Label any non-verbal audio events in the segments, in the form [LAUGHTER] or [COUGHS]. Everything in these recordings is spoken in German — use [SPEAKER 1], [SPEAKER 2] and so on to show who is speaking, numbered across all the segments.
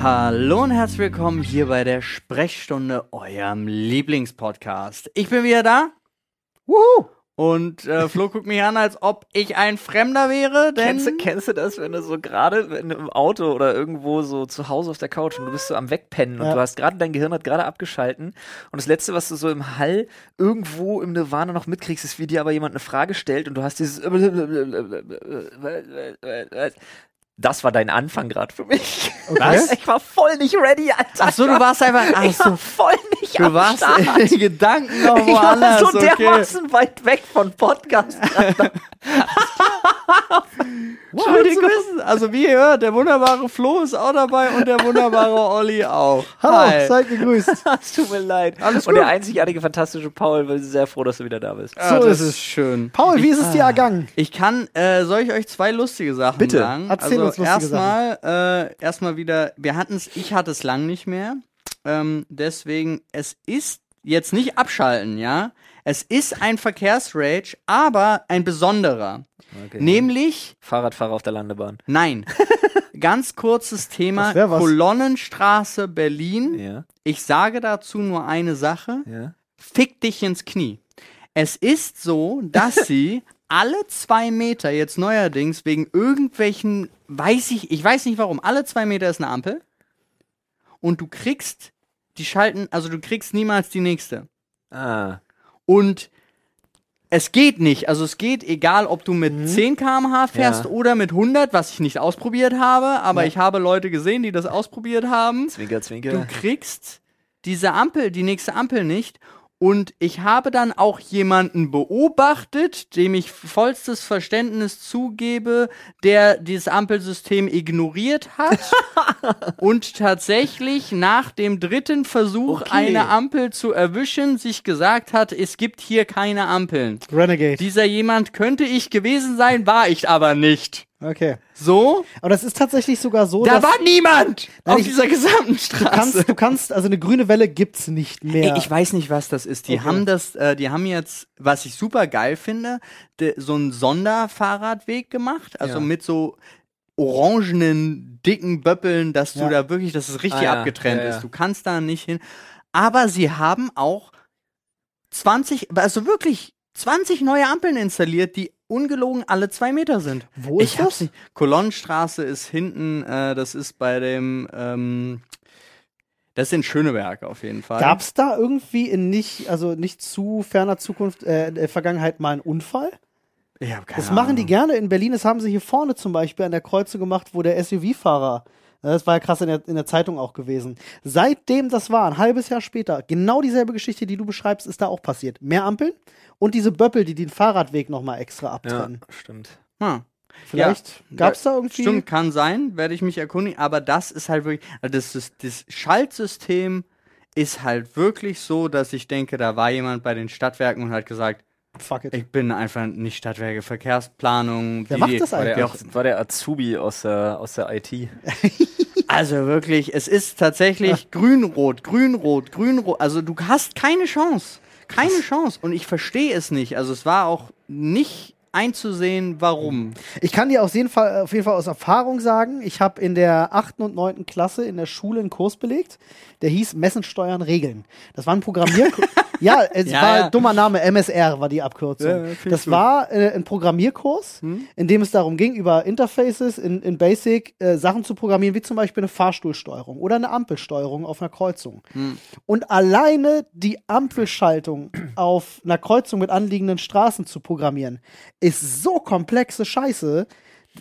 [SPEAKER 1] Hallo und herzlich willkommen hier bei der Sprechstunde, eurem Lieblingspodcast. Ich bin wieder da. Wuhu! Und äh, Flo guckt mich an, als ob ich ein Fremder wäre, denn
[SPEAKER 2] Kennst du, kennst du das, wenn du so gerade wenn du im Auto oder irgendwo so zu Hause auf der Couch und du bist so am Wegpennen
[SPEAKER 3] Ja.
[SPEAKER 2] und du hast gerade, dein Gehirn hat gerade abgeschalten und das Letzte, was du so im Hall irgendwo im Nirvana noch mitkriegst, ist, wie dir aber jemand eine Frage stellt und du hast dieses [LAUGHS] Das war dein Anfang gerade für mich.
[SPEAKER 1] Was?
[SPEAKER 2] Ich war voll nicht ready, Alter.
[SPEAKER 1] Ach so, du warst einfach ach
[SPEAKER 2] ich war
[SPEAKER 1] so,
[SPEAKER 2] voll nicht
[SPEAKER 1] du
[SPEAKER 2] am
[SPEAKER 1] warst [LAUGHS]
[SPEAKER 2] Start.
[SPEAKER 1] in den Gedanken
[SPEAKER 2] [LAUGHS]
[SPEAKER 1] noch
[SPEAKER 2] Ich war
[SPEAKER 1] woanders.
[SPEAKER 2] so
[SPEAKER 1] okay.
[SPEAKER 2] dermaßen weit weg von Podcast.
[SPEAKER 1] Schön zu wissen. Also wie ihr hört, der wunderbare Flo ist auch dabei und der wunderbare Olli auch.
[SPEAKER 3] Hallo,
[SPEAKER 1] Hi. [LAUGHS]
[SPEAKER 3] seid gegrüßt.
[SPEAKER 2] Es tut mir leid.
[SPEAKER 1] Alles
[SPEAKER 2] und
[SPEAKER 1] gut.
[SPEAKER 2] der einzigartige, fantastische Paul, wir sind sehr froh, dass du wieder da bist.
[SPEAKER 1] Ah,
[SPEAKER 3] So
[SPEAKER 1] das ist Ah.
[SPEAKER 3] ist es.
[SPEAKER 1] schön.
[SPEAKER 3] Paul, wie ist es dir ergangen?
[SPEAKER 1] Ich kann, äh, soll ich euch zwei lustige Sachen
[SPEAKER 3] Bitte,
[SPEAKER 1] sagen?
[SPEAKER 3] erzähl
[SPEAKER 1] also
[SPEAKER 3] uns lustige
[SPEAKER 1] erstmal, äh, erstmal wieder, wir hatten es, ich hatte es lang nicht mehr. Ähm, deswegen, es ist jetzt nicht abschalten, ja. Es ist ein Verkehrsrage, aber ein besonderer. Nämlich,
[SPEAKER 2] Fahrradfahrer auf der Landebahn.
[SPEAKER 3] [LAUGHS]
[SPEAKER 1] nein. Ganz kurzes Thema,
[SPEAKER 3] Das wär was.
[SPEAKER 1] Kolonnenstraße Berlin.
[SPEAKER 2] Ja,
[SPEAKER 1] Ich sage dazu nur eine Sache
[SPEAKER 2] ja.
[SPEAKER 1] fick dich ins Knie. Es ist so, dass sie alle zwei Meter jetzt neuerdings wegen irgendwelchen, weiß ich, ich weiß nicht warum, alle zwei Meter ist eine Ampel und du kriegst, die schalten, also du kriegst niemals die nächste.
[SPEAKER 2] Ah.
[SPEAKER 1] Und es geht nicht. Also es geht, egal ob du mit 10 km/h fährst
[SPEAKER 2] Ja.
[SPEAKER 1] oder mit 100, was ich nicht ausprobiert habe, aber ich habe Leute gesehen, die das ausprobiert haben.
[SPEAKER 2] Zwinker, zwinker.
[SPEAKER 1] Du kriegst diese Ampel, die nächste Ampel nicht. Und ich habe dann auch jemanden beobachtet, dem ich vollstes Verständnis zugebe, der dieses Ampelsystem ignoriert hat
[SPEAKER 3] [LAUGHS]
[SPEAKER 1] und tatsächlich nach dem dritten Versuch,
[SPEAKER 2] Okay.
[SPEAKER 1] eine Ampel zu erwischen, sich gesagt hat, es gibt hier keine Ampeln.
[SPEAKER 3] Renegade.
[SPEAKER 1] Dieser jemand könnte ich gewesen sein, war ich aber nicht.
[SPEAKER 3] Okay.
[SPEAKER 1] So?
[SPEAKER 3] Aber das ist tatsächlich sogar so,
[SPEAKER 1] Da
[SPEAKER 3] dass
[SPEAKER 1] war niemand
[SPEAKER 3] Oh, Nein,
[SPEAKER 1] auf
[SPEAKER 3] ich-
[SPEAKER 1] dieser gesamten
[SPEAKER 3] du
[SPEAKER 1] Straße.
[SPEAKER 3] kannst, du kannst, also eine grüne Welle gibt's nicht mehr.
[SPEAKER 1] Ich, ich weiß nicht, was das ist. Die
[SPEAKER 3] Okay.
[SPEAKER 1] haben das, äh, die haben jetzt, was ich super geil finde, de, so einen Sonderfahrradweg gemacht, also
[SPEAKER 2] Ja.
[SPEAKER 1] mit so orangenen, dicken Böppeln, dass du
[SPEAKER 3] Ja.
[SPEAKER 1] da wirklich, dass es richtig
[SPEAKER 2] Ah, ja.
[SPEAKER 1] abgetrennt
[SPEAKER 2] Ja, ja.
[SPEAKER 1] ist. Du kannst da nicht hin. Aber sie haben auch 20, also wirklich 20 neue Ampeln installiert, die ungelogen alle zwei Meter sind.
[SPEAKER 3] Wo ist
[SPEAKER 1] ich hab's
[SPEAKER 3] das?
[SPEAKER 1] nicht. Kolonnenstraße ist hinten, äh, das ist bei dem, ähm, das ist in Schöneberg auf jeden Fall.
[SPEAKER 3] Gab's da irgendwie in nicht, also nicht zu ferner Zukunft, äh, äh, Vergangenheit mal einen Unfall?
[SPEAKER 1] Ich hab keine
[SPEAKER 3] Das machen die
[SPEAKER 1] Ahnung.
[SPEAKER 3] gerne in Berlin. Das haben sie hier vorne zum Beispiel an der Kreuzung gemacht, wo der SUV-Fahrer, äh, das war ja krass in der, in der Zeitung auch gewesen. Seitdem das war, ein halbes Jahr später, genau dieselbe Geschichte, die du beschreibst, ist da auch passiert. Mehr Ampeln und diese Böppel, die den Fahrradweg nochmal extra
[SPEAKER 2] ja,
[SPEAKER 3] abtrennen.
[SPEAKER 2] stimmt.
[SPEAKER 1] Hm.
[SPEAKER 3] Vielleicht
[SPEAKER 1] Ja.
[SPEAKER 3] gab's da irgendwie.
[SPEAKER 1] Stimmt, kann sein, werde ich mich erkundigen, aber das ist halt wirklich, also das, das, das Schaltsystem ist halt wirklich so, dass ich denke, da war jemand bei den Stadtwerken und hat gesagt,
[SPEAKER 3] Fuck it.
[SPEAKER 1] ich bin einfach nicht Stadtwerke, Verkehrsplanung.
[SPEAKER 3] Wer
[SPEAKER 1] die-
[SPEAKER 3] macht
[SPEAKER 1] die-
[SPEAKER 3] das
[SPEAKER 2] War
[SPEAKER 3] eigentlich?
[SPEAKER 2] der,
[SPEAKER 1] Ja.
[SPEAKER 2] war der Azubi aus der, aus der IT.
[SPEAKER 1] Also wirklich, es ist
[SPEAKER 3] [LAUGHS]
[SPEAKER 1] tatsächlich grün-rot, grün-rot, grün-rot. Also du hast keine Chance. Keine Chance. Und ich verstehe es nicht. Also es war auch nicht einzusehen, warum.
[SPEAKER 3] Ich kann dir auf jeden Fall, auf jeden Fall aus Erfahrung sagen, ich habe in der achten und neunten Klasse in der Schule einen Kurs belegt, der hieß Messen, Steuern, Regeln. Das war
[SPEAKER 1] [LAUGHS]
[SPEAKER 3] ein Programmierkurs. ja, es
[SPEAKER 1] Ja,
[SPEAKER 3] war
[SPEAKER 1] ja.
[SPEAKER 3] dummer Name, MSR war die Abkürzung.
[SPEAKER 1] Ja, ja, finde ich
[SPEAKER 3] das
[SPEAKER 1] gut. Hm?
[SPEAKER 3] war äh, ein Programmierkurs, in dem es darum ging, über Interfaces in, in Basic äh, Sachen zu programmieren, wie zum Beispiel eine Fahrstuhlsteuerung oder eine Ampelsteuerung auf einer Kreuzung.
[SPEAKER 1] Hm.
[SPEAKER 3] Und alleine die Ampelschaltung [CLEARS THROAT] auf einer Kreuzung mit anliegenden Straßen zu programmieren, ist so komplexe Scheiße,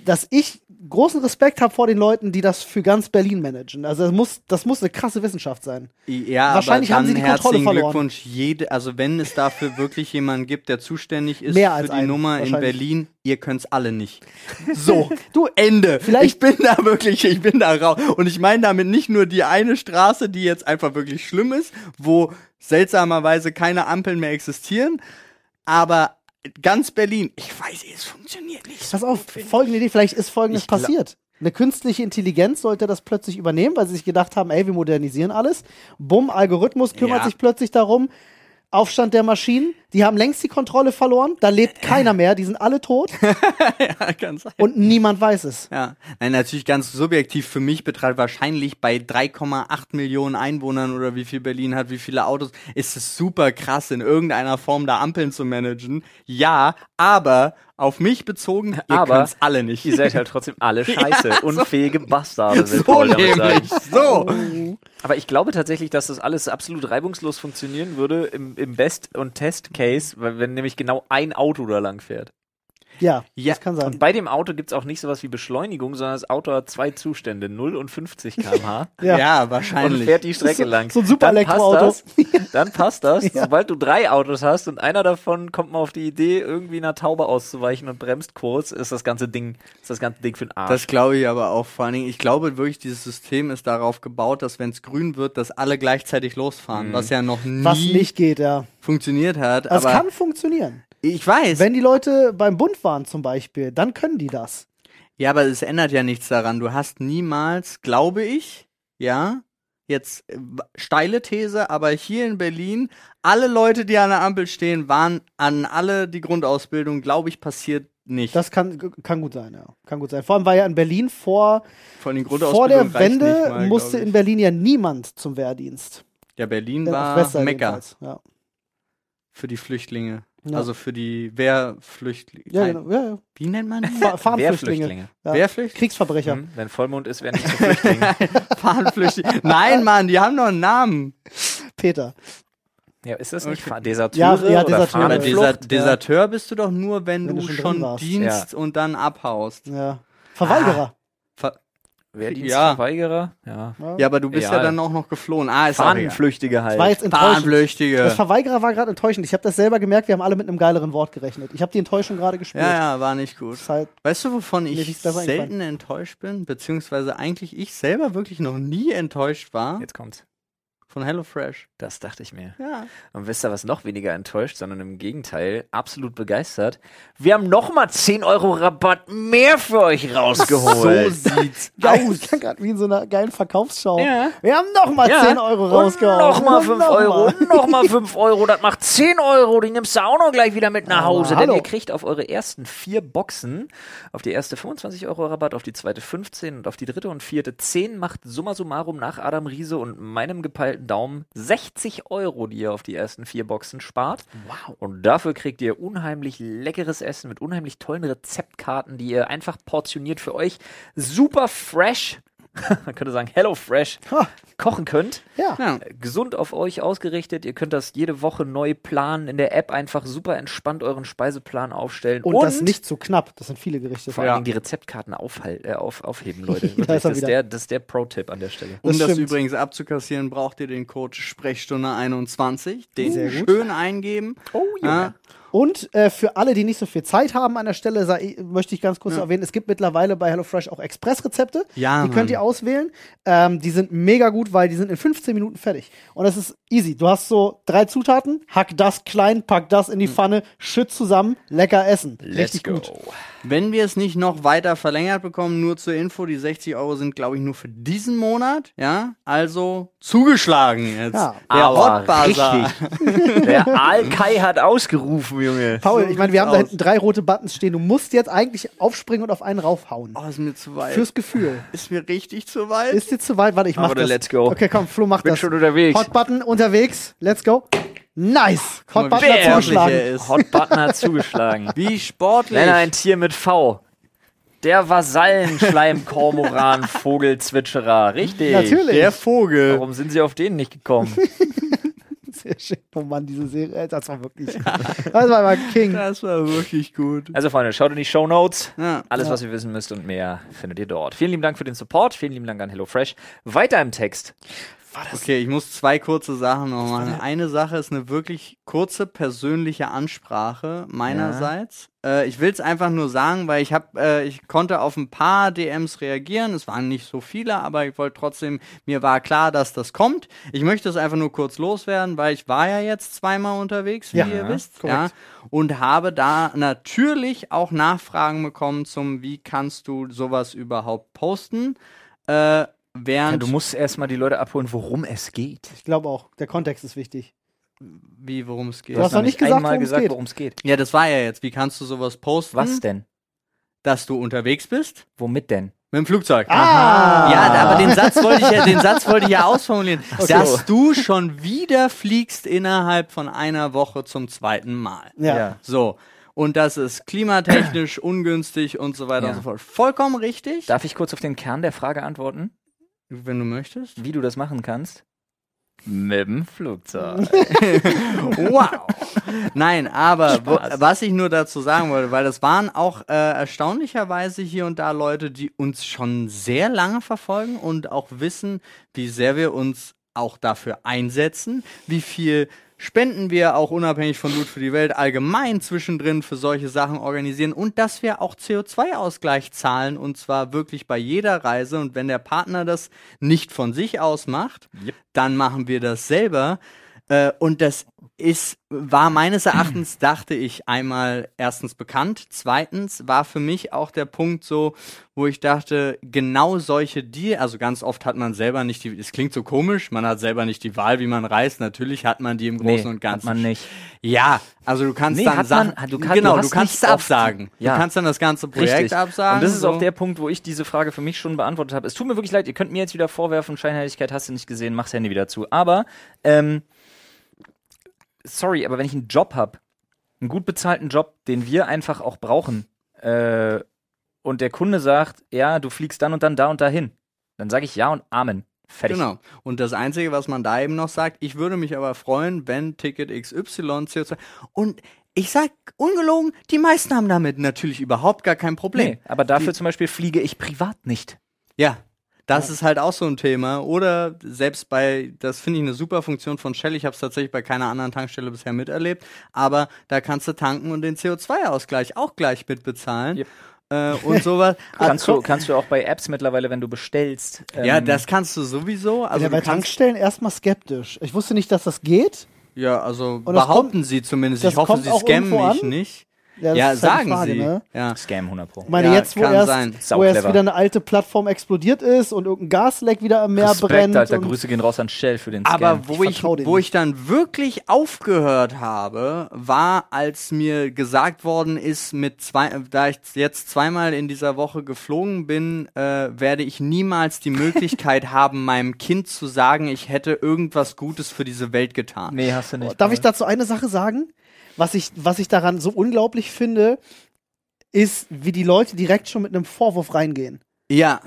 [SPEAKER 3] dass ich großen Respekt habe vor den Leuten, die das für ganz Berlin managen. Also das muss, das muss eine krasse Wissenschaft sein.
[SPEAKER 1] Ja,
[SPEAKER 3] Wahrscheinlich
[SPEAKER 1] aber dann
[SPEAKER 3] haben sie die Kontrolle
[SPEAKER 1] herzlichen
[SPEAKER 3] verloren.
[SPEAKER 1] Glückwunsch. Jede, also wenn es dafür wirklich jemanden gibt, der zuständig ist
[SPEAKER 3] Mehr
[SPEAKER 1] für
[SPEAKER 3] als
[SPEAKER 1] die
[SPEAKER 3] einen,
[SPEAKER 1] Nummer in
[SPEAKER 3] wahrscheinlich.
[SPEAKER 1] Berlin, ihr könnt's alle
[SPEAKER 3] [LAUGHS]
[SPEAKER 1] nicht. So, du Ende.
[SPEAKER 3] Vielleicht-
[SPEAKER 1] ich bin da wirklich, ich bin da raus. Und ich meine damit nicht nur die eine Straße, die jetzt einfach wirklich schlimm ist, wo seltsamerweise keine Ampeln mehr existieren, aber ganz Berlin, ich weiß, es funktioniert nicht. [LAUGHS] so
[SPEAKER 3] Pass auf,
[SPEAKER 1] gut, finde
[SPEAKER 3] folgende Idee, vielleicht ist folgendes
[SPEAKER 2] Ich gla-
[SPEAKER 3] passiert. Eine künstliche Intelligenz sollte das plötzlich übernehmen, weil sie sich gedacht haben, ey, wir modernisieren alles. Bumm, Algorithmus kümmert
[SPEAKER 1] Ja.
[SPEAKER 3] sich plötzlich darum. Aufstand der Maschinen, Die haben längst die Kontrolle verloren, da lebt keiner mehr, die sind alle tot
[SPEAKER 1] ja, kann sein.
[SPEAKER 3] und niemand weiß es.
[SPEAKER 1] Ja, nein, natürlich ganz subjektiv für mich betrachtet, wahrscheinlich bei 3,8 Millionen Einwohnern oder wie viel Berlin hat, wie viele Autos, ist es super krass, in irgendeiner Form da Ampeln zu managen. Ja, aber auf mich bezogen, ihr
[SPEAKER 2] Aber
[SPEAKER 1] aber alle nicht. [LAUGHS]
[SPEAKER 2] Ihr seid halt trotzdem alle scheiße, unfähige Bastarde, will
[SPEAKER 1] so
[SPEAKER 2] Paul damit sagen.
[SPEAKER 1] nämlich, so.
[SPEAKER 2] Aber ich glaube tatsächlich, dass das alles absolut reibungslos funktionieren würde im, im Best- und Test-Case, weil- wenn nämlich genau ein Auto da lang fährt.
[SPEAKER 3] Ja,
[SPEAKER 1] Ja,
[SPEAKER 3] das kann
[SPEAKER 2] Und
[SPEAKER 3] sein.
[SPEAKER 2] bei dem Auto gibt es auch nicht sowas wie Beschleunigung, sondern das Auto hat zwei Zustände, 0 und 50 km/h.
[SPEAKER 1] Ja,
[SPEAKER 3] Ja.
[SPEAKER 2] Und
[SPEAKER 1] wahrscheinlich.
[SPEAKER 2] fährt die Strecke
[SPEAKER 3] So-
[SPEAKER 2] lang.
[SPEAKER 3] so ein super
[SPEAKER 2] Dann passt
[SPEAKER 3] Elektroauto.
[SPEAKER 2] das. Dann passt das.
[SPEAKER 3] [LAUGHS] Ja.
[SPEAKER 2] Sobald du drei Autos hast und einer davon kommt mal auf die Idee, irgendwie einer Taube auszuweichen und bremst kurz, ist das ganze Ding, ist das ganze Ding für den Arsch.
[SPEAKER 1] Das glaube ich aber auch vor allen Dingen. Ich glaube wirklich, dieses System ist darauf gebaut, dass wenn es grün wird, dass alle gleichzeitig
[SPEAKER 2] Mhm.
[SPEAKER 1] losfahren, was ja noch nie
[SPEAKER 3] Was nicht geht, ja.
[SPEAKER 1] funktioniert hat.
[SPEAKER 3] Das
[SPEAKER 1] aber
[SPEAKER 3] kann funktionieren.
[SPEAKER 1] ich weiß.
[SPEAKER 3] Wenn die Leute beim Bund waren zum Beispiel, dann können die das.
[SPEAKER 1] Ja, aber es ändert ja nichts daran. Du hast niemals, glaube ich, ja, jetzt äh, w- steile These, aber hier in Berlin, alle Leute, die an der Ampel stehen, waren an alle die Grundausbildung, glaube ich, passiert nicht.
[SPEAKER 3] Das kann, kann gut sein, ja. Kann gut sein. Vor allem war ja in Berlin vor,
[SPEAKER 1] Von den
[SPEAKER 3] vor
[SPEAKER 1] Grundausbildungen
[SPEAKER 3] der
[SPEAKER 1] reicht
[SPEAKER 3] Wende
[SPEAKER 1] nicht mal,
[SPEAKER 3] musste
[SPEAKER 1] glaub
[SPEAKER 3] in
[SPEAKER 1] ich.
[SPEAKER 3] Berlin ja niemand zum Wehrdienst.
[SPEAKER 1] Ja, Berlin
[SPEAKER 3] Äh, auf
[SPEAKER 1] war
[SPEAKER 3] Westseite
[SPEAKER 1] Mecker
[SPEAKER 3] jedenfalls, Ja.
[SPEAKER 1] für die Flüchtlinge.
[SPEAKER 3] Ja.
[SPEAKER 1] Also für die Wehrflüchtlinge.
[SPEAKER 3] Ja,
[SPEAKER 1] Nein,
[SPEAKER 3] genau. ja, ja.
[SPEAKER 1] Wie nennt man die? [LAUGHS]
[SPEAKER 3] Fa- Fahnenflüchtlinge. Ja.
[SPEAKER 1] Wehrflüchtlinge? Mhm.
[SPEAKER 3] Kriegsverbrecher.
[SPEAKER 2] Hm, wenn Vollmond ist, werden nicht zu
[SPEAKER 3] [LAUGHS]
[SPEAKER 2] Flüchtlinge.
[SPEAKER 1] Fahnenflüchtlinge. Nein, Mann, die haben doch einen Namen.
[SPEAKER 3] Peter.
[SPEAKER 2] ja, ist das nicht
[SPEAKER 1] Okay.
[SPEAKER 2] Fa- Deserteure
[SPEAKER 3] Ja, ja,
[SPEAKER 2] oder
[SPEAKER 3] Deserteure.
[SPEAKER 1] Aber
[SPEAKER 2] Fahnenflucht?
[SPEAKER 1] Desa
[SPEAKER 3] Flucht, ja.
[SPEAKER 1] Deserteur bist du doch nur, wenn, du, schon,
[SPEAKER 3] drin warst.
[SPEAKER 1] dienst und dann abhaust.
[SPEAKER 3] Ja. Verweigerer.
[SPEAKER 1] Ver
[SPEAKER 2] Wehrdienstverweigerer? Ja.
[SPEAKER 1] Ah. ja, aber du bist ja,
[SPEAKER 2] Egal.
[SPEAKER 1] dann auch noch geflohen. Ah, ist auch egal.
[SPEAKER 2] Fahnenflüchtige halt.
[SPEAKER 3] War jetzt enttäuschend. Das
[SPEAKER 1] Fahnenflüchtige.
[SPEAKER 3] Verweigerer war gerade enttäuschend. Ich habe das selber gemerkt, wir haben alle mit einem geileren Wort gerechnet. Ich habe die Enttäuschung gerade gespürt.
[SPEAKER 1] Ja, ja, war nicht gut.
[SPEAKER 3] Das ist halt,
[SPEAKER 1] Weißt du, wovon
[SPEAKER 3] Mir
[SPEAKER 1] ich
[SPEAKER 3] ist besser
[SPEAKER 1] selten enttäuscht bin? Beziehungsweise eigentlich ich selber wirklich noch nie enttäuscht war?
[SPEAKER 2] Jetzt kommt's.
[SPEAKER 1] Von HelloFresh.
[SPEAKER 2] Das dachte ich mir.
[SPEAKER 1] Ja.
[SPEAKER 2] Und wisst ihr, was noch weniger enttäuscht, sondern im Gegenteil absolut begeistert? Wir haben nochmal 10 Euro Rabatt mehr für euch
[SPEAKER 1] So
[SPEAKER 2] rausgeholt. [LAUGHS]
[SPEAKER 1] sieht's
[SPEAKER 3] geil.
[SPEAKER 1] aus.
[SPEAKER 3] Das [LAUGHS] klang gerade wie in so einer geilen Verkaufsschau.
[SPEAKER 2] Ja.
[SPEAKER 3] Wir haben nochmal
[SPEAKER 2] Ja.
[SPEAKER 3] 10 Euro rausgehauen.
[SPEAKER 2] Und nochmal
[SPEAKER 3] Und
[SPEAKER 2] 5
[SPEAKER 3] noch
[SPEAKER 2] Euro,
[SPEAKER 3] mal.
[SPEAKER 2] nochmal 5 Euro, das macht 10 Euro, die nimmst du auch noch gleich wieder mit nach
[SPEAKER 3] Aber
[SPEAKER 2] Hause.
[SPEAKER 3] hallo.
[SPEAKER 2] Denn ihr kriegt auf eure ersten vier Boxen, auf die erste 25 Euro Rabatt, auf die zweite 15 und auf die dritte und vierte 10 macht summa summarum nach Adam Riese und meinem gepeilten Daumen 60 Euro, die ihr auf die ersten vier Boxen spart. Wow. Und dafür kriegt ihr unheimlich leckeres Essen mit unheimlich tollen Rezeptkarten, die ihr einfach portioniert für euch super fresh, [LAUGHS] man könnte sagen Hello Fresh,
[SPEAKER 3] Ha.
[SPEAKER 2] kochen könnt
[SPEAKER 3] Ja.
[SPEAKER 1] Ja.
[SPEAKER 2] gesund auf euch ausgerichtet. Ihr könnt das jede Woche neu planen. In der App einfach super entspannt euren Speiseplan aufstellen.
[SPEAKER 3] Und, das nicht zu knapp. Das sind viele Gerichte.
[SPEAKER 2] vor
[SPEAKER 1] Ja.
[SPEAKER 2] allen Dingen die Rezeptkarten aufhal- äh, auf, aufheben, [LAUGHS] Leute.
[SPEAKER 3] Da
[SPEAKER 2] Wirklich,
[SPEAKER 3] ist er
[SPEAKER 2] das, ist
[SPEAKER 3] wieder.
[SPEAKER 2] der, das ist der Pro-Tipp an der Stelle.
[SPEAKER 1] Um
[SPEAKER 3] Das
[SPEAKER 1] das,
[SPEAKER 3] stimmt.
[SPEAKER 1] übrigens abzukassieren, braucht ihr den Code Sprechstunde 21, den
[SPEAKER 3] Sehr gut.
[SPEAKER 1] schön eingeben.
[SPEAKER 2] Oh,
[SPEAKER 1] Ja.
[SPEAKER 3] Und äh, für alle, die nicht so viel Zeit haben an der Stelle, sei, möchte ich ganz kurz erwähnen, es gibt mittlerweile bei HelloFresh auch Express-Rezepte.
[SPEAKER 1] Ja,
[SPEAKER 3] Die könnt
[SPEAKER 1] Mann.
[SPEAKER 3] ihr auswählen. Ähm, die sind mega gut, weil die sind in 15 Minuten fertig. Und das ist easy. Du hast so drei Zutaten, hack das klein, pack das
[SPEAKER 1] Hm.
[SPEAKER 3] in die Pfanne, schütt zusammen, lecker essen. Richtig gut.
[SPEAKER 1] Wenn wir es nicht noch weiter verlängert bekommen, nur zur Info, die 60 Euro sind, glaube ich, nur für diesen Monat. Ja, also zugeschlagen jetzt.
[SPEAKER 3] Ja.
[SPEAKER 1] Der
[SPEAKER 2] Aber
[SPEAKER 1] Hot Bazaar.
[SPEAKER 2] richtig. [LAUGHS] Der Alkai hat ausgerufen, Junge.
[SPEAKER 3] Paul,
[SPEAKER 1] So
[SPEAKER 3] ich meine, wir haben da
[SPEAKER 1] sieht's
[SPEAKER 3] hinten drei rote Buttons stehen. Du musst jetzt eigentlich aufspringen und auf einen raufhauen.
[SPEAKER 1] Oh, ist mir zu weit.
[SPEAKER 3] Fürs Gefühl.
[SPEAKER 1] ist mir richtig zu weit.
[SPEAKER 3] Ist dir zu weit? Warte, ich mach
[SPEAKER 2] Aber dann
[SPEAKER 3] das.
[SPEAKER 2] let's go.
[SPEAKER 3] Okay, komm, Flo, mach
[SPEAKER 2] Bin
[SPEAKER 3] das.
[SPEAKER 2] schon unterwegs.
[SPEAKER 3] Hot Button unterwegs. Let's go. Nice. Hot
[SPEAKER 1] Guck mal,
[SPEAKER 3] Button
[SPEAKER 1] wie
[SPEAKER 3] hat
[SPEAKER 2] Bam.
[SPEAKER 1] sportlich
[SPEAKER 3] zugeschlagen.
[SPEAKER 1] er ist.
[SPEAKER 2] Hot Button hat [LAUGHS] zugeschlagen.
[SPEAKER 1] Wie sportlich.
[SPEAKER 2] Nenn ein Tier mit V. Der Vasallenschleimkormoran-Vogelzwitscherer. Richtig.
[SPEAKER 3] Natürlich.
[SPEAKER 1] Der Vogel.
[SPEAKER 2] Warum sind sie auf den nicht gekommen?
[SPEAKER 3] Sehr schön. Oh Mann, diese Serie. Das war wirklich. Das war mal King.
[SPEAKER 1] Das war wirklich gut.
[SPEAKER 2] Also Freunde, schaut in die Show Notes.
[SPEAKER 1] Ja.
[SPEAKER 2] Alles, was ihr wissen müsst und mehr, findet ihr dort. Vielen lieben Dank für den Support. Vielen lieben Dank an HelloFresh. Weiter im Text.
[SPEAKER 1] Okay, ich muss zwei kurze Sachen noch machen. Eine Sache ist eine wirklich kurze persönliche Ansprache meinerseits. Äh, ich will es einfach nur sagen, weil ich habe, äh, ich konnte auf ein paar DMs reagieren. Es waren nicht so viele, aber ich wollte trotzdem, mir war klar, dass das kommt. Ich möchte es einfach nur kurz loswerden, weil ich war ja jetzt zweimal unterwegs, wie
[SPEAKER 3] Ja,
[SPEAKER 1] ihr wisst.
[SPEAKER 3] korrekt.
[SPEAKER 1] Ja, und habe da natürlich auch Nachfragen bekommen zum, wie kannst du sowas überhaupt posten? Äh, während
[SPEAKER 2] du musst erstmal die Leute abholen, worum es geht.
[SPEAKER 3] Ich glaube auch, der Kontext ist wichtig.
[SPEAKER 1] Wie, worum es geht.
[SPEAKER 3] Du hast noch nicht gesagt,
[SPEAKER 4] einmal
[SPEAKER 3] worum es
[SPEAKER 4] gesagt,
[SPEAKER 3] geht.
[SPEAKER 4] worum es geht.
[SPEAKER 1] Ja, das war ja jetzt. Wie kannst du sowas posten?
[SPEAKER 2] Was denn?
[SPEAKER 1] Dass du unterwegs bist?
[SPEAKER 2] Womit denn?
[SPEAKER 1] Mit dem Flugzeug.
[SPEAKER 3] Ah!
[SPEAKER 1] Ja, da- aber den Satz wollte ich ja, den Satz wollte ich ja ausformulieren.
[SPEAKER 3] so.
[SPEAKER 1] Dass du schon wieder fliegst innerhalb von einer Woche zum zweiten Mal.
[SPEAKER 3] Ja. Also
[SPEAKER 1] So. Und das ist klimatechnisch ungünstig und so weiter
[SPEAKER 2] Ja.
[SPEAKER 1] und so fort. Vollkommen richtig.
[SPEAKER 2] Darf ich kurz auf den Kern der Frage antworten,
[SPEAKER 1] Wenn du möchtest.
[SPEAKER 2] wie du das machen kannst? Mit dem [LAUGHS] Flugzeug.
[SPEAKER 1] Wow. Nein, aber wo,
[SPEAKER 2] Spaß.
[SPEAKER 1] was ich nur dazu sagen wollte, weil das waren auch äh, erstaunlicherweise hier und da Leute, die uns schon sehr lange verfolgen und auch wissen, wie sehr wir uns auch dafür einsetzen, wie viel Spenden wir auch unabhängig von Loot für die Welt allgemein zwischendrin für solche Sachen organisieren und dass wir auch CO2-Ausgleich zahlen und zwar wirklich bei jeder Reise und wenn der Partner das nicht von sich aus macht, dann machen wir das selber. Äh, und das ist, war meines Erachtens, dachte ich, einmal erstens bekannt. Zweitens war für mich auch der Punkt so, wo ich dachte, genau solche Deal, also ganz oft hat man selber nicht die, es klingt so komisch, man hat selber nicht die Wahl, wie man reist. Natürlich hat man die im Großen und
[SPEAKER 2] hat
[SPEAKER 1] Ganzen.
[SPEAKER 2] man nicht.
[SPEAKER 1] Ja, also du kannst
[SPEAKER 2] Nee,
[SPEAKER 1] dann
[SPEAKER 2] hat
[SPEAKER 1] Sachen,
[SPEAKER 2] man- du kann-
[SPEAKER 1] genau,
[SPEAKER 2] du hast
[SPEAKER 1] du kannst
[SPEAKER 2] nicht
[SPEAKER 1] es absagen.
[SPEAKER 2] oft- Ja.
[SPEAKER 1] Du kannst dann das ganze Projekt
[SPEAKER 2] Richtig.
[SPEAKER 1] absagen.
[SPEAKER 2] Und das ist
[SPEAKER 1] so.
[SPEAKER 2] auch der Punkt, wo ich diese Frage für mich schon beantwortet habe. Es tut mir wirklich leid, ihr könnt mir jetzt wieder vorwerfen, Scheinheiligkeit hast du nicht gesehen, mach's Handy wieder zu. Aber, ähm, sorry, aber wenn ich einen Job habe, einen gut bezahlten Job, den wir einfach auch brauchen, äh, und der Kunde sagt, ja, du fliegst dann und dann da und dahin, dann sage ich ja und Amen. Fertig.
[SPEAKER 1] Genau. Und das Einzige, was man da eben noch sagt, ich würde mich aber freuen, wenn Ticket XY CO2. Und ich sag ungelogen, die meisten haben damit natürlich überhaupt gar kein Problem.
[SPEAKER 2] Nee, aber dafür zum Beispiel fliege ich privat nicht.
[SPEAKER 1] Ja. Das ist halt auch so ein Thema. Oder selbst bei, das finde ich eine super Funktion von Shell. Ich habe es tatsächlich bei keiner anderen Tankstelle bisher miterlebt. Aber da kannst du tanken und den CO2-Ausgleich auch gleich mitbezahlen.
[SPEAKER 2] Yep.
[SPEAKER 1] Äh, und
[SPEAKER 3] [LAUGHS]
[SPEAKER 1] sowas.
[SPEAKER 2] Kannst du, kannst du auch bei Apps mittlerweile, wenn du bestellst.
[SPEAKER 1] ja,
[SPEAKER 2] ähm,
[SPEAKER 1] das kannst du sowieso. Also
[SPEAKER 3] ja, bei
[SPEAKER 1] du kannst,
[SPEAKER 3] Tankstellen erstmal skeptisch. Ich wusste nicht, dass das geht.
[SPEAKER 1] ja, also
[SPEAKER 3] das
[SPEAKER 1] behaupten sie zumindest.
[SPEAKER 3] das
[SPEAKER 1] Ich hoffe,
[SPEAKER 3] kommt
[SPEAKER 1] sie
[SPEAKER 3] auch
[SPEAKER 1] scammen
[SPEAKER 3] irgendwo
[SPEAKER 1] mich
[SPEAKER 3] an?
[SPEAKER 1] nicht. Ja,
[SPEAKER 3] das ist halt die
[SPEAKER 1] sagen
[SPEAKER 3] Frage,
[SPEAKER 1] sie.
[SPEAKER 3] Ne?
[SPEAKER 1] Ja.
[SPEAKER 2] Scam 100 Pro.
[SPEAKER 3] Ich meine,
[SPEAKER 1] Ja,
[SPEAKER 3] jetzt, wo
[SPEAKER 1] kann
[SPEAKER 3] erst,
[SPEAKER 1] sein.
[SPEAKER 3] wo erst
[SPEAKER 2] Sauclever.
[SPEAKER 3] wieder eine alte Plattform explodiert ist und irgendein Gasleck wieder am Meer
[SPEAKER 2] Respekt,
[SPEAKER 3] brennt.
[SPEAKER 2] Alter,
[SPEAKER 3] und
[SPEAKER 2] Grüße gehen raus an Shell für den Scam.
[SPEAKER 1] Aber wo ich,
[SPEAKER 3] vertrau denen
[SPEAKER 1] wo ich dann wirklich aufgehört habe, war, als mir gesagt worden ist, mit zwei, da ich jetzt zweimal in dieser Woche geflogen bin, äh, werde ich niemals die
[SPEAKER 3] [LAUGHS]
[SPEAKER 1] Möglichkeit haben, meinem Kind zu sagen, ich hätte irgendwas Gutes für diese Welt getan.
[SPEAKER 2] nee, hast du nicht.
[SPEAKER 3] Darf ich dazu eine Sache sagen? Was ich, was ich daran so unglaublich finde, ist, wie die Leute direkt schon mit einem Vorwurf reingehen.
[SPEAKER 1] Ja.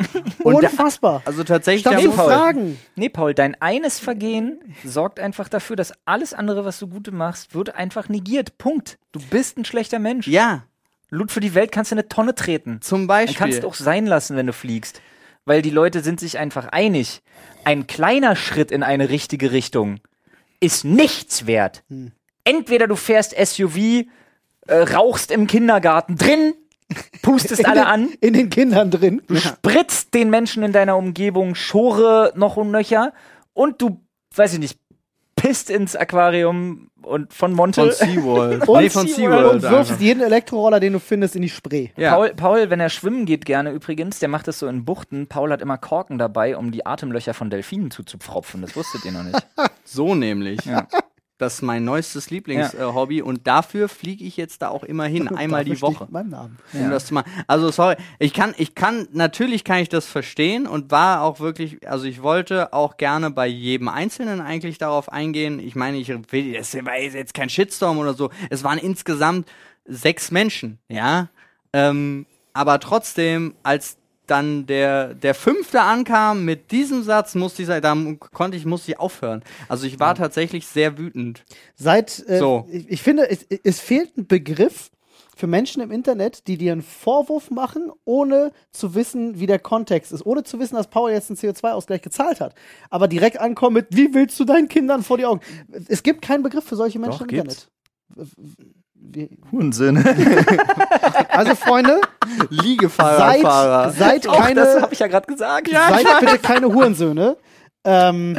[SPEAKER 1] Und da,
[SPEAKER 3] Unfassbar.
[SPEAKER 1] also tatsächlich,
[SPEAKER 3] Statt
[SPEAKER 1] da
[SPEAKER 3] zu
[SPEAKER 1] muss-
[SPEAKER 2] Paul.
[SPEAKER 3] fragen.
[SPEAKER 2] Nee, Paul, dein eines Vergehen sorgt einfach dafür, dass alles andere, was du Gute machst, wird einfach negiert. Punkt. Du bist ein schlechter Mensch.
[SPEAKER 1] ja,
[SPEAKER 2] Loot für die Welt kannst du in eine Tonne treten.
[SPEAKER 1] zum
[SPEAKER 2] Dann kannst du
[SPEAKER 1] Beispiel.
[SPEAKER 2] auch sein lassen, wenn du fliegst. Weil die Leute sind sich einfach einig. Ein kleiner Schritt in eine richtige Richtung ist nichts wert.
[SPEAKER 3] Hm.
[SPEAKER 2] Entweder du fährst SUV, äh, rauchst im Kindergarten drin, pustest
[SPEAKER 3] [LAUGHS]
[SPEAKER 2] alle an.
[SPEAKER 3] In den Kindern drin.
[SPEAKER 2] spritzt den Menschen in deiner Umgebung Schore noch und nöcher und du, weiß ich nicht, pisst ins Aquarium und von Monte.
[SPEAKER 1] Von
[SPEAKER 2] [LAUGHS]
[SPEAKER 1] SeaWorld.
[SPEAKER 3] [LAUGHS] Und,
[SPEAKER 1] nee, von
[SPEAKER 3] und
[SPEAKER 1] SeaWorld.
[SPEAKER 3] wirfst
[SPEAKER 1] einfach.
[SPEAKER 3] jeden Elektroroller, den du findest, in die Spree.
[SPEAKER 1] Ja.
[SPEAKER 2] Paul, Paul, wenn er schwimmen geht, gerne übrigens, der macht das so in Buchten. Paul hat immer Korken dabei, um die Atemlöcher von Delfinen zuzupfropfen. Das wusstet ihr noch nicht.
[SPEAKER 1] So nämlich.
[SPEAKER 2] Ja.
[SPEAKER 1] Das ist mein neuestes Lieblingshobby und dafür fliege ich jetzt da auch immer hin, einmal
[SPEAKER 3] [LAUGHS] Dafür
[SPEAKER 1] die
[SPEAKER 3] steht
[SPEAKER 1] Woche.
[SPEAKER 3] Mein Namen.
[SPEAKER 1] Um das zu machen. Also sorry, ich kann, ich kann, natürlich kann ich das verstehen und war auch wirklich, also ich wollte auch gerne bei jedem Einzelnen eigentlich darauf eingehen. Ich meine, ich will, das war jetzt kein Shitstorm oder so. Es waren insgesamt sechs Menschen, ja. Ähm, aber trotzdem, als dann der, der fünfte ankam mit diesem Satz, musste ich sagen, da konnte ich, musste ich aufhören. Also ich war tatsächlich sehr wütend.
[SPEAKER 3] Seit, äh,
[SPEAKER 1] So.
[SPEAKER 3] ich, ich finde, es, es fehlt ein Begriff für Menschen im Internet, die dir einen Vorwurf machen, ohne zu wissen, wie der Kontext ist, ohne zu wissen, dass Paul jetzt einen CO2-Ausgleich gezahlt hat, aber direkt ankommen mit, wie willst du deinen Kindern vor die Augen? Es gibt keinen Begriff für solche Menschen
[SPEAKER 2] Doch,
[SPEAKER 3] im
[SPEAKER 2] gibt's.
[SPEAKER 3] Internet.
[SPEAKER 2] Hurensohn.
[SPEAKER 3] Wir- Also Freunde,
[SPEAKER 1] Liegefahrer.
[SPEAKER 3] seid, seid
[SPEAKER 2] Auch das
[SPEAKER 3] keine,
[SPEAKER 2] habe ich ja gerade gesagt.
[SPEAKER 3] seid bitte keine Hurensöhne. Ähm,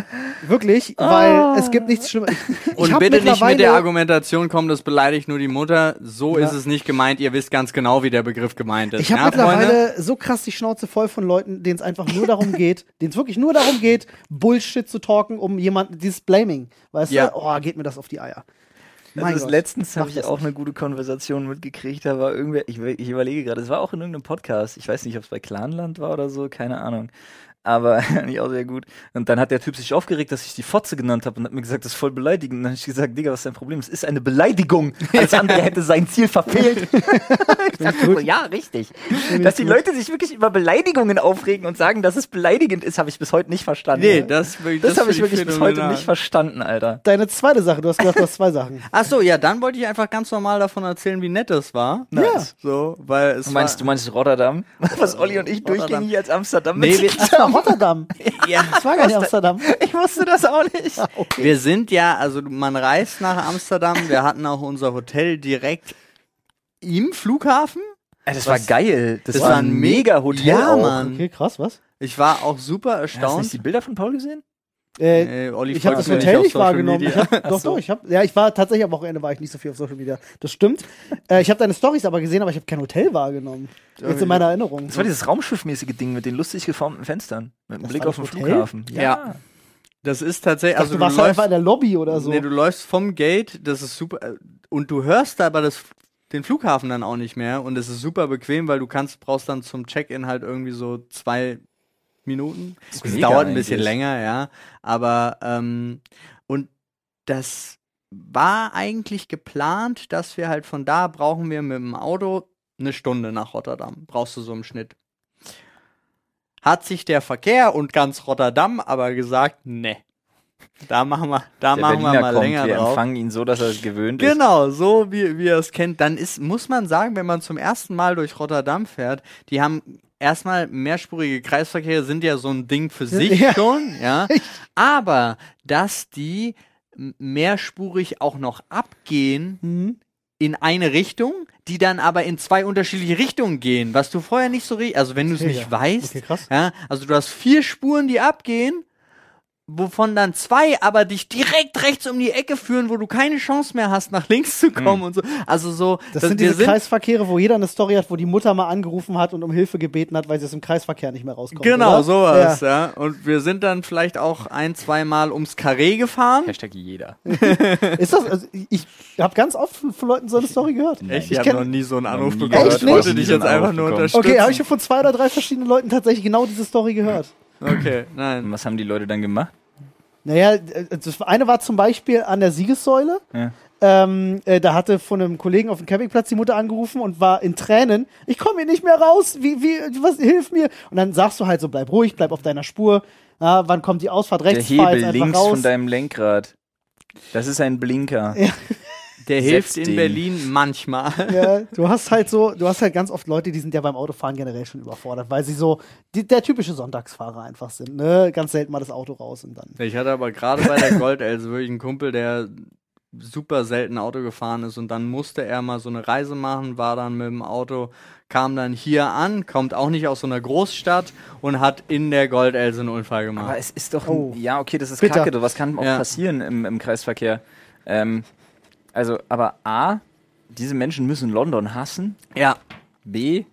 [SPEAKER 3] wirklich, weil es gibt nichts Schlimmes. Ich
[SPEAKER 1] Ah. Und
[SPEAKER 3] hab
[SPEAKER 1] bitte nicht
[SPEAKER 3] mittlerweile-
[SPEAKER 1] mit der Argumentation kommen, das beleidigt nur die Mutter. So ist es nicht gemeint. Ihr wisst ganz genau, wie der Begriff gemeint ist.
[SPEAKER 3] Ich habe
[SPEAKER 1] ja, Freunde?
[SPEAKER 3] mittlerweile so krass die Schnauze voll von Leuten, denen es einfach nur darum
[SPEAKER 1] [LAUGHS]
[SPEAKER 3] geht, denen es wirklich nur darum geht, Bullshit zu talken, um jemanden, dieses Blaming, weißt
[SPEAKER 1] Ja.
[SPEAKER 3] du, oh, geht mir das auf die Eier. Mein
[SPEAKER 2] Also
[SPEAKER 3] Gott.
[SPEAKER 2] letztens
[SPEAKER 3] Mach
[SPEAKER 2] habe ich
[SPEAKER 3] das
[SPEAKER 2] auch eine gute Konversation mitgekriegt. Da war irgendwer, ich, will- ich überlege gerade, es war auch in irgendeinem Podcast. Ich weiß nicht, ob es bei Clanland war oder so, keine Ahnung. Aber [LAUGHS] nicht auch sehr gut. Und dann hat der Typ sich aufgeregt, dass ich die Fotze genannt habe und hat mir gesagt, das ist voll beleidigend. Und dann habe ich gesagt, Digga, was ist dein Problem? Es ist eine Beleidigung. Alles andere hätte sein Ziel verfehlt. [LAUGHS] ich dachte mir so, ja, richtig. Dass die Leute sich wirklich über Beleidigungen aufregen und sagen, dass es beleidigend ist, habe ich bis heute nicht verstanden.
[SPEAKER 1] Nee, das,
[SPEAKER 2] das habe ich
[SPEAKER 1] finde
[SPEAKER 2] wirklich bis heute
[SPEAKER 1] phänomenal.
[SPEAKER 2] nicht verstanden, Alter.
[SPEAKER 3] Deine zweite Sache, du hast gesagt, du hast zwei
[SPEAKER 1] [LAUGHS]
[SPEAKER 3] Sachen.
[SPEAKER 1] Ach so, ja, dann wollte ich einfach ganz normal davon erzählen, wie nett das war.
[SPEAKER 3] Ja.
[SPEAKER 1] So, weil es
[SPEAKER 2] Du meinst, du
[SPEAKER 1] war,
[SPEAKER 2] meinst Rotterdam? [LAUGHS] Was Olli und ich durchgehen hier als Amsterdam
[SPEAKER 1] Nee, wir-
[SPEAKER 3] Das war Rotterdam.
[SPEAKER 1] ja,
[SPEAKER 3] Das war gar nicht Amsterdam.
[SPEAKER 2] [LAUGHS] Ich wusste das auch nicht.
[SPEAKER 1] wir sind ja, also man reist nach Amsterdam. Wir hatten auch unser Hotel direkt im Flughafen.
[SPEAKER 2] das war geil. Das,
[SPEAKER 1] Das
[SPEAKER 2] war
[SPEAKER 1] war
[SPEAKER 2] ein
[SPEAKER 1] ein
[SPEAKER 2] mega Hotel.
[SPEAKER 1] Ja,
[SPEAKER 2] auch.
[SPEAKER 1] Mann.
[SPEAKER 3] Oh, Okay, krass, was?
[SPEAKER 1] Ich war auch super
[SPEAKER 2] Hast du nicht
[SPEAKER 1] erstaunt.
[SPEAKER 2] die Bilder von Paul gesehen?
[SPEAKER 3] Äh,
[SPEAKER 1] Äh, Olli
[SPEAKER 3] ich habe
[SPEAKER 1] folgt
[SPEAKER 3] das
[SPEAKER 1] mir
[SPEAKER 3] Hotel
[SPEAKER 1] auf
[SPEAKER 3] nicht
[SPEAKER 1] Social
[SPEAKER 3] wahrgenommen. Ich
[SPEAKER 1] Media.
[SPEAKER 3] hab, [LAUGHS] doch, doch, ich habe, ja, ich war tatsächlich am Wochenende war ich nicht so viel auf Social Media. Das stimmt. Äh, ich habe deine Stories aber gesehen, aber ich habe kein Hotel wahrgenommen. Jetzt in meiner Erinnerung.
[SPEAKER 2] Das war dieses Raumschiffmäßige Ding mit den lustig geformten Fenstern. Mit dem
[SPEAKER 3] Das
[SPEAKER 2] Blick
[SPEAKER 3] war
[SPEAKER 2] auf den
[SPEAKER 3] das Hotel?
[SPEAKER 2] Flughafen.
[SPEAKER 1] Ja. Das ist tatsächlich, also
[SPEAKER 3] also du warst
[SPEAKER 1] läufst,
[SPEAKER 3] einfach in der Lobby oder so.
[SPEAKER 1] Nee, du läufst vom Gate, das ist super. äh, Und du hörst aber das, den Flughafen dann auch nicht mehr. Und es ist super bequem, weil du kannst, brauchst dann zum Check-in halt irgendwie so zwei Minuten.
[SPEAKER 2] ist
[SPEAKER 1] Es
[SPEAKER 2] mega
[SPEAKER 1] dauert ein bisschen
[SPEAKER 2] eigentlich.
[SPEAKER 1] länger, ja. Aber, ähm, und das war eigentlich geplant, dass wir halt von da brauchen wir mit dem Auto eine Stunde nach Rotterdam. Brauchst du so im Schnitt. Hat sich der Verkehr und ganz Rotterdam aber gesagt, ne. Da machen wir, da
[SPEAKER 2] Der
[SPEAKER 1] machen
[SPEAKER 2] Berliner
[SPEAKER 1] wir mal
[SPEAKER 2] kommt,
[SPEAKER 1] länger
[SPEAKER 2] wir
[SPEAKER 1] drauf.
[SPEAKER 2] empfangen ihn so, dass er es gewöhnt ist.
[SPEAKER 1] Genau, so wie, wie er es kennt. Dann ist, muss man sagen, wenn man zum ersten Mal durch Rotterdam fährt, die haben erstmal mehrspurige Kreisverkehre, sind ja so ein Ding für sich
[SPEAKER 3] Ja.
[SPEAKER 1] schon,
[SPEAKER 3] [LAUGHS]
[SPEAKER 1] ja. Aber dass die m- mehrspurig auch noch abgehen
[SPEAKER 3] Mhm.
[SPEAKER 1] in eine Richtung, die dann aber in zwei unterschiedliche Richtungen gehen, was du vorher nicht so richtig, also wenn du es
[SPEAKER 3] Ja,
[SPEAKER 1] nicht
[SPEAKER 3] ja.
[SPEAKER 1] weißt,
[SPEAKER 3] Okay, krass.
[SPEAKER 1] ja, also du hast vier Spuren, die abgehen, wovon dann zwei aber dich direkt rechts um die Ecke führen, wo du keine Chance mehr hast, nach links zu kommen und so. Also so,
[SPEAKER 3] Hm. Das
[SPEAKER 1] dass
[SPEAKER 3] sind
[SPEAKER 1] wir
[SPEAKER 3] diese Kreisverkehre, wo jeder eine Story hat, wo die Mutter mal angerufen hat und um Hilfe gebeten hat, weil sie aus dem Kreisverkehr nicht mehr rauskommt.
[SPEAKER 1] Genau,
[SPEAKER 3] oder?
[SPEAKER 1] sowas, ja. Und wir sind dann vielleicht auch ein, zweimal ums Karree gefahren.
[SPEAKER 5] Hashtag jeder.
[SPEAKER 3] Ja. Ist das, also ich habe ganz oft von, von Leuten so eine Story gehört.
[SPEAKER 1] Echt?
[SPEAKER 3] ich
[SPEAKER 1] Ich habe
[SPEAKER 3] kenn-
[SPEAKER 1] noch nie so einen Anruf
[SPEAKER 5] nie
[SPEAKER 1] bekommen.
[SPEAKER 3] gehört,
[SPEAKER 1] Ich wollte
[SPEAKER 3] noch
[SPEAKER 1] dich
[SPEAKER 5] nie
[SPEAKER 1] jetzt
[SPEAKER 5] so einen
[SPEAKER 1] einfach
[SPEAKER 5] Anruf
[SPEAKER 1] nur
[SPEAKER 5] bekommen.
[SPEAKER 1] unterstützen.
[SPEAKER 3] Okay, habe ich schon von zwei oder drei verschiedenen Leuten tatsächlich genau diese Story gehört.
[SPEAKER 1] Okay,
[SPEAKER 5] Und
[SPEAKER 1] nein.
[SPEAKER 5] was haben die Leute dann gemacht?
[SPEAKER 3] Naja, äh, das eine war zum Beispiel an der Siegessäule.
[SPEAKER 5] Ja.
[SPEAKER 3] Ähm, äh, da hatte von einem Kollegen auf dem Campingplatz die Mutter angerufen und war in Tränen. Ich komme hier nicht mehr raus. Wie, wie, was, hilf mir. Und dann sagst du halt so, bleib ruhig, bleib auf deiner Spur. Ja, wann kommt die Ausfahrt
[SPEAKER 5] Der
[SPEAKER 3] rechts? fahr
[SPEAKER 5] Hebel
[SPEAKER 3] jetzt einfach
[SPEAKER 5] links
[SPEAKER 3] raus.
[SPEAKER 5] von deinem Lenkrad. Das ist ein Blinker.
[SPEAKER 1] Der
[SPEAKER 5] Setz
[SPEAKER 1] hilft in
[SPEAKER 5] den.
[SPEAKER 1] Berlin manchmal.
[SPEAKER 3] Ja, du hast halt so, du hast halt ganz oft Leute, die sind ja beim Autofahren generell schon überfordert, weil sie so die, der typische Sonntagsfahrer einfach sind. Ne? Ganz selten mal das Auto raus und dann.
[SPEAKER 1] Ich hatte aber gerade bei der Goldelse wirklich einen Kumpel, der super selten Auto gefahren ist und dann musste er mal so eine Reise machen, war dann mit dem Auto, kam dann hier an, kommt auch nicht aus so einer Großstadt und hat in der Goldelse einen Unfall
[SPEAKER 5] Aber
[SPEAKER 1] gemacht.
[SPEAKER 5] es ist doch.
[SPEAKER 3] Oh.
[SPEAKER 5] Ja, okay, das ist
[SPEAKER 3] Bitter.
[SPEAKER 5] kacke. Du, was kann auch
[SPEAKER 1] Ah. Ja.
[SPEAKER 5] passieren im, im Kreisverkehr? Ähm, also, aber A, diese Menschen müssen London hassen.
[SPEAKER 1] Ja,
[SPEAKER 5] B,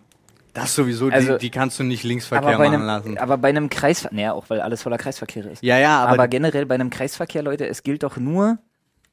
[SPEAKER 1] das sowieso,
[SPEAKER 5] Also-
[SPEAKER 1] die, die kannst du nicht
[SPEAKER 5] aber
[SPEAKER 1] Linksverkehr
[SPEAKER 5] bei,
[SPEAKER 1] machen
[SPEAKER 5] einem,
[SPEAKER 1] lassen.
[SPEAKER 5] aber bei einem Kreisverkehr. Naja, auch weil alles voller Kreisverkehre ist.
[SPEAKER 1] Ja, ja,
[SPEAKER 5] aber
[SPEAKER 1] aber,
[SPEAKER 5] generell bei einem Kreisverkehr, Leute, es gilt doch nur,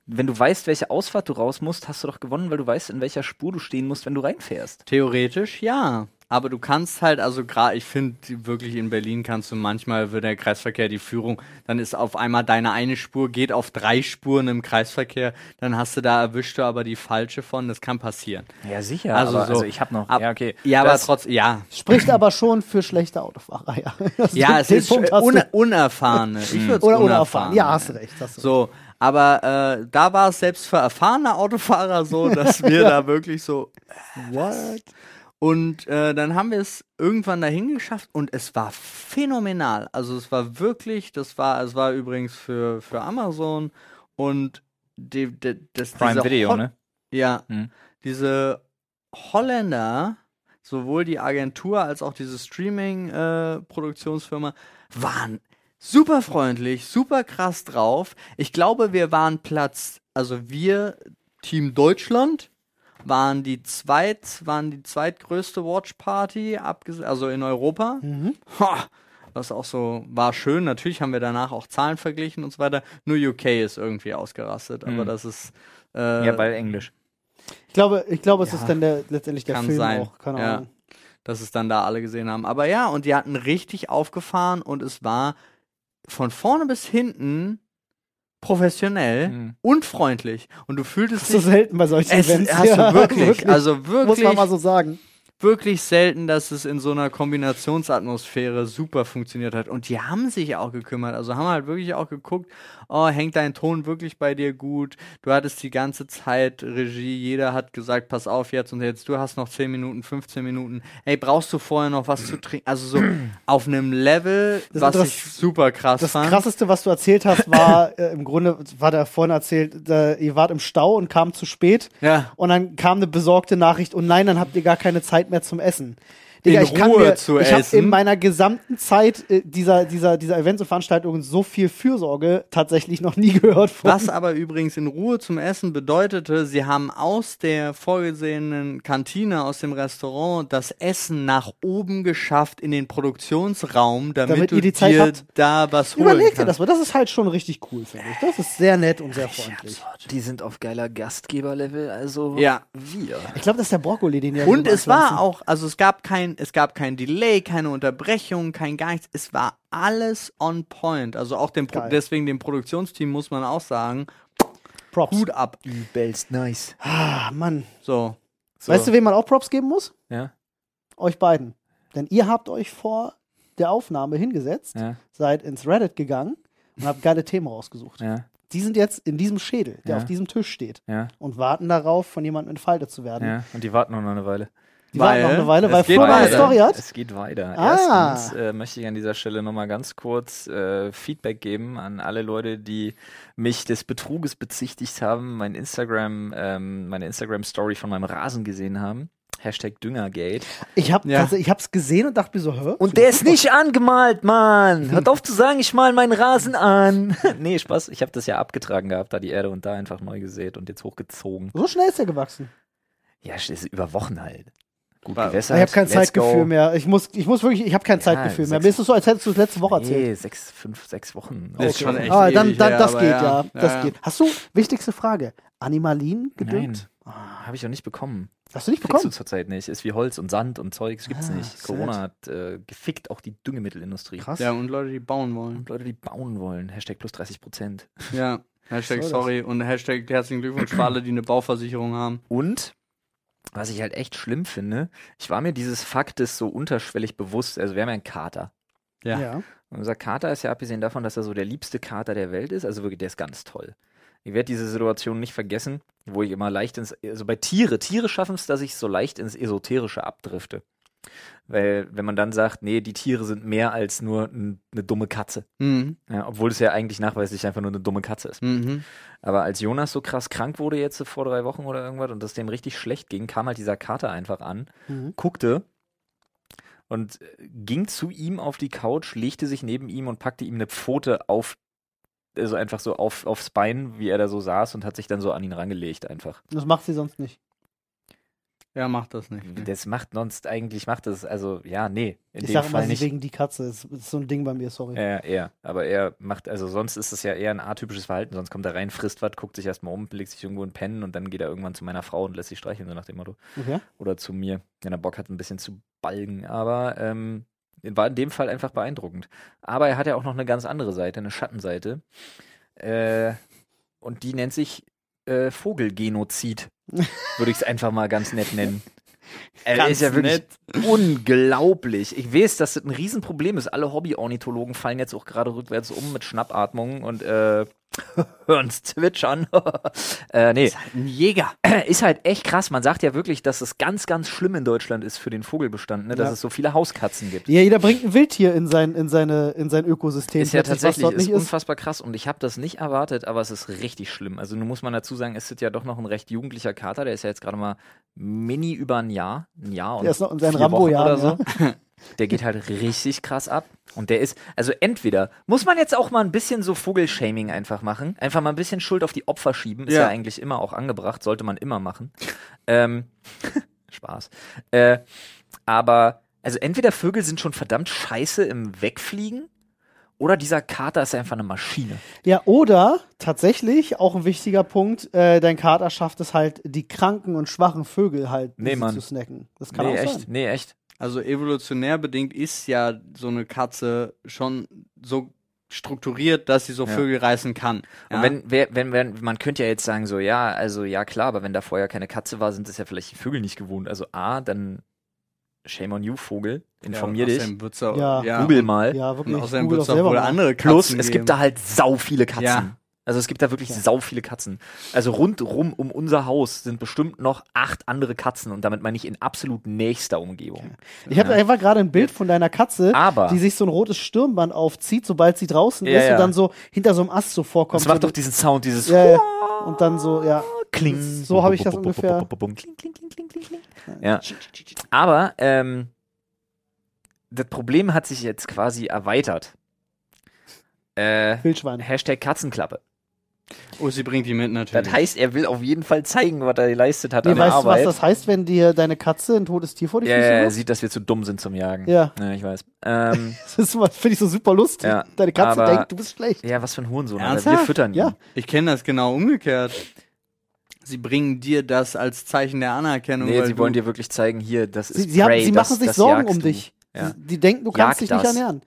[SPEAKER 5] wenn du weißt, welche Ausfahrt du raus musst, hast du doch gewonnen, weil du weißt, in welcher Spur du stehen musst, wenn du reinfährst.
[SPEAKER 1] theoretisch ja. Aber du kannst halt, also gerade, ich finde wirklich in Berlin kannst du manchmal, wird der Kreisverkehr die Führung, dann ist auf einmal deine eine Spur, geht auf drei Spuren im Kreisverkehr, dann hast du da erwischt du aber die falsche von, das kann passieren.
[SPEAKER 5] Ja, sicher.
[SPEAKER 1] Also
[SPEAKER 5] aber,
[SPEAKER 1] so.
[SPEAKER 5] also ich habe noch.
[SPEAKER 1] Ab-
[SPEAKER 5] ja, okay.
[SPEAKER 1] Ja,
[SPEAKER 5] Das-
[SPEAKER 1] aber trotzdem, ja.
[SPEAKER 3] Spricht aber schon für schlechte Autofahrer, ja. Das
[SPEAKER 1] Ja, es
[SPEAKER 3] [LAUGHS] den
[SPEAKER 1] ist
[SPEAKER 3] Punkt hast du.
[SPEAKER 1] un unerfahrene. hm, Ich würde es
[SPEAKER 3] oder unerfahren. Ja, hast du recht. Hast du recht.
[SPEAKER 1] So, aber äh, da war es selbst für erfahrene Autofahrer so, dass wir da wirklich so.
[SPEAKER 3] What?
[SPEAKER 1] Und äh, dann haben wir es irgendwann dahin geschafft und es war phänomenal. Also es war wirklich, das war, es war übrigens für, für Amazon und die, die, das
[SPEAKER 5] Prime
[SPEAKER 1] diese
[SPEAKER 5] Video,
[SPEAKER 1] Hot-
[SPEAKER 5] ne?
[SPEAKER 1] Ja.
[SPEAKER 5] Hm.
[SPEAKER 1] Diese Holländer, sowohl die Agentur als auch diese Streaming-Produktionsfirma, äh, waren super freundlich, super krass drauf. Ich glaube, wir waren Platz, also wir, Team Deutschland, waren die zweit, waren die zweitgrößte Watch Party, abges- also in Europa.
[SPEAKER 2] Mhm.
[SPEAKER 1] Ha, was auch so war schön. Natürlich haben wir danach auch Zahlen verglichen und so weiter. Nur UK ist irgendwie ausgerastet, aber das ist äh,
[SPEAKER 2] Hm. Ja, weil Englisch.
[SPEAKER 3] Ich glaube, ich glaube, es ist dann der, letztendlich der
[SPEAKER 1] kann
[SPEAKER 3] Film
[SPEAKER 1] sein.
[SPEAKER 3] auch. Keine
[SPEAKER 1] ja.
[SPEAKER 3] Ahnung.
[SPEAKER 1] Dass es dann da alle gesehen haben. Aber ja, und die hatten richtig aufgefahren und es war von vorne bis hinten professionell
[SPEAKER 5] Hm.
[SPEAKER 2] Mhm.
[SPEAKER 1] und freundlich. Und du fühltest
[SPEAKER 3] Das ist
[SPEAKER 1] dich.
[SPEAKER 3] so selten bei solchen
[SPEAKER 1] Es
[SPEAKER 3] Events.
[SPEAKER 1] hast
[SPEAKER 3] [LAUGHS] Ja,
[SPEAKER 1] du wirklich, also
[SPEAKER 3] Muss
[SPEAKER 1] wirklich,
[SPEAKER 3] man mal so sagen.
[SPEAKER 1] wirklich selten, dass es in so einer Kombinationsatmosphäre super funktioniert hat. Und die haben sich auch gekümmert. Also haben halt wirklich auch geguckt, oh, hängt dein Ton wirklich bei dir gut? Du hattest die ganze Zeit Regie, jeder hat gesagt, pass auf jetzt und jetzt, du hast noch 10 Minuten, 15 Minuten. Ey, brauchst du vorher noch was zu trinken? Also
[SPEAKER 3] [CLEARS THROAT]
[SPEAKER 1] so auf einem Level,
[SPEAKER 3] Das
[SPEAKER 1] was
[SPEAKER 3] Interess-
[SPEAKER 1] ich super krass
[SPEAKER 3] Das
[SPEAKER 1] fand.
[SPEAKER 3] krasseste, was du erzählt hast, war äh, im Grunde, war da vorhin erzählt, da, ihr wart im Stau und kam zu spät.
[SPEAKER 1] Ja.
[SPEAKER 3] Und dann kam eine besorgte Nachricht, und nein, dann habt ihr gar keine Zeit mehr zum Essen. Digga,
[SPEAKER 1] In
[SPEAKER 3] ich kann
[SPEAKER 1] Ruhe
[SPEAKER 3] mir,
[SPEAKER 1] zu
[SPEAKER 3] ich habe
[SPEAKER 1] essen.
[SPEAKER 3] in meiner gesamten Zeit äh, dieser, dieser, dieser Events und Veranstaltungen so viel Fürsorge tatsächlich noch nie gehört von.
[SPEAKER 1] Was aber übrigens in Ruhe zum Essen bedeutete, sie haben aus der vorgesehenen Kantine, aus dem Restaurant, das Essen nach oben geschafft in den Produktionsraum, damit,
[SPEAKER 3] Damit
[SPEAKER 1] du
[SPEAKER 3] ihr die Zeit
[SPEAKER 1] dir
[SPEAKER 3] habt.
[SPEAKER 1] da was holen
[SPEAKER 3] Überleg dir
[SPEAKER 1] kannst.
[SPEAKER 3] das mal, das ist halt schon richtig cool, finde ich. Das ist sehr nett und sehr freundlich.
[SPEAKER 6] Die sind auf geiler Gastgeberlevel, also
[SPEAKER 1] Ja.
[SPEAKER 6] wir.
[SPEAKER 3] Ich glaube, das ist der Brokkoli, den ihr
[SPEAKER 1] Und es war
[SPEAKER 3] auch.
[SPEAKER 1] auch, also es gab kein, es gab kein Delay, keine Unterbrechung, kein gar nichts. Es war alles on point. Also auch dem, Pro
[SPEAKER 3] Geil.
[SPEAKER 1] deswegen dem Produktionsteam muss man auch sagen,
[SPEAKER 3] Props.
[SPEAKER 1] Hut ab.
[SPEAKER 6] Übelst nice.
[SPEAKER 3] Ah, Mann.
[SPEAKER 1] So.
[SPEAKER 2] So.
[SPEAKER 3] Weißt du, wem man auch Props geben muss?
[SPEAKER 2] Ja.
[SPEAKER 3] Euch beiden. Denn ihr habt euch vor der Aufnahme hingesetzt,
[SPEAKER 2] Ja.
[SPEAKER 3] seid ins Reddit gegangen und habt geile Themen rausgesucht.
[SPEAKER 2] Ja.
[SPEAKER 3] Die sind jetzt in diesem Schädel, der
[SPEAKER 2] Ja.
[SPEAKER 3] auf diesem Tisch steht
[SPEAKER 2] Ja.
[SPEAKER 3] und warten darauf, von jemandem entfaltet zu werden.
[SPEAKER 2] Ja. Und die warten noch eine Weile.
[SPEAKER 3] Die warten
[SPEAKER 1] Weil
[SPEAKER 3] noch eine Weile,
[SPEAKER 1] es
[SPEAKER 3] weil
[SPEAKER 1] geht
[SPEAKER 3] Flo noch eine
[SPEAKER 1] weiter.
[SPEAKER 3] Story hat.
[SPEAKER 2] Es geht weiter.
[SPEAKER 3] Ah.
[SPEAKER 2] Erstens äh, möchte ich an dieser Stelle nochmal ganz kurz äh, Feedback geben an alle Leute, die mich des Betruges bezichtigt haben, mein Instagram, ähm, meine Instagram-Story von meinem Rasen gesehen haben. Hashtag Düngergate.
[SPEAKER 3] Ich hab,
[SPEAKER 1] Ja.
[SPEAKER 3] tatsächlich- ich hab's gesehen und dachte mir so, hä?
[SPEAKER 6] Und der ist nicht angemalt,
[SPEAKER 2] [LAUGHS]
[SPEAKER 6] Mann. Hört auf zu sagen, ich mal meinen Rasen an.
[SPEAKER 2] nee, Spaß. Ich habe das ja abgetragen gehabt, da die Erde und da einfach neu gesät und jetzt hochgezogen.
[SPEAKER 3] so schnell ist der gewachsen.
[SPEAKER 2] Ja, es ist über Wochen halt. Gut
[SPEAKER 1] War-
[SPEAKER 2] gewässert.
[SPEAKER 3] Ich habe kein
[SPEAKER 2] let's
[SPEAKER 3] Zeitgefühl
[SPEAKER 2] go.
[SPEAKER 3] mehr. Ich muss, ich muss wirklich, ich habe kein
[SPEAKER 2] Ja,
[SPEAKER 3] Zeitgefühl mehr.
[SPEAKER 2] sechs-
[SPEAKER 3] Mir ist es so, als hättest du es letzte Woche erzählt.
[SPEAKER 2] Nee, sechs, fünf, sechs Wochen. Oh,
[SPEAKER 1] Das ist schon echt
[SPEAKER 3] ah, dann,
[SPEAKER 1] ewig
[SPEAKER 3] dann
[SPEAKER 1] her,
[SPEAKER 3] das
[SPEAKER 1] aber
[SPEAKER 3] geht,
[SPEAKER 1] ja.
[SPEAKER 3] ja. Das
[SPEAKER 1] Ja, ja.
[SPEAKER 3] geht. Hast du, wichtigste Frage, Animalien
[SPEAKER 2] Nein,
[SPEAKER 3] gedüngt? Ah,
[SPEAKER 2] habe Ah, ich noch nicht bekommen.
[SPEAKER 3] Hast du nicht
[SPEAKER 2] Kriegst du
[SPEAKER 3] bekommen?
[SPEAKER 2] zurzeit nicht. Ist wie Holz und Sand und Zeugs. Gibt's
[SPEAKER 3] Ah,
[SPEAKER 2] nicht.
[SPEAKER 3] sad.
[SPEAKER 2] Corona hat äh, gefickt auch die Düngemittelindustrie.
[SPEAKER 3] Krass.
[SPEAKER 1] Ja, und Leute, die bauen wollen.
[SPEAKER 2] Und Leute, die bauen wollen. Hashtag plus 30 Prozent.
[SPEAKER 1] Ja. Hashtag
[SPEAKER 3] soll das?
[SPEAKER 1] sorry und Hashtag herzlichen Glückwunsch für alle, die eine Bauversicherung haben.
[SPEAKER 2] Und was ich halt echt schlimm finde, ich war mir dieses Faktes so unterschwellig bewusst. Also wir haben ja einen Kater.
[SPEAKER 1] Ja.
[SPEAKER 2] Und unser Kater ist ja abgesehen davon, dass er so der liebste Kater der Welt ist, also wirklich, der ist ganz toll. Ich werde diese Situation nicht vergessen, wo ich immer leicht ins, also bei Tiere, Tiere schaffen es, dass ich so leicht ins Esoterische abdrifte. Weil, wenn man dann sagt, nee, die Tiere sind mehr als nur n- eine dumme Katze.
[SPEAKER 1] Mhm.
[SPEAKER 2] Ja, obwohl es ja eigentlich nachweislich einfach nur eine dumme Katze ist.
[SPEAKER 1] Mhm.
[SPEAKER 2] Aber als Jonas so krass krank wurde jetzt vor drei Wochen oder irgendwas und das dem richtig schlecht ging, kam halt dieser Kater einfach an,
[SPEAKER 3] Mhm.
[SPEAKER 2] guckte und äh, ging zu ihm auf die Couch, legte sich neben ihm und packte ihm eine Pfote auf, also einfach so auf, aufs Bein, wie er da so saß und hat sich dann so an ihn rangelegt einfach.
[SPEAKER 3] Das macht sie sonst nicht.
[SPEAKER 1] Ja, macht das nicht.
[SPEAKER 2] Das macht sonst eigentlich, macht das, also ja, nee, in
[SPEAKER 3] Mhm. ich
[SPEAKER 2] dem
[SPEAKER 3] sage
[SPEAKER 2] Fall
[SPEAKER 3] mal, sie ist
[SPEAKER 2] nicht.
[SPEAKER 3] wegen die Katze. Das ist so ein Ding bei mir, sorry.
[SPEAKER 2] Ja, er. Aber er macht, also sonst ist es ja eher ein atypisches Verhalten. Sonst kommt er rein, frisst was, guckt sich erstmal um, legt sich irgendwo in Pennen und dann geht er irgendwann zu meiner Frau und lässt sich streicheln, so nach dem Motto.
[SPEAKER 3] Okay.
[SPEAKER 2] Oder zu mir, wenn er Bock hat, ein bisschen zu balgen. Aber ähm, war in dem Fall einfach beeindruckend. Aber er hat ja auch noch eine ganz andere Seite, eine Schattenseite. Äh, und die nennt sich äh, Vogelgenozid. Würde ich es einfach mal ganz nett nennen. Er
[SPEAKER 1] Ganz
[SPEAKER 2] ist ja wirklich
[SPEAKER 1] nett.
[SPEAKER 2] Unglaublich. Ich weiß, dass das ein Riesenproblem ist. Alle Hobby-Ornithologen fallen jetzt auch gerade rückwärts um mit Schnappatmungen und äh, hören's zwitschern. [LAUGHS] äh, nee,
[SPEAKER 3] halt
[SPEAKER 1] Ein Jäger.
[SPEAKER 2] [CLEARS THROAT] ist halt echt krass. Man sagt ja wirklich, dass es ganz, ganz schlimm in Deutschland ist für den Vogelbestand, ne? dass
[SPEAKER 3] Ja.
[SPEAKER 2] es so viele Hauskatzen gibt.
[SPEAKER 3] Ja, jeder bringt ein Wildtier in sein, in seine, in sein Ökosystem.
[SPEAKER 2] Ist ja
[SPEAKER 3] plötzlich,
[SPEAKER 2] tatsächlich
[SPEAKER 3] was dort
[SPEAKER 2] ist
[SPEAKER 3] nicht ist.
[SPEAKER 2] unfassbar krass und ich habe das nicht erwartet, aber es ist richtig schlimm. Also nun muss man dazu sagen, es ist ja doch noch ein recht jugendlicher Kater, der ist ja jetzt gerade mal mini über ein Jahr, ein Jahr und
[SPEAKER 3] Der ist noch in seinen
[SPEAKER 2] vier Wochen
[SPEAKER 3] Rambo-Jahren,
[SPEAKER 2] oder so. Der geht halt richtig krass ab. Und der ist, also entweder muss man jetzt auch mal ein bisschen so Vogelshaming einfach machen. Einfach mal ein bisschen Schuld auf die Opfer schieben. Ist ja,
[SPEAKER 1] Ja.
[SPEAKER 2] eigentlich immer auch angebracht. Sollte man immer machen. Ähm, [LAUGHS] Spaß. Äh, aber, also entweder Vögel sind schon verdammt scheiße im Wegfliegen. Oder dieser Kater ist einfach eine Maschine.
[SPEAKER 3] Ja, oder tatsächlich, auch ein wichtiger Punkt, äh, dein Kater schafft es halt, die kranken und schwachen Vögel halt
[SPEAKER 2] Nee,
[SPEAKER 3] easy
[SPEAKER 2] Mann.
[SPEAKER 3] zu snacken. Das kann
[SPEAKER 2] nee,
[SPEAKER 3] auch
[SPEAKER 2] echt.
[SPEAKER 3] sein.
[SPEAKER 2] Nee, echt.
[SPEAKER 1] Also evolutionär bedingt ist ja so eine Katze schon so strukturiert, dass sie so
[SPEAKER 2] Ja.
[SPEAKER 1] Vögel reißen kann.
[SPEAKER 2] Und
[SPEAKER 1] ja?
[SPEAKER 2] wenn, wer, wenn, wenn, man könnte ja jetzt sagen, so, ja, also ja klar, aber wenn da vorher keine Katze war, sind es ja vielleicht die Vögel nicht gewohnt. Also A, dann shame on you, Vogel, informier dich,
[SPEAKER 1] Wird's auch,
[SPEAKER 3] Ja.
[SPEAKER 1] ja.
[SPEAKER 2] google mal.
[SPEAKER 3] Ja,
[SPEAKER 1] Und
[SPEAKER 3] wirklich.
[SPEAKER 1] außerdem
[SPEAKER 3] Google
[SPEAKER 1] wird
[SPEAKER 3] doch
[SPEAKER 1] es auch wohl
[SPEAKER 3] machen.
[SPEAKER 1] andere Katzen
[SPEAKER 2] Plus, es
[SPEAKER 1] geben.
[SPEAKER 2] gibt da halt sau viele Katzen.
[SPEAKER 1] Ja.
[SPEAKER 2] Also es gibt da wirklich
[SPEAKER 3] Ja.
[SPEAKER 2] sau viele Katzen. Also rundrum um unser Haus sind bestimmt noch acht andere Katzen und damit meine ich in absolut nächster Umgebung.
[SPEAKER 3] Ich habe einfach gerade ein Bild von deiner Katze,
[SPEAKER 2] Aber-
[SPEAKER 3] die sich so ein rotes Stirnband aufzieht, sobald sie draußen
[SPEAKER 2] Ja,
[SPEAKER 3] ist
[SPEAKER 2] ja.
[SPEAKER 3] und dann so hinter so einem Ast so vorkommt.
[SPEAKER 2] Das macht
[SPEAKER 3] so
[SPEAKER 2] doch diesen Sound, dieses
[SPEAKER 3] ja, ja. Und dann so, ja.
[SPEAKER 2] Kling.
[SPEAKER 3] So habe ich das ungefähr.
[SPEAKER 2] Kling, kling, kling, kling, kling, kling. Ja. Aber ähm, das Problem hat sich jetzt quasi erweitert. Äh,
[SPEAKER 3] Wildschwein.
[SPEAKER 2] Hashtag Katzenklappe.
[SPEAKER 1] Oh, sie bringt die mit natürlich.
[SPEAKER 2] Das heißt, er will auf jeden Fall zeigen, was er geleistet hat
[SPEAKER 3] Nee,
[SPEAKER 2] an der
[SPEAKER 3] weißt du, was
[SPEAKER 2] Arbeit.
[SPEAKER 3] das heißt, wenn dir deine Katze ein totes Tier vor die
[SPEAKER 2] ja,
[SPEAKER 3] Füße
[SPEAKER 2] ja, er
[SPEAKER 3] wirft?
[SPEAKER 2] sieht, dass wir zu dumm sind zum Jagen.
[SPEAKER 3] Ja.
[SPEAKER 2] ja ich weiß. Ähm,
[SPEAKER 3] [LAUGHS] Das ist immer- finde ich so super lustig.
[SPEAKER 2] Ja,
[SPEAKER 3] Deine Katze
[SPEAKER 2] aber-
[SPEAKER 3] denkt, du bist schlecht.
[SPEAKER 2] ja, was für ein Hurensohn. Alter. Wir
[SPEAKER 1] Ernsthaft?
[SPEAKER 2] füttern ihn.
[SPEAKER 3] Ja.
[SPEAKER 1] ich kenne das genau umgekehrt. Sie bringen dir das als Zeichen der Anerkennung.
[SPEAKER 2] Nee,
[SPEAKER 1] weil
[SPEAKER 2] sie
[SPEAKER 1] du-
[SPEAKER 2] wollen dir wirklich zeigen, hier, das ist
[SPEAKER 3] Sie, sie, haben,
[SPEAKER 2] Prey,
[SPEAKER 3] sie
[SPEAKER 2] das-
[SPEAKER 3] machen sich
[SPEAKER 2] das
[SPEAKER 3] Sorgen
[SPEAKER 2] jagst
[SPEAKER 3] um
[SPEAKER 2] du.
[SPEAKER 3] dich.
[SPEAKER 2] Ja.
[SPEAKER 3] Sie, die denken, du kannst
[SPEAKER 2] Jag
[SPEAKER 3] dich
[SPEAKER 2] das.
[SPEAKER 3] nicht ernähren.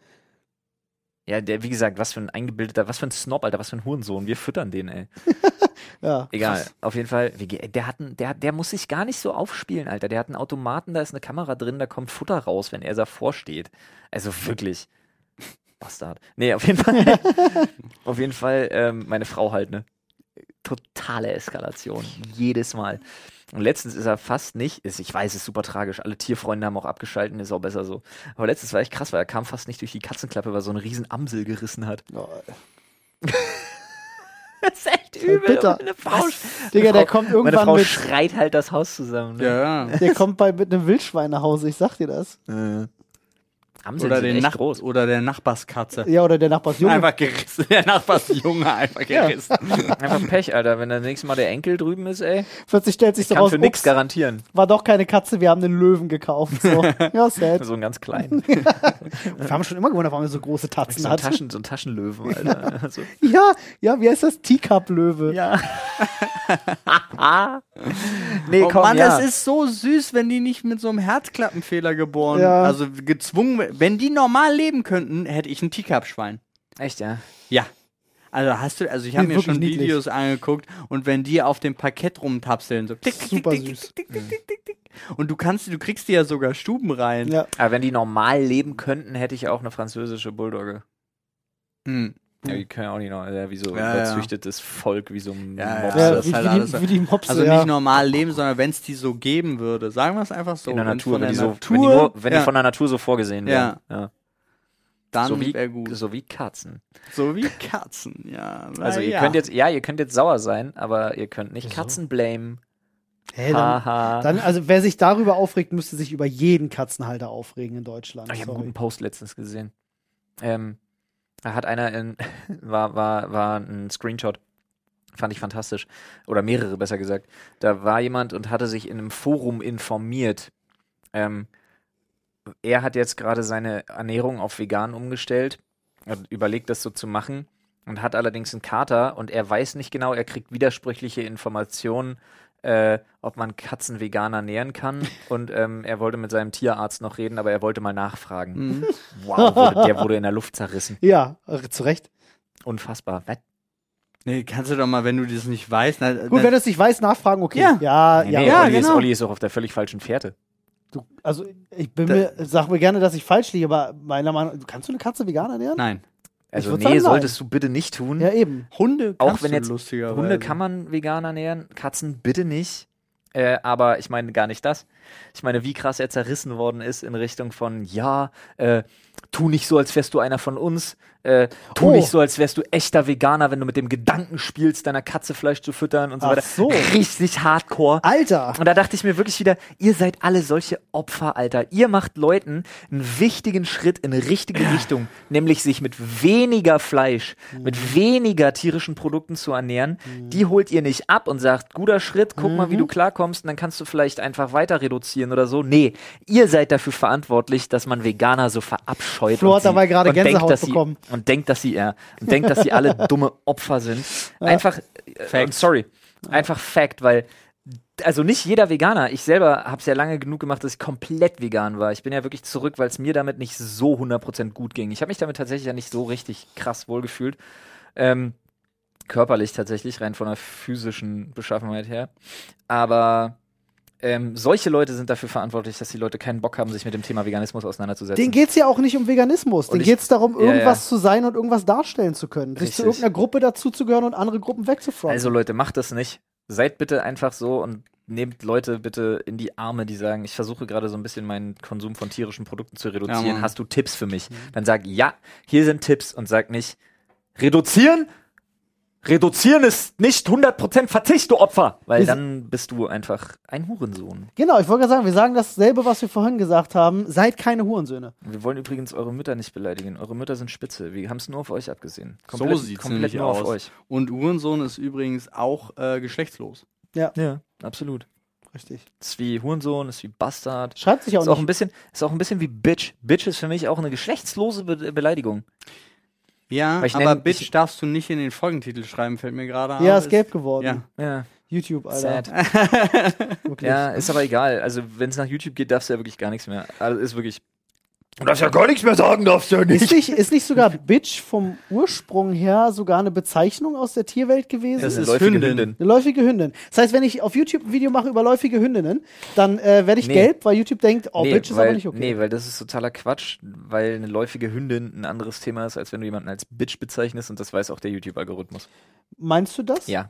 [SPEAKER 2] Ja, der, wie gesagt, was für ein eingebildeter, was für ein Snob, Alter, was für ein Hurensohn. Wir füttern den, ey.
[SPEAKER 3] Ja.
[SPEAKER 2] Egal, auf jeden Fall. wir ge- Der, hat, einen- der, der muss sich gar nicht so aufspielen, Alter. Der hat einen Automaten, da ist eine Kamera drin, da kommt Futter raus, wenn er davor steht. Also wirklich. Bastard. Nee, auf jeden Fall. auf jeden Fall, ähm, meine Frau halt, ne? Totale Eskalation. Jedes Mal. Und letztens ist er fast nicht, ist, ich weiß, ist super tragisch. Alle Tierfreunde haben auch abgeschalten, ist auch besser so. Aber letztens war echt krass, weil er kam fast nicht durch die Katzenklappe, weil er so eine riesen Amsel gerissen hat.
[SPEAKER 3] Oh,
[SPEAKER 2] [LAUGHS] Das ist echt übel.
[SPEAKER 3] bitter.
[SPEAKER 2] Meine Frau,
[SPEAKER 3] Digga,
[SPEAKER 2] meine
[SPEAKER 3] der
[SPEAKER 2] Frau-
[SPEAKER 3] kommt
[SPEAKER 2] meine
[SPEAKER 3] irgendwann
[SPEAKER 2] Frau
[SPEAKER 3] mit,
[SPEAKER 2] schreit halt das Haus zusammen. Ne?
[SPEAKER 1] Ja,
[SPEAKER 2] [LAUGHS]
[SPEAKER 1] ja.
[SPEAKER 3] der kommt bei, mit einem Wildschwein nach Hause, ich sag dir das.
[SPEAKER 2] Amseln
[SPEAKER 1] Oder,
[SPEAKER 2] Äh. sind
[SPEAKER 1] den
[SPEAKER 2] echt
[SPEAKER 1] Nach
[SPEAKER 2] groß.
[SPEAKER 1] oder der Nachbarskatze.
[SPEAKER 3] Ja, oder der Nachbarsjunge.
[SPEAKER 1] Einfach gerissen. [LAUGHS] Der Nachbarsjunge einfach gerissen.
[SPEAKER 2] [LAUGHS] Einfach Pech, Alter. Wenn das nächste Mal der Enkel drüben ist, ey,
[SPEAKER 3] Plötzlich stellt sich so
[SPEAKER 2] kann
[SPEAKER 3] raus,
[SPEAKER 2] für nichts
[SPEAKER 3] ups,
[SPEAKER 2] garantieren.
[SPEAKER 3] war doch keine Katze, wir haben den Löwen
[SPEAKER 1] [LAUGHS]
[SPEAKER 3] gekauft. So. ja, sad.
[SPEAKER 2] So einen ganz kleinen.
[SPEAKER 3] Wir haben schon immer gewundert, warum er so große
[SPEAKER 2] So
[SPEAKER 3] Tatzen
[SPEAKER 2] einen,
[SPEAKER 3] hat.
[SPEAKER 2] Taschen, so einen Taschenlöwen, Alter. Also,
[SPEAKER 3] [LAUGHS] Ja, ja, wie heißt das? Teacup-Löwe.
[SPEAKER 2] ja. nee,
[SPEAKER 1] Oh
[SPEAKER 2] komm,
[SPEAKER 1] Mann,
[SPEAKER 2] ja.
[SPEAKER 1] das ist so süß, wenn die nicht mit so einem Herzklappenfehler geboren,
[SPEAKER 3] Ja.
[SPEAKER 1] also gezwungen, we- wenn die normal leben könnten, hätte ich ein Teacup-Schwein.
[SPEAKER 2] Echt, ja.
[SPEAKER 1] Ja. Also hast du, also ich
[SPEAKER 3] Die
[SPEAKER 1] habe
[SPEAKER 3] sind
[SPEAKER 1] mir schon
[SPEAKER 3] wirklich niedlich.
[SPEAKER 1] Videos angeguckt und wenn die auf dem Parkett rumtapseln, so tick, tick,
[SPEAKER 3] Super
[SPEAKER 1] tick, tick,
[SPEAKER 3] süß.
[SPEAKER 1] tick, tick, tick, tick, tick. Und du kannst, du kriegst die ja sogar Stuben rein.
[SPEAKER 3] Ja.
[SPEAKER 2] Aber wenn die normal leben könnten, hätte ich auch eine französische Bulldogge.
[SPEAKER 1] Hm.
[SPEAKER 2] Ja, die können ja auch nicht noch, ja, wie so
[SPEAKER 1] Ja, ja.
[SPEAKER 2] überzüchtetes Volk, wie so ein
[SPEAKER 1] Ja, ja.
[SPEAKER 2] Mobster.
[SPEAKER 3] Ja,
[SPEAKER 1] das ist
[SPEAKER 3] wie,
[SPEAKER 1] halt
[SPEAKER 3] wie,
[SPEAKER 1] alles so-
[SPEAKER 3] die, wie die Mopse,
[SPEAKER 1] Also
[SPEAKER 3] ja.
[SPEAKER 1] nicht normal leben, sondern wenn es die so geben würde. Sagen wir es einfach so.
[SPEAKER 2] in der
[SPEAKER 1] Wenn
[SPEAKER 2] Natur,
[SPEAKER 1] von
[SPEAKER 2] wenn
[SPEAKER 1] der
[SPEAKER 2] die, so,
[SPEAKER 1] Natur
[SPEAKER 2] wenn, die, nur, wenn
[SPEAKER 1] ja,
[SPEAKER 2] die von der Natur so vorgesehen werden. Ja. So
[SPEAKER 1] dann
[SPEAKER 2] wie,
[SPEAKER 1] wäre gut.
[SPEAKER 2] so wie Katzen.
[SPEAKER 1] So wie Katzen, ja. na
[SPEAKER 2] Also ihr
[SPEAKER 1] ja.
[SPEAKER 2] könnt jetzt, ja, ihr könnt jetzt sauer sein, aber ihr könnt nicht Katzen blamen.
[SPEAKER 3] Hey, dann,
[SPEAKER 2] Haha.
[SPEAKER 3] dann, also wer sich darüber aufregt, müsste sich über jeden Katzenhalter aufregen in Deutschland.
[SPEAKER 1] Ah,
[SPEAKER 2] Oh, ich habe einen
[SPEAKER 3] Sorry.
[SPEAKER 2] guten Post letztens gesehen. Ähm, da hat einer in, [LAUGHS] war, war, war ein Screenshot. Fand ich fantastisch. Oder mehrere, besser gesagt. Da war jemand und hatte sich in einem Forum informiert. Ähm, er hat jetzt gerade seine Ernährung auf vegan umgestellt und überlegt, das so zu machen und hat allerdings einen Kater und er weiß nicht genau, er kriegt widersprüchliche Informationen, äh, ob man Katzen vegan ernähren
[SPEAKER 3] [LAUGHS]
[SPEAKER 2] kann. Und ähm, er wollte mit seinem Tierarzt noch reden, aber er wollte mal nachfragen.
[SPEAKER 3] Hm.
[SPEAKER 1] Mhm.
[SPEAKER 2] Wow, wurde, der wurde in der Luft zerrissen.
[SPEAKER 3] Ja, äh, zu Recht.
[SPEAKER 2] Unfassbar. Was?
[SPEAKER 1] Nee, kannst du doch mal, wenn du das nicht weißt. Na,
[SPEAKER 3] Gut,
[SPEAKER 1] na,
[SPEAKER 3] wenn du es nicht weißt, nachfragen, okay.
[SPEAKER 1] Ja.
[SPEAKER 3] ja,
[SPEAKER 2] Nee,
[SPEAKER 3] ja.
[SPEAKER 2] nee,
[SPEAKER 1] Ja,
[SPEAKER 2] Olli, ist,
[SPEAKER 1] genau.
[SPEAKER 2] Olli ist auch auf der völlig falschen Fährte.
[SPEAKER 3] Du, also ich bin mir, sag mir gerne, dass ich falsch liege, aber meiner Meinung nach, kannst du eine Katze vegan ernähren?
[SPEAKER 1] [LAUGHS] nein.
[SPEAKER 2] Also
[SPEAKER 3] würd
[SPEAKER 2] nee,
[SPEAKER 3] sagen, nein.
[SPEAKER 2] solltest du bitte nicht tun.
[SPEAKER 3] Ja, eben.
[SPEAKER 1] Hunde
[SPEAKER 2] Auch
[SPEAKER 1] kannst
[SPEAKER 2] wenn
[SPEAKER 1] du
[SPEAKER 2] jetzt
[SPEAKER 1] lustigerweise.
[SPEAKER 2] Hunde kann man vegan ernähren, Katzen bitte nicht. Äh, aber ich meine gar nicht das. Ich meine, wie krass er zerrissen worden ist in Richtung von, ja, äh, tu nicht so, als wärst du einer von uns. Äh, tu
[SPEAKER 3] Oh.
[SPEAKER 2] nicht so, als wärst du echter Veganer, wenn du mit dem Gedanken spielst, deiner Katze Fleisch zu füttern und so
[SPEAKER 3] Ach
[SPEAKER 2] weiter.
[SPEAKER 3] so.
[SPEAKER 2] Richtig hardcore.
[SPEAKER 3] Alter!
[SPEAKER 2] Und da dachte ich mir wirklich wieder, ihr seid alle solche Opfer, Alter. Ihr macht Leuten einen wichtigen Schritt in eine richtige Richtung, nämlich sich mit weniger Fleisch, mit weniger tierischen Produkten zu ernähren. Die holt ihr nicht ab und sagt, guter Schritt, guck mal, wie du klarkommst und dann kannst du vielleicht einfach weiter reduzieren oder so. Nee, ihr seid dafür verantwortlich, dass man Veganer so verabscheut.
[SPEAKER 3] Flo
[SPEAKER 2] und
[SPEAKER 3] hat
[SPEAKER 2] sie-
[SPEAKER 3] dabei gerade
[SPEAKER 2] und denkt,
[SPEAKER 3] Gänsehaut
[SPEAKER 2] dass sie-
[SPEAKER 3] bekommen.
[SPEAKER 2] Und denkt, dass sie, ja, und denkt, dass sie
[SPEAKER 3] [LAUGHS]
[SPEAKER 2] alle dumme Opfer sind. Einfach, äh, und sorry, einfach Fact, weil also nicht jeder Veganer. Ich selber habe es ja lange genug gemacht, dass ich komplett vegan war. Ich bin ja wirklich zurück, weil es mir damit nicht so 100% gut ging. Ich habe mich damit tatsächlich ja nicht so richtig krass wohlgefühlt. Ähm, körperlich tatsächlich, rein von der physischen Beschaffenheit her. Aber ähm, solche Leute sind dafür verantwortlich, dass die Leute keinen Bock haben, sich mit dem Thema Veganismus auseinanderzusetzen.
[SPEAKER 3] Den geht's ja auch nicht um Veganismus.
[SPEAKER 2] Und
[SPEAKER 3] Den
[SPEAKER 2] ich-
[SPEAKER 3] geht's darum,
[SPEAKER 2] Ja, ja.
[SPEAKER 3] irgendwas zu sein und irgendwas darstellen zu können. Sich zu
[SPEAKER 2] Richtig.
[SPEAKER 3] irgendeiner Gruppe dazuzugehören und andere Gruppen wegzufronten.
[SPEAKER 2] Also Leute, macht das nicht. Seid bitte einfach so und nehmt Leute bitte in die Arme, die sagen, ich versuche gerade so ein bisschen meinen Konsum von tierischen Produkten zu reduzieren.
[SPEAKER 1] Ja, Mann. Mhm.
[SPEAKER 2] Hast du Tipps für mich? Dann sag ja, hier sind Tipps und sag nicht reduzieren. Reduzieren ist nicht 100% Verzicht, du Opfer, weil
[SPEAKER 3] Wir sind-
[SPEAKER 2] dann bist du einfach ein Hurensohn.
[SPEAKER 3] genau, ich wollte gerade sagen, wir sagen dasselbe, was wir vorhin gesagt haben. Seid keine Hurensöhne.
[SPEAKER 2] Wir wollen übrigens eure Mütter nicht beleidigen. Eure Mütter sind spitze. Wir haben es nur auf euch abgesehen.
[SPEAKER 1] so sieht's
[SPEAKER 2] komplett
[SPEAKER 1] nämlich
[SPEAKER 2] nur
[SPEAKER 1] aus.
[SPEAKER 2] auf euch.
[SPEAKER 1] Und Uhrensohn ist übrigens auch äh, geschlechtslos.
[SPEAKER 2] Ja, absolut.
[SPEAKER 3] Richtig.
[SPEAKER 2] Ist wie Hurensohn, ist wie Bastard.
[SPEAKER 3] Schreibt sich auch
[SPEAKER 2] Ist auch,
[SPEAKER 3] nicht.
[SPEAKER 2] ein bisschen, ist auch ein bisschen wie Bitch. Bitch ist für mich auch eine geschlechtslose Be Beleidigung.
[SPEAKER 1] Ja,
[SPEAKER 2] Weil ich
[SPEAKER 1] aber
[SPEAKER 2] nenn-
[SPEAKER 1] Bitch
[SPEAKER 2] ich-
[SPEAKER 1] darfst du nicht in den Folgentitel schreiben, fällt mir gerade ein.
[SPEAKER 3] ja, ist gelb geworden.
[SPEAKER 1] Ja.
[SPEAKER 2] Ja,
[SPEAKER 3] YouTube, Alter.
[SPEAKER 2] sad. [LAUGHS]
[SPEAKER 3] Wirklich.
[SPEAKER 2] Ja, ist aber egal. Also, wenn es nach YouTube geht, darfst du ja wirklich gar nichts mehr. Also, ist wirklich. Du darfst ja gar nichts mehr sagen, darfst du ja
[SPEAKER 3] Ist, nicht, ist nicht sogar Bitch vom Ursprung her sogar eine Bezeichnung aus der Tierwelt gewesen?
[SPEAKER 1] Das
[SPEAKER 2] Das
[SPEAKER 1] ist
[SPEAKER 2] ist eine läufige
[SPEAKER 1] Hündin.
[SPEAKER 2] Hündin.
[SPEAKER 3] Eine läufige Hündin. Das heißt, wenn ich auf YouTube ein Video mache über läufige Hündinnen, dann äh, werde ich
[SPEAKER 2] Nee.
[SPEAKER 3] gelb, weil YouTube denkt, oh,
[SPEAKER 2] nee,
[SPEAKER 3] Bitch ist
[SPEAKER 2] weil,
[SPEAKER 3] aber nicht okay.
[SPEAKER 2] Nee, weil das ist totaler Quatsch, weil eine läufige Hündin ein anderes Thema ist, als wenn du jemanden als Bitch bezeichnest und das weiß auch der YouTube-Algorithmus.
[SPEAKER 3] Meinst du das?
[SPEAKER 2] Ja.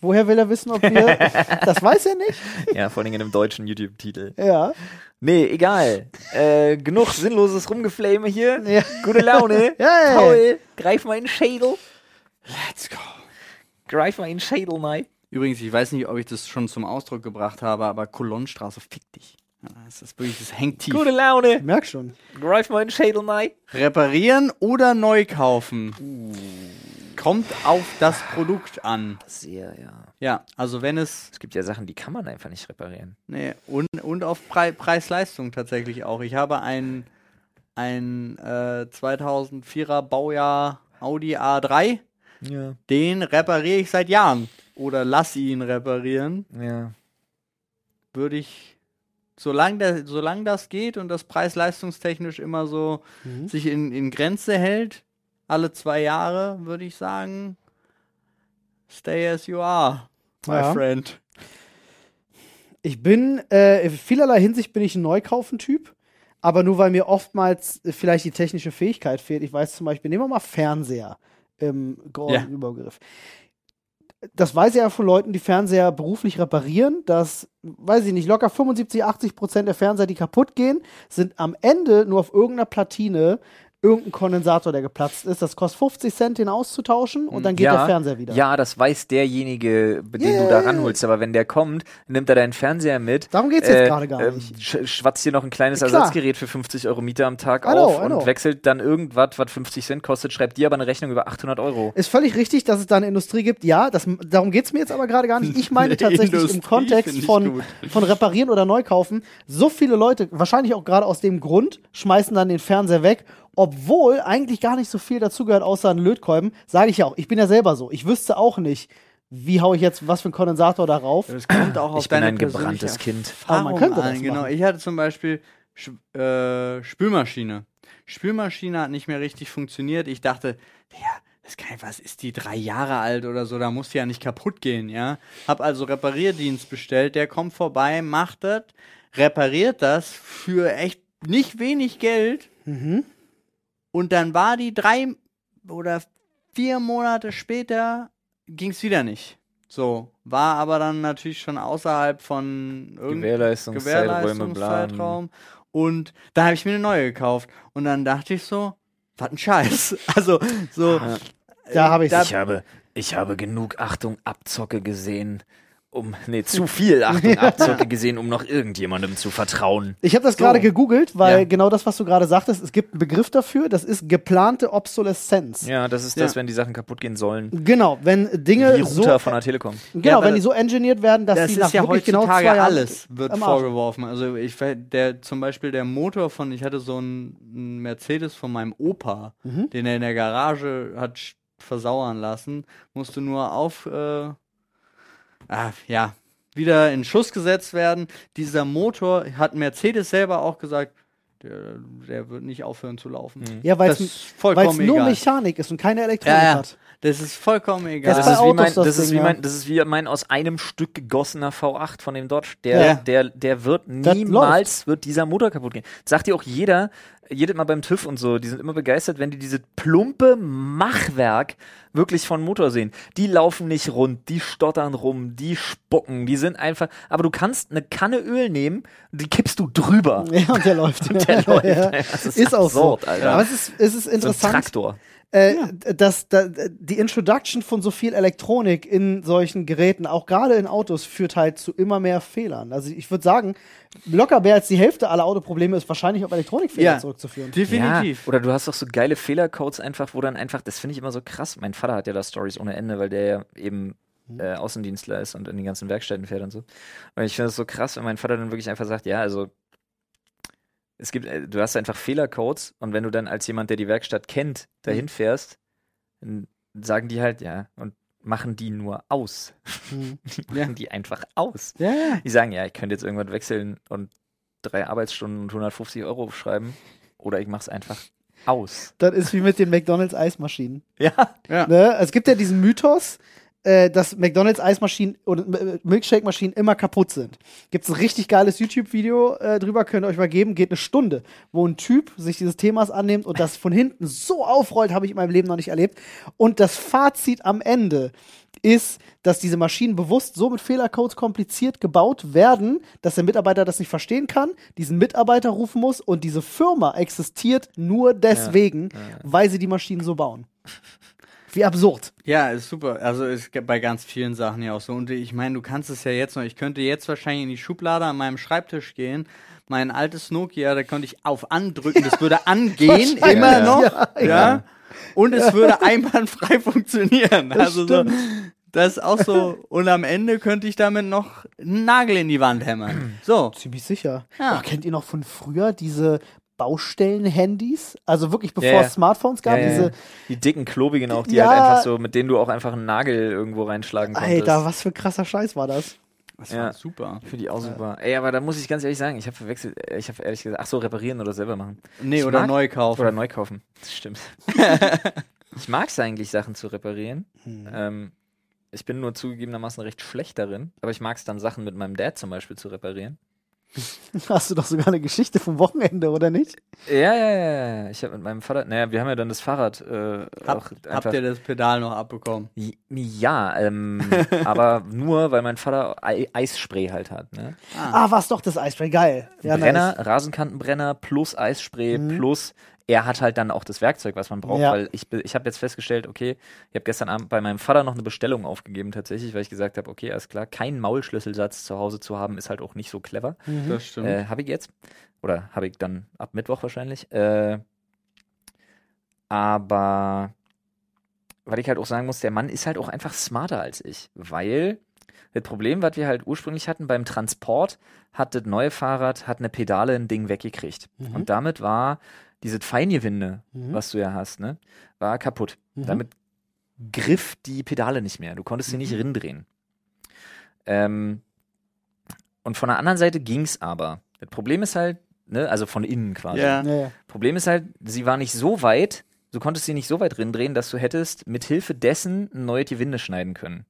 [SPEAKER 3] Woher will er wissen, ob wir. das weiß er nicht.
[SPEAKER 2] Ja, vor allem in einem deutschen YouTube-Titel.
[SPEAKER 3] Ja.
[SPEAKER 2] Nee, egal. Äh, genug sinnloses Rumgeflame hier.
[SPEAKER 3] Ja.
[SPEAKER 2] Gute Laune.
[SPEAKER 3] Hey.
[SPEAKER 2] Paul, greif mal in den Schädel.
[SPEAKER 1] Let's go.
[SPEAKER 2] Greif mal in den Schädel, Mai.
[SPEAKER 1] Übrigens, ich weiß nicht, ob ich das schon zum Ausdruck gebracht habe, aber Kolonnenstraße, fick dich. Ja, Das ist wirklich, das hängt tief.
[SPEAKER 2] Gute Laune.
[SPEAKER 3] Ich merk schon.
[SPEAKER 2] Greif mal in den Schädel, Mai.
[SPEAKER 1] Reparieren oder neu kaufen.
[SPEAKER 2] Uh.
[SPEAKER 1] Kommt auf das Produkt an.
[SPEAKER 2] Sehr, ja.
[SPEAKER 1] Ja, also wenn es,
[SPEAKER 2] Es gibt ja Sachen, die kann man einfach nicht reparieren.
[SPEAKER 1] nee, und, und auf Pre Preis-Leistung tatsächlich auch. Ich habe ein, ein äh, 2004er Baujahr Audi A3.
[SPEAKER 2] Ja.
[SPEAKER 1] Den repariere ich seit Jahren. Oder lass ihn reparieren.
[SPEAKER 2] Ja.
[SPEAKER 1] würde ich, solange, der, solange das geht und das preis-leistungstechnisch immer so
[SPEAKER 3] Mhm.
[SPEAKER 1] sich in, in Grenze hält, alle zwei Jahre, würde ich sagen, stay as you are, my
[SPEAKER 3] Ja.
[SPEAKER 1] friend.
[SPEAKER 3] Ich bin, äh, in vielerlei Hinsicht bin ich ein Neukaufen-Typ, aber nur weil mir oftmals äh, vielleicht die technische Fähigkeit fehlt. Ich weiß zum Beispiel, nehmen wir mal Fernseher im
[SPEAKER 1] Ja.
[SPEAKER 3] geordneten Übergriff. Das weiß ich ja von Leuten, die Fernseher beruflich reparieren, dass, weiß ich nicht, locker 75, 80 Prozent der Fernseher, die kaputt gehen, sind am Ende nur auf irgendeiner Platine irgendein Kondensator, der geplatzt ist. Das kostet 50 Cent, den auszutauschen und dann geht
[SPEAKER 2] ja,
[SPEAKER 3] der Fernseher wieder.
[SPEAKER 2] Ja, das weiß derjenige, den du da ranholst. Aber wenn der kommt, nimmt er deinen Fernseher mit.
[SPEAKER 3] Darum geht's jetzt gerade gar
[SPEAKER 2] ähm,
[SPEAKER 3] nicht.
[SPEAKER 2] sch- schwatzt dir noch ein kleines
[SPEAKER 3] Ja, klar.
[SPEAKER 2] Ersatzgerät für 50 Euro Miete am Tag
[SPEAKER 3] I know,
[SPEAKER 2] auf
[SPEAKER 3] I know.
[SPEAKER 2] und wechselt dann irgendwas, was 50 Cent kostet, schreibt dir aber eine Rechnung über 800 Euro.
[SPEAKER 3] Ist völlig richtig, dass es da eine Industrie gibt. Ja, das, darum geht's mir jetzt aber gerade gar
[SPEAKER 1] [LAUGHS]
[SPEAKER 3] nicht. Ich meine
[SPEAKER 1] Eine
[SPEAKER 3] tatsächlich
[SPEAKER 1] Industrie
[SPEAKER 3] im Kontext
[SPEAKER 1] find ich
[SPEAKER 3] von,
[SPEAKER 1] gut.
[SPEAKER 3] von Reparieren oder Neukaufen. So viele Leute, wahrscheinlich auch gerade aus dem Grund, schmeißen dann den Fernseher weg, obwohl eigentlich gar nicht so viel dazugehört, außer ein Lötkolben. Sage ich ja auch. Ich bin ja selber so. Ich wüsste auch nicht, wie hau ich jetzt was für einen Kondensator da rauf.
[SPEAKER 1] Das kommt auch auf
[SPEAKER 2] ich bin
[SPEAKER 1] deine
[SPEAKER 2] ein
[SPEAKER 1] persönliche
[SPEAKER 2] gebranntes Kind.
[SPEAKER 1] Erfahrung
[SPEAKER 3] Aber man könnte das
[SPEAKER 1] an. Genau,
[SPEAKER 3] machen.
[SPEAKER 1] ich hatte zum Beispiel Sch äh, Spülmaschine. Spülmaschine hat nicht mehr richtig funktioniert. Ich dachte, ja, das kann, was ist die drei Jahre alt oder so? Da muss die ja nicht kaputt gehen, ja. Hab also Reparierdienst bestellt. Der kommt vorbei, macht das, repariert das für echt nicht wenig Geld.
[SPEAKER 3] Mhm.
[SPEAKER 1] Und dann war die drei oder vier Monate später ging's wieder nicht. So, war aber dann natürlich schon außerhalb von irgend-
[SPEAKER 5] Gewährleistungs- Zeiträume, bla.
[SPEAKER 1] Gewährleistungszeitraum. Und da habe ich mir eine neue gekauft. Und dann dachte ich so, was ein Scheiß. [LAUGHS] Also, so, äh,
[SPEAKER 3] Da habe ich
[SPEAKER 1] da-
[SPEAKER 3] es.
[SPEAKER 2] Ich habe, ich habe genug Achtung, Abzocke gesehen, um, nee,
[SPEAKER 5] [LAUGHS]
[SPEAKER 2] zu viel Achtung, Abzocke gesehen, um noch irgendjemandem zu vertrauen.
[SPEAKER 3] Ich habe das gerade gegoogelt, weil
[SPEAKER 1] Ja.
[SPEAKER 3] genau das, was du gerade sagtest, es gibt einen Begriff dafür, das ist geplante Obsoleszenz.
[SPEAKER 5] Ja, das ist
[SPEAKER 1] Ja.
[SPEAKER 5] das, wenn die Sachen kaputt gehen sollen.
[SPEAKER 3] Genau, wenn
[SPEAKER 5] Wie
[SPEAKER 3] Dinge so,
[SPEAKER 5] Router von der Telekom.
[SPEAKER 1] Ja,
[SPEAKER 3] genau,
[SPEAKER 1] aber
[SPEAKER 3] wenn die
[SPEAKER 1] das-
[SPEAKER 3] so engineert werden, dass
[SPEAKER 1] das
[SPEAKER 3] sie nach
[SPEAKER 1] ist ja
[SPEAKER 3] wirklich
[SPEAKER 1] heutzutage
[SPEAKER 3] genau zwei Jahren
[SPEAKER 1] alles, wird
[SPEAKER 3] am Arsch.
[SPEAKER 1] vorgeworfen. Also, ich, ver- der, zum Beispiel der Motor von, ich hatte so einen einen Mercedes von meinem Opa,
[SPEAKER 3] Mhm.
[SPEAKER 1] den er in der Garage hat sch- versauern lassen, musste nur auf, äh, ah, ja, wieder in Schuss gesetzt werden. Dieser Motor hat Mercedes selber auch gesagt, der, der wird nicht aufhören zu laufen.
[SPEAKER 3] Ja, weil
[SPEAKER 1] Das
[SPEAKER 3] es
[SPEAKER 1] ist vollkommen
[SPEAKER 3] nur
[SPEAKER 1] egal.
[SPEAKER 3] Mechanik ist und keine Elektronik
[SPEAKER 1] Ja, ja.
[SPEAKER 3] hat. [LAUGHS]
[SPEAKER 1] Das ist vollkommen egal.
[SPEAKER 2] Das
[SPEAKER 3] Das bei
[SPEAKER 2] ist, wie
[SPEAKER 3] Autos
[SPEAKER 2] mein,
[SPEAKER 3] das
[SPEAKER 2] das, ist
[SPEAKER 3] Ding,
[SPEAKER 2] wie
[SPEAKER 3] ja.
[SPEAKER 2] mein, das ist wie mein aus einem Stück gegossener V8 von dem Dodge. Der,
[SPEAKER 1] Ja.
[SPEAKER 2] der, der wird
[SPEAKER 3] Das
[SPEAKER 2] niemals wird dieser Motor kaputt gehen. Sagt dir auch jeder, jedes Mal beim TÜV und so, die sind immer begeistert, wenn die diese plumpe Machwerk wirklich von Motor sehen. Die laufen nicht rund, die stottern rum, die spucken, die sind einfach. Aber du kannst eine Kanne Öl nehmen, die kippst du drüber.
[SPEAKER 3] Ja, und der läuft.
[SPEAKER 1] [LAUGHS]
[SPEAKER 2] [LAUGHS] Der läuft.
[SPEAKER 3] Ja.
[SPEAKER 2] Das
[SPEAKER 3] Ist, auch so.
[SPEAKER 2] absurd, Alter.
[SPEAKER 3] Aber es ist, es ist
[SPEAKER 2] So ein
[SPEAKER 3] interessant,
[SPEAKER 2] Traktor.
[SPEAKER 3] äh, dass da, die Introduction von so viel Elektronik in solchen Geräten, auch gerade in Autos, führt halt zu immer mehr Fehlern. Also ich würde sagen, locker mehr als die Hälfte aller Autoprobleme ist wahrscheinlich auf Elektronikfehler
[SPEAKER 1] Ja.
[SPEAKER 3] zurückzuführen.
[SPEAKER 1] Definitiv.
[SPEAKER 2] Ja, oder du hast doch so geile Fehlercodes einfach, wo dann einfach, das finde ich immer so krass. Mein Vater hat ja da Stories ohne Ende, weil der ja eben
[SPEAKER 1] Hm.
[SPEAKER 2] äh, Außendienstler ist und in die ganzen Werkstätten fährt und so. Und ich finde das so krass, wenn mein Vater dann wirklich einfach sagt, ja, also es gibt, äh, du hast einfach Fehlercodes und wenn du dann als jemand, der die Werkstatt kennt,
[SPEAKER 1] Hm.
[SPEAKER 2] dahin fährst, dann sagen die halt, ja, und machen die nur aus. [LAUGHS]
[SPEAKER 3] Mhm.
[SPEAKER 1] Ja.
[SPEAKER 2] Machen die einfach aus.
[SPEAKER 3] Ja, ja.
[SPEAKER 2] Die sagen, ja, ich könnte jetzt irgendwann wechseln und drei Arbeitsstunden und 150 Euro schreiben. Oder ich mache es einfach aus.
[SPEAKER 3] Das ist wie mit den McDonalds Eismaschinen.
[SPEAKER 2] Ja.
[SPEAKER 3] [LAUGHS] Ne? Es gibt ja diesen Mythos, äh, dass McDonalds Eismaschinen und äh, Milkshake-Maschinen immer kaputt sind. Gibt es ein richtig geiles YouTube-Video äh, drüber, könnt ihr euch mal geben, geht eine Stunde, wo ein Typ sich dieses Themas annimmt und das von hinten so aufrollt, habe ich in meinem Leben noch nicht erlebt. Und das Fazit am Ende ist, dass diese Maschinen bewusst so mit Fehlercodes kompliziert gebaut werden, dass der Mitarbeiter das nicht verstehen kann, diesen Mitarbeiter rufen muss und diese Firma existiert nur deswegen, weil sie die Maschinen so bauen. Wie absurd.
[SPEAKER 1] Ja, ist super. Also ist ge- bei ganz vielen Sachen ja auch so. Und ich meine, du kannst es ja jetzt noch. Ich könnte jetzt wahrscheinlich in die Schublade an meinem Schreibtisch gehen. Mein altes Nokia, da könnte ich auf andrücken. Das würde angehen,
[SPEAKER 3] Wahrscheinlich,
[SPEAKER 1] immer noch.
[SPEAKER 3] ja.
[SPEAKER 1] Ja. Und es würde einwandfrei [LAUGHS] funktionieren. also so, das ist auch so. Und am Ende könnte ich damit noch einen Nagel in die Wand hämmern. So.
[SPEAKER 3] Ziemlich sicher.
[SPEAKER 1] Ja.
[SPEAKER 3] Oh, kennt ihr noch von früher diese Baustellen-Handys? Also wirklich bevor
[SPEAKER 2] Ja, ja.
[SPEAKER 3] es Smartphones gab,
[SPEAKER 2] Ja, ja,
[SPEAKER 3] diese.
[SPEAKER 2] ja. Die dicken, klobigen auch, die
[SPEAKER 3] Ja.
[SPEAKER 2] halt einfach so, mit denen du auch einfach einen Nagel irgendwo reinschlagen konntest.
[SPEAKER 3] Alter, was für ein krasser Scheiß war das? [LAUGHS]
[SPEAKER 1] Das
[SPEAKER 2] Ja.
[SPEAKER 1] war super.
[SPEAKER 2] Für die auch super. Ey, aber da muss ich ganz ehrlich sagen, ich habe verwechselt, äh, ich habe ehrlich gesagt, ach so, reparieren oder selber machen.
[SPEAKER 1] Nee,
[SPEAKER 2] Ich
[SPEAKER 1] oder
[SPEAKER 2] mag-
[SPEAKER 1] neu kaufen.
[SPEAKER 2] Oder neu kaufen. Das stimmt. [LAUGHS] ich mag es eigentlich, Sachen zu reparieren. Ähm, ich bin nur zugegebenermaßen recht schlecht darin, aber ich mag es dann, Sachen mit meinem Dad zum Beispiel zu reparieren.
[SPEAKER 3] Hast du doch sogar eine Geschichte vom Wochenende, oder nicht?
[SPEAKER 2] Ja, ja, ja, ja, ja. Ich habe mit meinem Vater, naja, wir haben ja dann das Fahrrad äh, auch
[SPEAKER 1] Hab, habt ihr das Pedal noch abbekommen?
[SPEAKER 2] J- Ja, ähm, aber nur, weil mein Vater Ei Eisspray halt hat. Ne?
[SPEAKER 3] Ah, war es doch das Eisspray. Geil. Ja,
[SPEAKER 2] Brenner,
[SPEAKER 3] nice.
[SPEAKER 2] Rasenkantenbrenner plus Eisspray plus er hat halt dann auch das Werkzeug, was man braucht,
[SPEAKER 3] Ja.
[SPEAKER 2] weil ich, be- ich habe jetzt festgestellt, okay, ich habe gestern Abend bei meinem Vater noch eine Bestellung aufgegeben tatsächlich, weil ich gesagt habe, okay, alles klar, keinen Maulschlüsselsatz zu Hause zu haben, ist halt auch nicht so clever.
[SPEAKER 3] Mhm.
[SPEAKER 1] Das stimmt.
[SPEAKER 2] Äh, habe ich jetzt. Oder habe ich dann ab Mittwoch wahrscheinlich. Äh, aber weil ich halt auch sagen muss, der Mann ist halt auch einfach smarter als ich. Weil das Problem, was wir halt ursprünglich hatten beim Transport, hat das neue Fahrrad, hat eine Pedale ein Ding weggekriegt. Und damit war dieses Feingewinde,
[SPEAKER 3] Mhm.
[SPEAKER 2] was du ja hast, ne, war kaputt.
[SPEAKER 3] Mhm.
[SPEAKER 2] Damit griff die Pedale nicht mehr. Du konntest sie nicht rindrehen. Ähm, und von der anderen Seite ging's aber. Das Problem ist halt, ne, also von innen quasi.
[SPEAKER 1] Ja.
[SPEAKER 3] Ja, ja.
[SPEAKER 2] Problem ist halt, sie war nicht so weit, du konntest sie nicht so weit rindrehen, dass du hättest mit Hilfe dessen ein neues Gewinde schneiden können.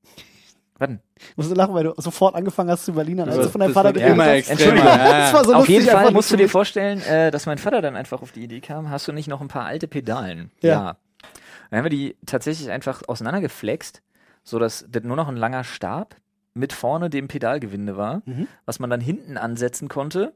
[SPEAKER 2] Warten.
[SPEAKER 3] Ich musste lachen, weil du sofort angefangen hast zu Berlinern, als
[SPEAKER 2] Also
[SPEAKER 1] Das-
[SPEAKER 3] du von deinem
[SPEAKER 1] das
[SPEAKER 3] Vater
[SPEAKER 1] wird immer
[SPEAKER 3] hast.
[SPEAKER 1] extremer,
[SPEAKER 3] Entschuldigung.
[SPEAKER 1] ja.
[SPEAKER 3] Das war so
[SPEAKER 2] Auf
[SPEAKER 3] lustig.
[SPEAKER 2] jeden Fall
[SPEAKER 3] einfach
[SPEAKER 2] musst du
[SPEAKER 3] nur
[SPEAKER 2] dir
[SPEAKER 3] zu-
[SPEAKER 2] vorstellen, äh, dass mein Vater dann einfach auf die Idee kam, hast du nicht noch ein paar alte Pedalen?
[SPEAKER 3] Ja.
[SPEAKER 2] Dann haben wir die tatsächlich einfach auseinandergeflext, sodass das nur noch ein langer Stab mit vorne dem Pedalgewinde war,
[SPEAKER 3] Mhm.
[SPEAKER 2] was man dann hinten ansetzen konnte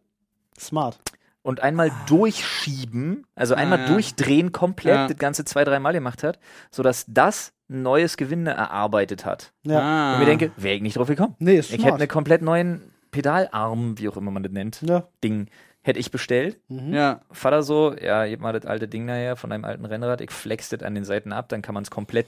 [SPEAKER 3] Smart.
[SPEAKER 2] und einmal
[SPEAKER 3] Ah.
[SPEAKER 2] durchschieben, also einmal
[SPEAKER 1] ja.
[SPEAKER 2] durchdrehen komplett,
[SPEAKER 1] Ja.
[SPEAKER 2] das Ganze zwei, dreimal gemacht hat, sodass das ein neues Gewinde erarbeitet hat.
[SPEAKER 3] Ja.
[SPEAKER 1] Ah.
[SPEAKER 2] Und mir denke, wäre ich nicht drauf gekommen.
[SPEAKER 3] Nee, ist
[SPEAKER 2] Ich hätte
[SPEAKER 3] smart.
[SPEAKER 2] einen komplett neuen Pedalarm, wie auch immer man das nennt,
[SPEAKER 3] ja.
[SPEAKER 2] Ding, hätte ich bestellt.
[SPEAKER 3] Mhm.
[SPEAKER 1] ja.
[SPEAKER 2] Vater so, ja, gib mal das alte Ding nachher von deinem alten Rennrad, ich flex das an den Seiten ab, dann kann man es komplett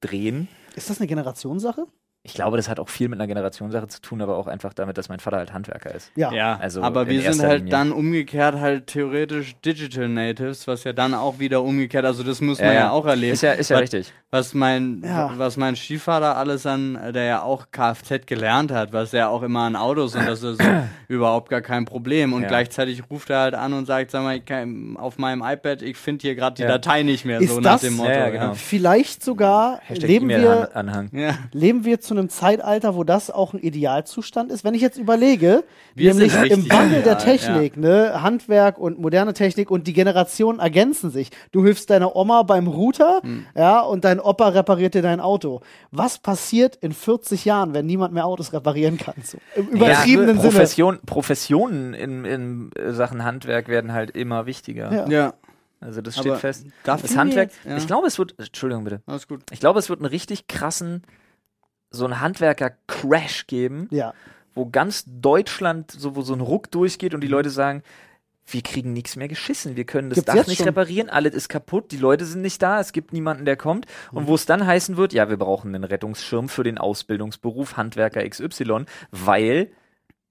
[SPEAKER 2] durchdrehen.
[SPEAKER 3] Ist das eine Generationssache?
[SPEAKER 2] Ich glaube, das hat auch viel mit einer Generationssache zu tun, aber auch einfach damit, dass mein Vater halt Handwerker ist.
[SPEAKER 3] Ja.
[SPEAKER 1] Ja,
[SPEAKER 2] Also
[SPEAKER 1] aber
[SPEAKER 2] in
[SPEAKER 1] wir sind
[SPEAKER 2] erster
[SPEAKER 1] halt
[SPEAKER 2] Linie.
[SPEAKER 1] dann umgekehrt halt theoretisch Digital Natives, was ja dann auch wieder umgekehrt, also das muss man ja, auch erleben.
[SPEAKER 2] Ist ja, ist ja
[SPEAKER 1] was,
[SPEAKER 2] richtig.
[SPEAKER 1] Was mein,
[SPEAKER 3] Ja.
[SPEAKER 1] was mein Stiefvater alles an, der ja auch Kfz gelernt hat, was er auch immer an Autos und das
[SPEAKER 2] [COUGHS]
[SPEAKER 1] ist so überhaupt gar kein Problem. Und
[SPEAKER 2] Ja.
[SPEAKER 1] gleichzeitig ruft er halt an und sagt, sag mal, ich kann, auf meinem iPad, ich finde hier gerade die
[SPEAKER 2] Ja.
[SPEAKER 1] Datei nicht mehr,
[SPEAKER 3] Ist
[SPEAKER 1] so nach
[SPEAKER 3] das-
[SPEAKER 1] dem Motto.
[SPEAKER 2] Ja, ja, genau.
[SPEAKER 3] Vielleicht sogar
[SPEAKER 2] Hashtag
[SPEAKER 3] leben wir,
[SPEAKER 2] E-Mail-Anhang.
[SPEAKER 1] Ja.
[SPEAKER 3] leben wir zu einem Zeitalter, wo das auch ein Idealzustand ist. Wenn ich jetzt überlege,
[SPEAKER 1] Wir sind
[SPEAKER 3] nämlich im
[SPEAKER 1] richtig
[SPEAKER 3] Wandel der
[SPEAKER 1] ideal,
[SPEAKER 3] Technik, ne, Handwerk und moderne Technik und die Generationen ergänzen sich. Du hilfst deiner Oma beim Router,
[SPEAKER 2] Hm.
[SPEAKER 3] ja, und dein Opa repariert dir dein Auto. Was passiert in 40 Jahren, wenn niemand mehr Autos reparieren kann? So, Im übertriebenen Sinne.
[SPEAKER 2] Profession, Professionen in, in äh, Sachen Handwerk werden halt immer wichtiger.
[SPEAKER 3] Ja.
[SPEAKER 1] Ja,
[SPEAKER 2] Also das steht
[SPEAKER 1] Aber
[SPEAKER 2] fest.
[SPEAKER 1] darf
[SPEAKER 2] Das
[SPEAKER 1] ich mir
[SPEAKER 2] Handwerk,
[SPEAKER 1] jetzt- ja.
[SPEAKER 2] ich glaube, es wird, Entschuldigung bitte,
[SPEAKER 1] alles gut.
[SPEAKER 2] ich glaube, es wird einen richtig krassen, so einen Handwerker-Crash geben,
[SPEAKER 3] Ja.
[SPEAKER 2] wo ganz Deutschland so, wo so ein Ruck durchgeht und die Leute sagen, wir kriegen nichts mehr geschissen, wir können das
[SPEAKER 3] Gibt's
[SPEAKER 2] Dach
[SPEAKER 3] jetzt
[SPEAKER 2] nicht
[SPEAKER 3] schon?
[SPEAKER 2] reparieren, alles ist kaputt, die Leute sind nicht da, es gibt niemanden, der kommt. Und wo es dann heißen wird, ja, wir brauchen einen Rettungsschirm für den Ausbildungsberuf Handwerker XY, weil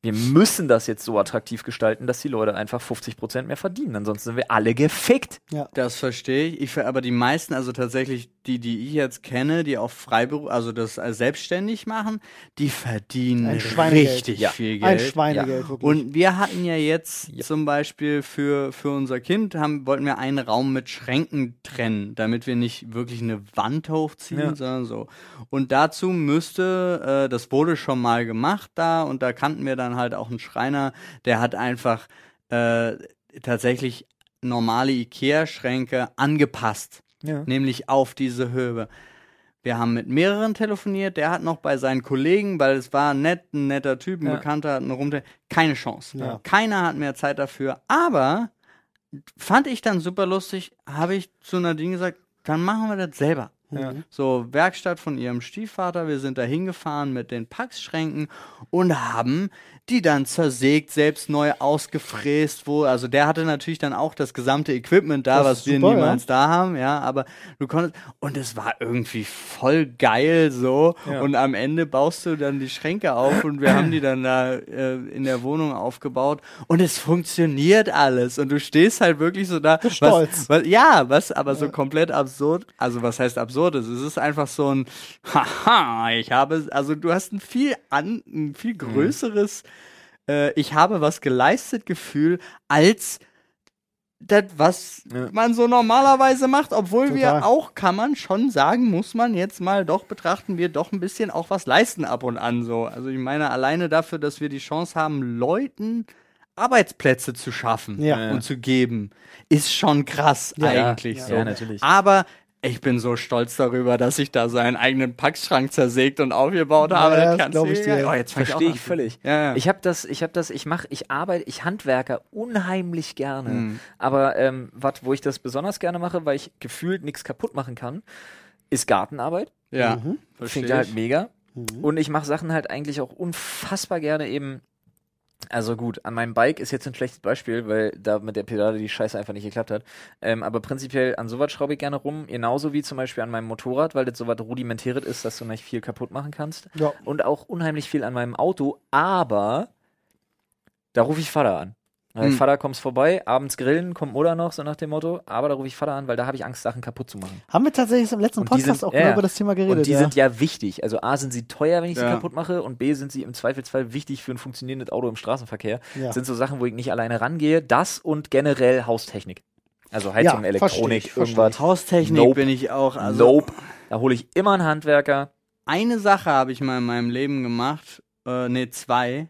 [SPEAKER 2] wir müssen das jetzt so attraktiv gestalten, dass die Leute einfach 50% mehr verdienen. Ansonsten sind wir alle gefickt.
[SPEAKER 1] Das verstehe ich. ich. ver- Aber die meisten, also tatsächlich die, die ich jetzt kenne, die auch Freiberuf, also das äh, selbstständig machen, die verdienen
[SPEAKER 3] Ein Schweinegeld.
[SPEAKER 1] richtig
[SPEAKER 2] Ja.
[SPEAKER 1] viel Geld.
[SPEAKER 3] Ein Schweinegeld, wirklich.
[SPEAKER 1] Und wir hatten ja jetzt
[SPEAKER 2] Ja.
[SPEAKER 1] zum Beispiel für, für unser Kind, haben, wollten wir einen Raum mit Schränken trennen, damit wir nicht wirklich eine Wand hochziehen,
[SPEAKER 2] Ja.
[SPEAKER 1] sondern so. Und dazu müsste, äh, das wurde schon mal gemacht da und da kannten wir dann halt auch einen Schreiner, der hat einfach äh, tatsächlich normale Ikea-Schränke angepasst nämlich auf diese Höhe. Wir haben mit mehreren telefoniert, der hat noch bei seinen Kollegen, weil es war nett, ein netter Typ, ein
[SPEAKER 2] Ja.
[SPEAKER 1] Bekannter, hat noch rumte, keine Chance.
[SPEAKER 3] Ja.
[SPEAKER 1] Keiner hat mehr Zeit dafür, aber fand ich dann super lustig, habe ich zu Nadine gesagt, dann machen wir das selber.
[SPEAKER 3] Mhm.
[SPEAKER 1] So, Werkstatt von ihrem Stiefvater. Wir sind da hingefahren mit den Packschränken und haben die dann zersägt, selbst neu ausgefräst. Wo, also der hatte natürlich dann auch das gesamte Equipment da,
[SPEAKER 3] Das
[SPEAKER 1] was
[SPEAKER 3] ist
[SPEAKER 1] wir
[SPEAKER 3] super, ja.
[SPEAKER 1] niemals da haben, ja, aber du konntest. Und es war irgendwie voll geil so. Und am Ende baust du dann die Schränke auf und wir haben die dann da äh, in der Wohnung aufgebaut. Und es funktioniert alles. Und du stehst halt wirklich so da. was-
[SPEAKER 3] stolz.
[SPEAKER 1] was, ja, was aber so komplett absurd, also was heißt absurd ist, es ist einfach so ein [LAUGHS] Haha, ich habe, also du hast ein viel an, ein
[SPEAKER 3] Mhm.
[SPEAKER 1] viel größeres, äh, ich habe was geleistet Gefühl, als das, was
[SPEAKER 2] Ja.
[SPEAKER 1] man so normalerweise macht, obwohl
[SPEAKER 3] Total.
[SPEAKER 1] wir auch, kann man schon sagen, muss man jetzt mal doch betrachten, wir doch ein bisschen auch was leisten ab und an so. Also ich meine, alleine dafür, dass wir die Chance haben, Leuten Arbeitsplätze zu schaffen
[SPEAKER 3] Ja.
[SPEAKER 1] und zu geben, ist schon krass
[SPEAKER 2] Ja,
[SPEAKER 1] eigentlich
[SPEAKER 2] ja,
[SPEAKER 1] so.
[SPEAKER 2] ja, natürlich.
[SPEAKER 1] Aber ich bin so stolz darüber, dass ich da seinen eigenen Packschrank zersägt und aufgebaut habe.
[SPEAKER 3] Ja, das
[SPEAKER 1] kannst
[SPEAKER 3] glaub
[SPEAKER 1] du
[SPEAKER 3] ich
[SPEAKER 1] ja-
[SPEAKER 3] dir.
[SPEAKER 1] Oh, jetzt fang auch
[SPEAKER 2] Verstehe
[SPEAKER 1] an
[SPEAKER 2] ich
[SPEAKER 1] zu-
[SPEAKER 2] völlig.
[SPEAKER 1] Ja, ja.
[SPEAKER 2] Ich habe das, ich habe das, ich mache, ich arbeite, ich handwerker unheimlich gerne.
[SPEAKER 1] Mhm. Hm.
[SPEAKER 2] Aber ähm, was, wo ich das besonders gerne mache, weil ich gefühlt nichts kaputt machen kann, ist Gartenarbeit.
[SPEAKER 1] ja,
[SPEAKER 2] Finde
[SPEAKER 1] verstehe
[SPEAKER 2] ich halt
[SPEAKER 1] ich.
[SPEAKER 2] mega.
[SPEAKER 3] Mhm.
[SPEAKER 2] Und ich mache Sachen halt eigentlich auch unfassbar gerne eben. Also gut, an meinem Bike ist jetzt ein schlechtes Beispiel, weil da mit der Pedale die Scheiße einfach nicht geklappt hat. Ähm, aber prinzipiell an sowas schraube ich gerne rum, genauso wie zum Beispiel an meinem Motorrad, weil das sowas rudimentäres ist, dass du nicht viel kaputt machen kannst
[SPEAKER 3] Ja.
[SPEAKER 2] und auch unheimlich viel an meinem Auto, aber da rufe ich Vater an. Weil
[SPEAKER 1] Hm.
[SPEAKER 2] Vater kommst vorbei, abends grillen, kommt Mutter noch, so nach dem Motto, aber da rufe ich Vater an, weil da habe ich Angst, Sachen kaputt zu machen.
[SPEAKER 3] Haben wir tatsächlich im letzten
[SPEAKER 2] Und die
[SPEAKER 3] Podcast
[SPEAKER 2] sind-
[SPEAKER 3] auch
[SPEAKER 2] ja,
[SPEAKER 3] genau
[SPEAKER 2] ja.
[SPEAKER 3] über das Thema geredet.
[SPEAKER 2] Und die
[SPEAKER 3] ja.
[SPEAKER 2] sind ja wichtig. Also A sind sie teuer, wenn ich sie
[SPEAKER 1] Ja.
[SPEAKER 2] kaputt mache und B sind sie im Zweifelsfall wichtig für ein funktionierendes Auto im Straßenverkehr.
[SPEAKER 3] Ja.
[SPEAKER 2] Das sind so Sachen, wo ich nicht alleine rangehe. Das und generell Haustechnik. Also Heizung,
[SPEAKER 3] Ja,
[SPEAKER 2] Elektronik,
[SPEAKER 3] verstehe ich, verstehe
[SPEAKER 2] irgendwas.
[SPEAKER 1] Haustechnik
[SPEAKER 2] Nope.
[SPEAKER 1] bin ich auch. Also
[SPEAKER 2] nope. Da hole ich immer einen Handwerker.
[SPEAKER 1] eine Sache habe ich mal in meinem Leben gemacht, äh, nee, zwei.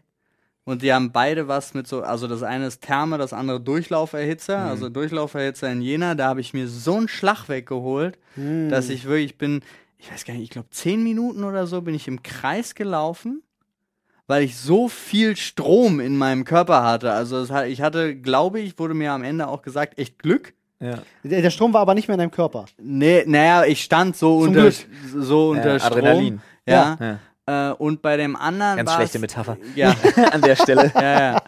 [SPEAKER 1] Und die haben beide was mit so, also das eine ist Therme, das andere
[SPEAKER 2] Mhm.
[SPEAKER 1] Durchlauferhitzer,
[SPEAKER 2] Mhm.
[SPEAKER 3] Mhm.
[SPEAKER 1] also Durchlauferhitzer in Jena, da habe ich mir so einen Schlag weggeholt, dass ich wirklich bin, ich weiß gar nicht, ich glaube, zehn Minuten oder so bin ich im Kreis gelaufen, weil ich so viel Strom in meinem Körper hatte. Also es hat, ich hatte, glaube ich, wurde mir am Ende auch gesagt, echt Glück.
[SPEAKER 2] Ja.
[SPEAKER 3] Der, der Strom war aber nicht mehr in deinem Körper.
[SPEAKER 1] Nee, naja, ich stand so
[SPEAKER 3] Zum
[SPEAKER 1] unter,
[SPEAKER 3] Glück.
[SPEAKER 1] so unter
[SPEAKER 2] Ja,
[SPEAKER 1] Strom.
[SPEAKER 2] Adrenalin.
[SPEAKER 1] Ja.
[SPEAKER 2] Ja.
[SPEAKER 1] Äh, und bei dem anderen
[SPEAKER 2] Ganz
[SPEAKER 1] war's-
[SPEAKER 2] schlechte Metapher
[SPEAKER 1] Ja,
[SPEAKER 2] [LAUGHS] an der Stelle.
[SPEAKER 1] ja, [LAUGHS] ja.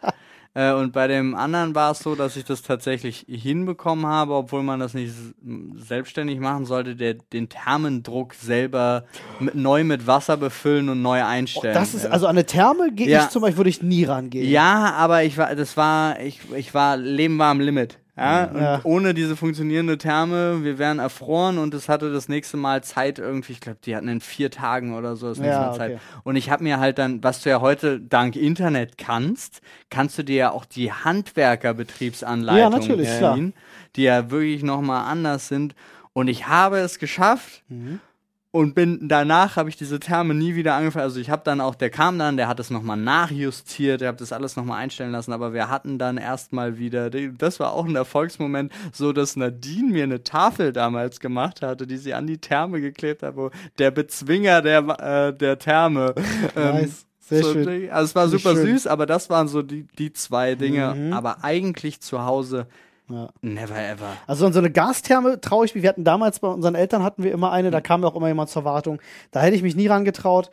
[SPEAKER 1] Äh, und bei dem anderen war es so, dass ich das tatsächlich hinbekommen habe, obwohl man das nicht s- m- selbstständig machen sollte, der, den Thermendruck selber mit, neu mit Wasser befüllen und neu einstellen.
[SPEAKER 3] Das ist, also an eine Therme gehe
[SPEAKER 1] äh, Ja.
[SPEAKER 3] ich zum Beispiel, würde ich nie rangehen.
[SPEAKER 1] ja, aber ich war, das war, ich, ich war, Leben war am Limit. Ja, und
[SPEAKER 3] Ja.
[SPEAKER 1] ohne diese funktionierende Therme, wir wären erfroren und es hatte das nächste Mal Zeit irgendwie, ich glaube, die hatten in vier Tagen oder so das nächste
[SPEAKER 3] Ja,
[SPEAKER 1] Mal Zeit.
[SPEAKER 3] okay.
[SPEAKER 1] Und ich habe mir halt dann, was du ja heute dank Internet kannst, kannst du dir ja auch die Handwerkerbetriebsanleitung
[SPEAKER 3] Ja, natürlich, klar.
[SPEAKER 1] ziehen, die ja wirklich nochmal anders sind. Und ich habe es geschafft, und bin danach habe ich diese Therme nie wieder angefangen. Also ich habe dann auch, der kam dann, der hat es nochmal nachjustiert, der hat das alles nochmal einstellen lassen, aber wir hatten dann erstmal wieder, das war auch ein Erfolgsmoment, so dass Nadine mir eine Tafel damals gemacht hatte, die sie an die Therme geklebt hat, wo der Bezwinger der, äh, der Therme. ähm,
[SPEAKER 3] Nice. Sehr
[SPEAKER 1] so,
[SPEAKER 3] schön.
[SPEAKER 1] Also es war
[SPEAKER 3] Finde ich
[SPEAKER 1] super
[SPEAKER 3] schön. Mhm.
[SPEAKER 1] süß, aber das waren so die, die zwei Dinge. Aber eigentlich zu Hause
[SPEAKER 3] Ja.
[SPEAKER 1] never ever.
[SPEAKER 3] Also an so eine Gastherme traue ich mich. Wir hatten damals bei unseren Eltern hatten wir immer
[SPEAKER 1] Mhm.
[SPEAKER 3] eine, da kam ja auch immer jemand zur Wartung. Da hätte ich mich nie rangetraut.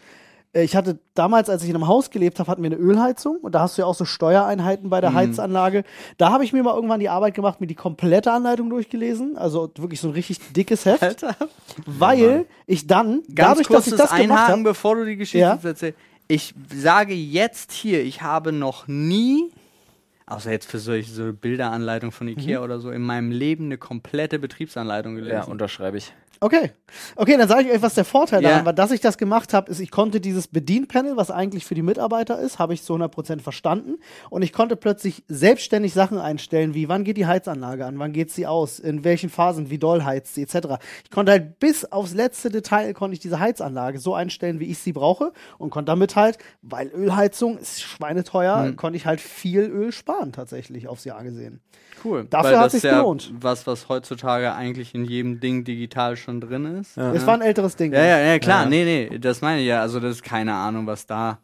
[SPEAKER 3] Äh, Ich hatte damals, als ich in einem Haus gelebt habe, hatten wir eine Ölheizung und da hast du ja auch so Steuereinheiten bei der
[SPEAKER 1] Mhm.
[SPEAKER 3] Heizanlage. Da habe ich mir mal irgendwann die Arbeit gemacht, mir die komplette Anleitung durchgelesen, also wirklich so ein richtig
[SPEAKER 1] [LAUGHS]
[SPEAKER 3] dickes Heft,
[SPEAKER 1] Alter.
[SPEAKER 3] weil ich dann
[SPEAKER 1] ganz
[SPEAKER 3] dadurch, dass
[SPEAKER 1] kurzes
[SPEAKER 3] ich das gemacht
[SPEAKER 1] Einhaken,
[SPEAKER 3] habe,
[SPEAKER 1] bevor du die Geschichte
[SPEAKER 3] Ja.
[SPEAKER 1] erzählst. Ich sage jetzt hier, ich habe noch nie, außer jetzt für solche so Bilderanleitung von Ikea oder so, in meinem Leben eine komplette Betriebsanleitung gelesen.
[SPEAKER 2] Ja, unterschreibe ich.
[SPEAKER 3] Okay. Okay, dann sage ich euch, was der Vorteil
[SPEAKER 1] Ja.
[SPEAKER 3] daran war, dass ich das gemacht habe, ist, ich konnte dieses Bedienpanel, was eigentlich für die Mitarbeiter ist, habe ich zu 100% verstanden und ich konnte plötzlich selbstständig Sachen einstellen, wie wann geht die Heizanlage an, wann geht sie aus, in welchen Phasen, wie doll heizt sie, etc. Ich konnte halt bis aufs letzte Detail konnte ich diese Heizanlage so einstellen, wie ich sie brauche und konnte damit halt, weil Ölheizung ist schweineteuer,
[SPEAKER 1] Hm.
[SPEAKER 3] konnte ich halt viel Öl sparen tatsächlich aufs Jahr gesehen.
[SPEAKER 1] cool.
[SPEAKER 3] Dafür
[SPEAKER 1] Weil
[SPEAKER 3] hat
[SPEAKER 1] das
[SPEAKER 3] sich's
[SPEAKER 1] ja
[SPEAKER 3] gelohnt.
[SPEAKER 1] Was, was heutzutage eigentlich in jedem Ding digital schon drin ist. Ja,
[SPEAKER 3] Es war ein älteres Ding. ne?
[SPEAKER 1] ja, ja, klar, nee, nee, das meine ich ja. Also, das ist keine Ahnung, was da.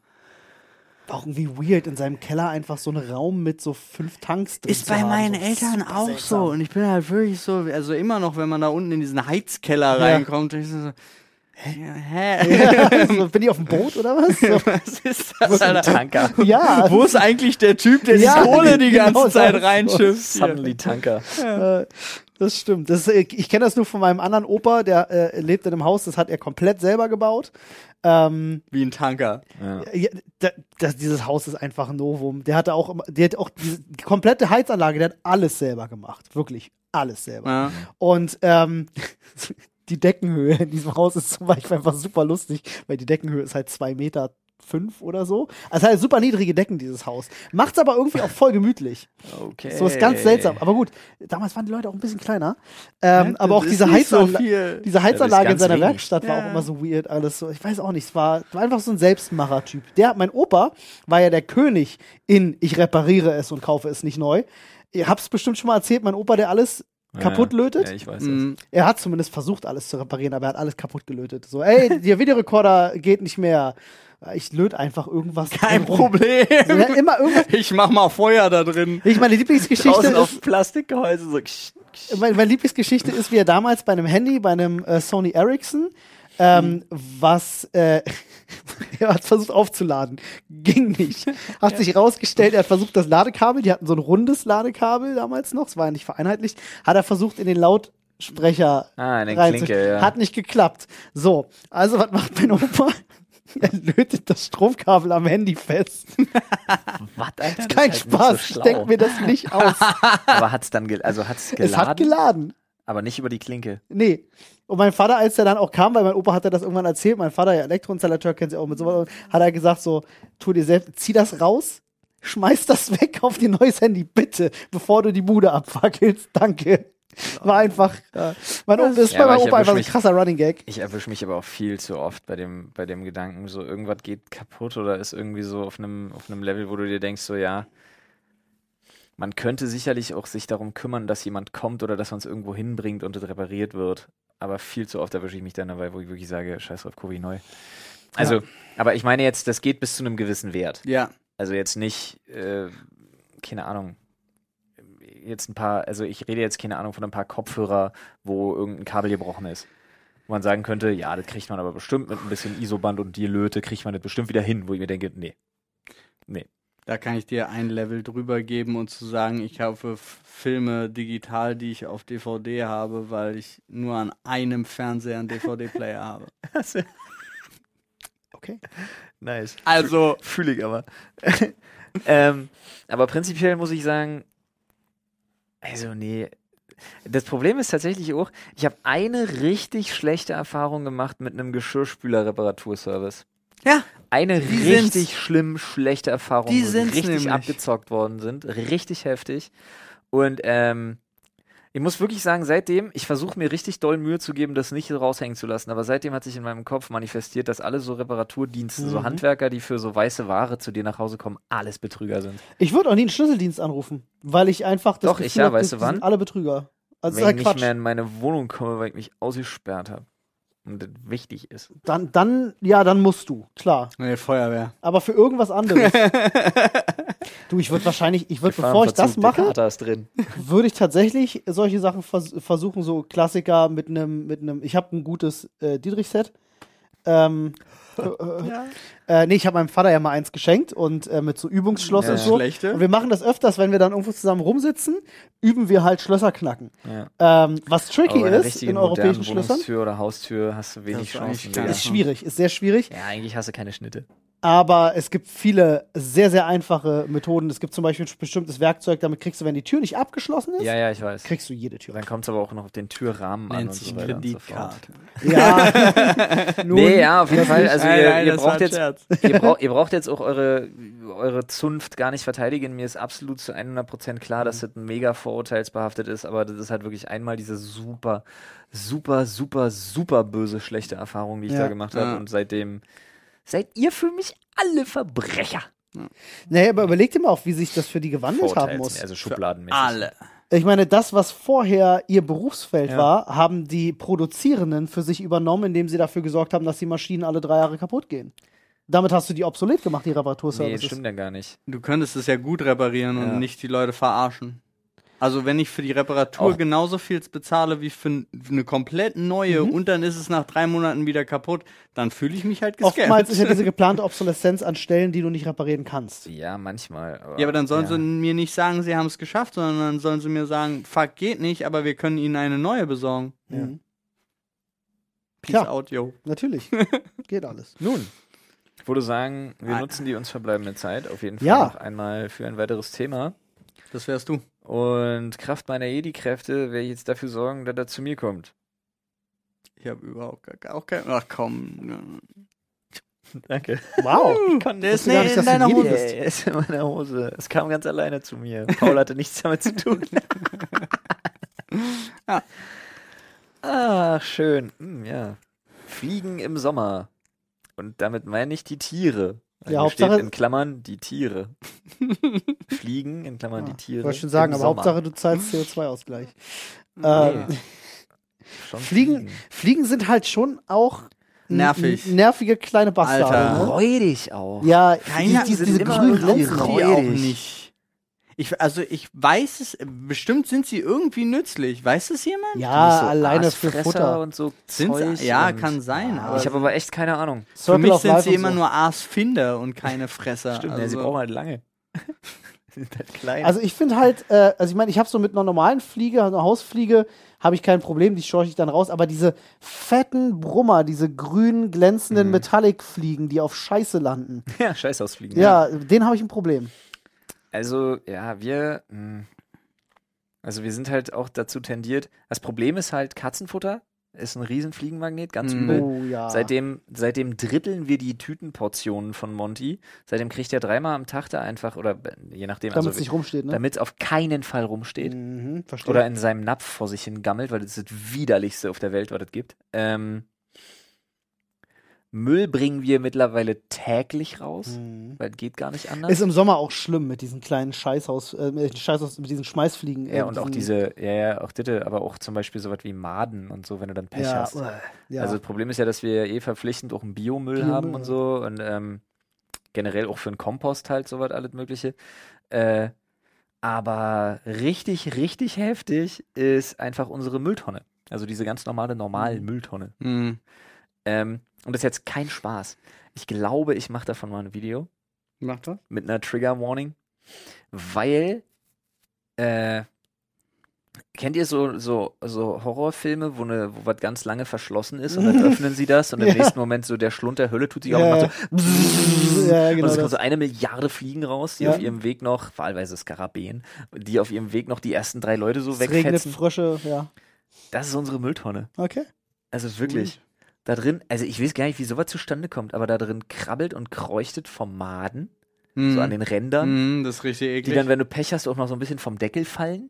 [SPEAKER 3] War auch irgendwie weird, in seinem Keller einfach so einen Raum mit so fünf Tanks drin.
[SPEAKER 1] Ist
[SPEAKER 3] zu
[SPEAKER 1] bei
[SPEAKER 3] haben.
[SPEAKER 1] meinen
[SPEAKER 3] So
[SPEAKER 1] Eltern
[SPEAKER 3] super
[SPEAKER 1] auch so.
[SPEAKER 3] seltsam.
[SPEAKER 1] Und ich bin halt wirklich so, also immer noch, wenn man da unten in diesen Heizkeller
[SPEAKER 3] Ja.
[SPEAKER 1] reinkommt, ich so, hä? hä?
[SPEAKER 3] [LAUGHS] Ja, so, bin ich auf dem Boot oder was? So,
[SPEAKER 1] Was ist das, Alter?
[SPEAKER 2] Tanker.
[SPEAKER 1] [LAUGHS]
[SPEAKER 3] ja, also
[SPEAKER 1] Wo ist eigentlich der Typ, der
[SPEAKER 3] Ja,
[SPEAKER 1] die Kohle die ganze
[SPEAKER 3] genau,
[SPEAKER 1] Zeit
[SPEAKER 3] das-
[SPEAKER 1] reinschifft? hier?
[SPEAKER 2] Suddenly Tanker.
[SPEAKER 3] äh, das stimmt. Das, ist- ich kenne das nur von meinem anderen Opa, der äh, lebt in einem Haus, das hat er komplett selber gebaut. Ähm,
[SPEAKER 1] Wie ein Tanker.
[SPEAKER 3] ja, da, das, dieses Haus ist einfach ein Novum. Der hatte auch, immer- der hat auch diese, die komplette Heizanlage, der hat alles selber gemacht. Wirklich alles selber.
[SPEAKER 1] Ja.
[SPEAKER 3] Und ähm, [LAUGHS] die Deckenhöhe in diesem Haus ist zum Beispiel einfach super lustig, weil die Deckenhöhe ist halt zwei Meter fünf oder so. Also halt super niedrige Decken, dieses Haus. Macht's aber irgendwie auch voll gemütlich.
[SPEAKER 2] Okay.
[SPEAKER 3] So ist ganz seltsam. Aber gut, damals waren die Leute auch ein bisschen kleiner. Ähm, aber auch
[SPEAKER 1] Das
[SPEAKER 3] diese,
[SPEAKER 1] ist nicht so
[SPEAKER 3] Heizanla
[SPEAKER 1] viel.
[SPEAKER 3] diese
[SPEAKER 2] Ja, das
[SPEAKER 3] Heizanlage
[SPEAKER 2] ist
[SPEAKER 3] in seiner
[SPEAKER 2] ganz wenig.
[SPEAKER 3] Werkstatt war
[SPEAKER 1] Ja.
[SPEAKER 3] auch immer so weird, alles so. Ich weiß auch nicht, es war, war einfach so ein Selbstmacher-Typ. Der, mein Opa war ja der König in ich repariere es und kaufe es nicht neu. Ihr habt's bestimmt schon mal erzählt, mein Opa, der alles [LAUGHS] kaputt lötet.
[SPEAKER 2] Ja, ich weiß
[SPEAKER 1] Mhm.
[SPEAKER 3] Er hat zumindest versucht, alles zu reparieren, aber er hat alles kaputt gelötet. So, ey, der [LAUGHS] Videorekorder geht nicht mehr. Ich löte einfach irgendwas.
[SPEAKER 1] Kein
[SPEAKER 3] drum rum.
[SPEAKER 1] Problem.
[SPEAKER 3] Ja, immer irgendwas.
[SPEAKER 1] Ich mach mal Feuer da drin.
[SPEAKER 3] Ich meine
[SPEAKER 2] es.
[SPEAKER 3] Lieblingsgeschichte
[SPEAKER 2] Draußen
[SPEAKER 3] ist,
[SPEAKER 2] auf Plastikgehäuse so. ksch, ksch.
[SPEAKER 3] meine, meine Lieblingsgeschichte ist, wie er damals bei einem Handy, bei einem äh, Sony Ericsson, ähm, was äh, [LAUGHS] er hat versucht aufzuladen. Ging nicht. Hat sich rausgestellt, er hat versucht, das Ladekabel, die hatten so ein rundes Ladekabel damals noch, es war ja nicht vereinheitlicht, hat er versucht, in den Lautsprecher
[SPEAKER 2] Ah, eine
[SPEAKER 3] reinzu-
[SPEAKER 2] Klinke, ja.
[SPEAKER 3] Hat nicht geklappt. So, also was macht mein Opa? [LAUGHS] Er lötet das Stromkabel am Handy fest.
[SPEAKER 2] Was, Alter? Das
[SPEAKER 3] Kein
[SPEAKER 2] ist halt
[SPEAKER 3] Spaß,
[SPEAKER 2] nicht so schlau.
[SPEAKER 3] denk mir das
[SPEAKER 2] [LAUGHS]
[SPEAKER 3] nicht aus.
[SPEAKER 2] Aber hat's dann gel also hat's geladen,
[SPEAKER 3] [LAUGHS] Es hat geladen.
[SPEAKER 2] aber nicht über die Klinke.
[SPEAKER 3] Nee. Und mein Vater, als der dann auch kam, weil mein Opa hat er das irgendwann erzählt, mein Vater, ja Elektroinstallateur, kennt sich auch mit sowas, aus, hat er gesagt so, tu dir selbst, zieh das raus, schmeiß das weg, kauf dir ein neues Handy, bitte, bevor du die Bude abfackelst, danke. War einfach, äh, mein Opa, das ist
[SPEAKER 2] Ja, aber
[SPEAKER 3] bei meinem
[SPEAKER 2] ich
[SPEAKER 3] Opa einfach so ein
[SPEAKER 2] erwisch mich-
[SPEAKER 3] krasser Running Gag.
[SPEAKER 2] Ich erwische mich aber auch viel zu oft bei dem, bei dem Gedanken, so irgendwas geht kaputt oder ist irgendwie so auf einem auf einem Level, wo du dir denkst, so ja, Man könnte sicherlich auch sich darum kümmern, dass jemand kommt oder dass man es irgendwo hinbringt und es repariert wird. Aber viel zu oft erwische ich mich dann dabei, wo ich wirklich sage, scheiß drauf, Kobi neu. Also, aber ich meine jetzt, das geht bis zu einem gewissen Wert.
[SPEAKER 1] Ja.
[SPEAKER 2] Also jetzt nicht, äh, keine Ahnung, jetzt ein paar, also ich rede jetzt keine Ahnung von ein paar Kopfhörer, wo irgendein Kabel gebrochen ist. Wo man sagen könnte, ja, das kriegt man aber bestimmt mit ein bisschen Isoband und die Löte kriegt man das bestimmt wieder hin, wo ich mir denke, nee.
[SPEAKER 1] Da kann ich dir ein Level drüber geben und zu sagen, ich kaufe F- Filme digital, die ich auf DVD habe, weil ich nur an einem Fernseher einen DVD-Player habe.
[SPEAKER 3] Okay.
[SPEAKER 2] [LAUGHS] Nice.
[SPEAKER 1] Also,
[SPEAKER 2] Fühle ich aber. [LAUGHS] ähm, aber prinzipiell muss ich sagen, also nee. Das Problem ist tatsächlich auch, ich habe eine richtig schlechte Erfahrung gemacht mit einem Geschirrspüler-Reparaturservice.
[SPEAKER 1] ja,
[SPEAKER 2] Eine
[SPEAKER 1] Die sind's.
[SPEAKER 2] richtig schlimm schlechte Erfahrung,
[SPEAKER 1] Die
[SPEAKER 2] wo sie
[SPEAKER 1] sind's
[SPEAKER 2] richtig
[SPEAKER 1] nämlich.
[SPEAKER 2] abgezockt worden sind, richtig heftig. Und ähm, ich muss wirklich sagen, seitdem, ich versuche mir richtig doll Mühe zu geben, das nicht raushängen zu lassen, aber seitdem hat sich in meinem Kopf manifestiert, dass alle so Reparaturdienste, so
[SPEAKER 3] Mhm.
[SPEAKER 2] Handwerker, die für so weiße Ware zu dir nach Hause kommen, alles Betrüger sind.
[SPEAKER 3] Ich würde auch nie einen Schlüsseldienst anrufen, weil ich einfach das
[SPEAKER 2] Doch, ich ja,
[SPEAKER 3] hab,
[SPEAKER 2] weißt
[SPEAKER 3] die-
[SPEAKER 2] du
[SPEAKER 3] die sind
[SPEAKER 2] wann?
[SPEAKER 3] alle Betrüger. Also
[SPEAKER 2] Wenn ich
[SPEAKER 3] das ist ja
[SPEAKER 2] nicht mehr
[SPEAKER 3] Quatsch.
[SPEAKER 2] in meine Wohnung komme, weil ich mich ausgesperrt habe. Und das wichtig ist.
[SPEAKER 3] Dann, dann, ja, dann musst du, klar.
[SPEAKER 1] nee, Feuerwehr.
[SPEAKER 3] Aber für
[SPEAKER 2] [LAUGHS]
[SPEAKER 3] irgendwas anderes. du, ich würde wahrscheinlich, ich würde, bevor ich das
[SPEAKER 2] Gefahrenverzug, der
[SPEAKER 3] mache,
[SPEAKER 2] Kater ist
[SPEAKER 3] [LAUGHS]
[SPEAKER 2] drin.
[SPEAKER 3] würde ich tatsächlich solche Sachen vers versuchen, so Klassiker mit einem, mit einem, ich habe ein gutes äh, Dietrich-Set. Ähm, äh, äh, nee, ich habe meinem Vater ja mal eins geschenkt und äh, mit so Übungsschloss
[SPEAKER 2] Ja.
[SPEAKER 3] und so.
[SPEAKER 1] Schlechte.
[SPEAKER 3] Und wir machen das öfters, wenn wir dann irgendwo zusammen rumsitzen, üben wir halt Schlösser knacken.
[SPEAKER 2] Ja.
[SPEAKER 3] Ähm, was tricky
[SPEAKER 2] Aber bei einer
[SPEAKER 3] ist
[SPEAKER 2] richtigen
[SPEAKER 3] in
[SPEAKER 2] modernen
[SPEAKER 3] europäischen Schlössern,
[SPEAKER 2] Wohnungstür oder Haustür hast du wenig
[SPEAKER 1] Das ist eigentlich
[SPEAKER 2] Chancen.
[SPEAKER 1] klar.
[SPEAKER 2] Digga.
[SPEAKER 3] ist schwierig, ist sehr schwierig.
[SPEAKER 2] Ja, eigentlich hast du keine Schnitte.
[SPEAKER 3] Aber es gibt viele sehr, sehr einfache Methoden. Es gibt zum Beispiel ein bestimmtes Werkzeug, damit kriegst du, wenn die Tür nicht abgeschlossen ist,
[SPEAKER 2] Ja, ja, ich weiß.
[SPEAKER 3] kriegst du jede Tür.
[SPEAKER 2] Dann kommt es aber auch noch auf den Türrahmen an
[SPEAKER 1] Nennt
[SPEAKER 2] und
[SPEAKER 1] sich
[SPEAKER 2] so weiter und so fort.
[SPEAKER 1] Kreditkarte.
[SPEAKER 3] Ja.
[SPEAKER 2] [LAUGHS]
[SPEAKER 3] Nun,
[SPEAKER 2] Nee, ja, auf jeden Fall. Also
[SPEAKER 1] Nein,
[SPEAKER 2] ihr,
[SPEAKER 1] nein,
[SPEAKER 2] ihr,
[SPEAKER 1] das war ein
[SPEAKER 2] braucht jetzt,
[SPEAKER 1] Scherz.
[SPEAKER 2] ihr, braucht, ihr braucht jetzt auch eure, eure Zunft gar nicht verteidigen. Mir ist absolut zu 100% klar,
[SPEAKER 1] Mhm.
[SPEAKER 2] dass das ein mega vorurteilsbehaftet ist, aber das ist halt wirklich einmal diese super, super, super, super böse, schlechte Erfahrung, die ich
[SPEAKER 3] Ja,
[SPEAKER 2] da gemacht habe.
[SPEAKER 1] ja.
[SPEAKER 2] Und seitdem seid ihr für mich alle Verbrecher.
[SPEAKER 3] Nee, aber überleg dir mal auch, wie sich das für die gewandelt haben muss.
[SPEAKER 2] also schubladenmäßig.
[SPEAKER 1] Alle.
[SPEAKER 3] Ich meine, das, was vorher ihr Berufsfeld
[SPEAKER 2] Ja.
[SPEAKER 3] war, haben die Produzierenden für sich übernommen, indem sie dafür gesorgt haben, dass die Maschinen alle drei Jahre kaputt gehen. Damit hast du die obsolet gemacht, die
[SPEAKER 2] Nee, das
[SPEAKER 3] Reparaturservices.
[SPEAKER 2] stimmt ja gar nicht.
[SPEAKER 1] Du könntest es ja gut reparieren
[SPEAKER 2] Ja.
[SPEAKER 1] und nicht die Leute verarschen. Also wenn ich für die Reparatur
[SPEAKER 2] Auch-
[SPEAKER 1] genauso viel bezahle wie für n- für eine komplett
[SPEAKER 2] Mhm.
[SPEAKER 1] neue und dann ist es nach drei Monaten wieder kaputt, dann fühle ich mich halt gescampt. [LAUGHS]
[SPEAKER 3] Oftmals ist ja diese geplante Obsoleszenz an Stellen, die du nicht reparieren kannst.
[SPEAKER 2] Ja, manchmal. Aber,
[SPEAKER 1] Ja, aber dann sollen
[SPEAKER 2] ja.
[SPEAKER 1] sie mir nicht sagen, sie haben es geschafft, sondern dann sollen sie mir sagen, fuck, geht nicht, aber wir können ihnen eine neue besorgen.
[SPEAKER 3] Mhm.
[SPEAKER 1] Peace
[SPEAKER 3] Klar.
[SPEAKER 1] out, yo. [LAUGHS]
[SPEAKER 3] Natürlich. Geht alles.
[SPEAKER 2] Nun, ich würde sagen, wir
[SPEAKER 1] Ah.
[SPEAKER 2] nutzen die uns verbleibende Zeit auf jeden Fall
[SPEAKER 3] Ja.
[SPEAKER 2] noch einmal für ein weiteres Thema.
[SPEAKER 1] Das wärst du.
[SPEAKER 2] Und Kraft meiner Jedi-Kräfte werde ich jetzt dafür sorgen, dass er zu mir kommt.
[SPEAKER 1] Ich habe überhaupt gar kein, auch kein, ach komm. ne.
[SPEAKER 2] Danke.
[SPEAKER 3] Wow.
[SPEAKER 1] Der ist
[SPEAKER 3] wusste gar
[SPEAKER 1] nicht
[SPEAKER 3] nicht,
[SPEAKER 1] in
[SPEAKER 3] dass du
[SPEAKER 1] deiner
[SPEAKER 3] ein Jedi
[SPEAKER 1] Hose.
[SPEAKER 3] bist.
[SPEAKER 2] Er ist in meiner Hose. Es kam ganz alleine zu mir. Paul hatte nichts damit zu tun.
[SPEAKER 1] [LAUGHS] Ja.
[SPEAKER 2] Ach, schön. Hm, ja. Fliegen im Sommer. Und damit meine ich die Tiere. Also
[SPEAKER 3] Ja,
[SPEAKER 2] hier
[SPEAKER 3] Hauptsache-
[SPEAKER 2] steht in Klammern die
[SPEAKER 3] [LAUGHS]
[SPEAKER 2] Tiere. Fliegen in Klammern die Tiere.
[SPEAKER 3] Ich wollte schon sagen,
[SPEAKER 2] im
[SPEAKER 3] aber
[SPEAKER 2] Sommer.
[SPEAKER 3] Hauptsache du zahlst CO2-Ausgleich.
[SPEAKER 2] Nee.
[SPEAKER 3] Ähm,
[SPEAKER 2] Schon
[SPEAKER 3] Fliegen, Fliegen sind halt schon auch n-
[SPEAKER 1] Nervig.
[SPEAKER 3] n- nervige kleine Bastarde.
[SPEAKER 1] Alter.
[SPEAKER 3] Ne?
[SPEAKER 2] Räudig auch.
[SPEAKER 3] Ja,
[SPEAKER 1] Keiner-
[SPEAKER 3] die, die,
[SPEAKER 1] die sind
[SPEAKER 3] diese
[SPEAKER 2] immer
[SPEAKER 3] grünen
[SPEAKER 2] irgendwie
[SPEAKER 3] Glänzen.
[SPEAKER 2] rau.
[SPEAKER 1] Die auch
[SPEAKER 2] Freudig.
[SPEAKER 1] nicht. Ich, also ich weiß es, bestimmt sind sie irgendwie nützlich. Weiß es jemand?
[SPEAKER 3] Ja,
[SPEAKER 2] so
[SPEAKER 3] alleine für
[SPEAKER 2] Aasfresser
[SPEAKER 3] Futter.
[SPEAKER 2] und so
[SPEAKER 1] Sind's-
[SPEAKER 2] Zeug
[SPEAKER 1] ja,
[SPEAKER 2] und
[SPEAKER 1] kann sein, aber-
[SPEAKER 2] ich habe aber echt keine Ahnung.
[SPEAKER 1] Für
[SPEAKER 3] Circle
[SPEAKER 1] mich
[SPEAKER 3] of
[SPEAKER 1] sind
[SPEAKER 3] Life
[SPEAKER 1] sie
[SPEAKER 3] und
[SPEAKER 1] immer
[SPEAKER 3] so.
[SPEAKER 1] nur Aasfinder und
[SPEAKER 2] [LAUGHS]
[SPEAKER 1] keine Fresser.
[SPEAKER 2] ja, sie
[SPEAKER 1] also-
[SPEAKER 2] brauchen halt [LAUGHS] lange. sind halt klein.
[SPEAKER 3] Also ich finde halt, äh, also ich meine, ich habe so mit einer normalen Fliege, einer Hausfliege, habe ich kein Problem, die scheuche ich dann raus, aber diese fetten Brummer, diese grünen, glänzenden
[SPEAKER 2] Mhm.
[SPEAKER 3] Metallic-Fliegen, die auf Scheiße landen,
[SPEAKER 2] ja, scheiß aus Fliegen.
[SPEAKER 3] ja, denen habe ich ein Problem.
[SPEAKER 2] Also, ja, wir. mh. Also, wir sind halt auch dazu tendiert. Das Problem ist halt, Katzenfutter ist ein riesen Fliegenmagnet, ganz
[SPEAKER 1] Mhm.
[SPEAKER 2] übel.
[SPEAKER 3] Oh ja.
[SPEAKER 2] Seitdem, seitdem dritteln wir die Tütenportionen von Monty. Seitdem kriegt er dreimal am Tag da einfach, oder äh, je nachdem,
[SPEAKER 3] Damit es
[SPEAKER 2] also,
[SPEAKER 3] nicht rumsteht, ne?
[SPEAKER 2] damit es auf keinen Fall rumsteht.
[SPEAKER 3] Mhm, verstehe.
[SPEAKER 2] Oder in seinem Napf vor sich hin gammelt, weil das ist das widerlichste auf der Welt, was es gibt. Ähm, Müll bringen wir mittlerweile täglich raus, weil geht gar nicht anders.
[SPEAKER 3] Mhm. Ist im Sommer auch schlimm mit diesen kleinen Scheißhaus, äh, mit, Scheißhaus, mit diesen Schmeißfliegen. äh,
[SPEAKER 2] ja, und auch
[SPEAKER 3] diesen-
[SPEAKER 2] diese, ja, ja, auch Ditte, aber auch zum Beispiel sowas wie Maden und so, wenn du dann Pech
[SPEAKER 3] Ja,
[SPEAKER 2] hast.
[SPEAKER 3] uah, ja.
[SPEAKER 2] Also das Problem ist ja, dass wir eh verpflichtend auch einen Biomüll
[SPEAKER 3] Biomüll,
[SPEAKER 2] haben und so und ähm, generell auch für einen Kompost halt sowas alles mögliche. Äh, aber richtig, richtig heftig ist einfach unsere Mülltonne. Also diese ganz normale, normale
[SPEAKER 3] Mhm.
[SPEAKER 2] Mülltonne.
[SPEAKER 1] Hm.
[SPEAKER 2] Ähm, und das ist jetzt kein Spaß. Ich glaube, ich mache davon mal ein Video
[SPEAKER 1] Macht das?
[SPEAKER 2] mit einer Trigger Warning, weil äh, kennt ihr so so so Horrorfilme, wo ne wo was ganz lange verschlossen ist und
[SPEAKER 3] [LAUGHS]
[SPEAKER 2] dann öffnen sie das und im
[SPEAKER 3] Ja.
[SPEAKER 2] nächsten Moment so der Schlund der Hölle tut sich auf
[SPEAKER 3] Ja, [LAUGHS]
[SPEAKER 2] und
[SPEAKER 3] ja.
[SPEAKER 2] macht so bzzz,
[SPEAKER 3] Ja, ja,
[SPEAKER 2] und
[SPEAKER 3] genau
[SPEAKER 2] es kommen
[SPEAKER 3] das.
[SPEAKER 2] so eine Milliarde Fliegen raus, die
[SPEAKER 3] Ja.
[SPEAKER 2] auf ihrem Weg noch wahlweise Skarabäen, die auf ihrem Weg noch die ersten drei Leute so
[SPEAKER 3] es regnet
[SPEAKER 2] wegfetzen.
[SPEAKER 3] Frösche, ja.
[SPEAKER 2] Das ist unsere Mülltonne.
[SPEAKER 3] Okay.
[SPEAKER 2] Also wirklich. Da drin, also ich weiß gar nicht, wie sowas zustande kommt, aber da drin krabbelt und kreuchtet vom Maden,
[SPEAKER 1] Hm.
[SPEAKER 3] Mhm.
[SPEAKER 2] so an den Rändern.
[SPEAKER 1] Hm, das ist richtig
[SPEAKER 2] Die
[SPEAKER 1] eklig.
[SPEAKER 2] dann, wenn du Pech hast, auch noch so ein bisschen vom Deckel fallen.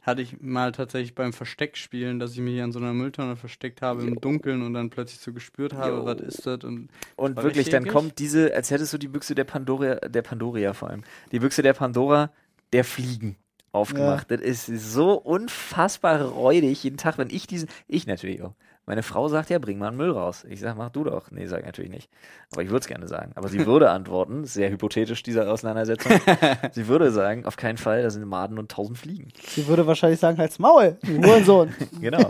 [SPEAKER 1] Hatte ich mal tatsächlich beim Versteckspielen, dass ich mich an so einer Mülltonne versteckt habe im Dunkeln und dann plötzlich so gespürt habe,
[SPEAKER 2] Jo.
[SPEAKER 1] was ist das? Und
[SPEAKER 2] Und
[SPEAKER 1] War
[SPEAKER 2] wirklich,
[SPEAKER 1] richtig
[SPEAKER 2] dann
[SPEAKER 1] eklig.
[SPEAKER 2] kommt diese, als hättest du die Büchse der Pandora, der Pandoria vor allem, die Büchse der Pandora der Fliegen aufgemacht. Das ist so unfassbar räudig jeden Tag, wenn ich diesen, ich natürlich auch. Meine Frau sagt ja, bring mal einen Müll raus. Ich sag, mach du doch. Nee, sag ich natürlich nicht. Aber ich würde es gerne sagen. Aber sie würde antworten, sehr hypothetisch diese Auseinandersetzung. sie würde sagen, auf keinen Fall, da sind Maden und tausend Fliegen.
[SPEAKER 3] Sie würde wahrscheinlich sagen, halt's Maul, du
[SPEAKER 1] [LAUGHS]
[SPEAKER 3] Hurensohn. [LAUGHS]
[SPEAKER 2] Genau.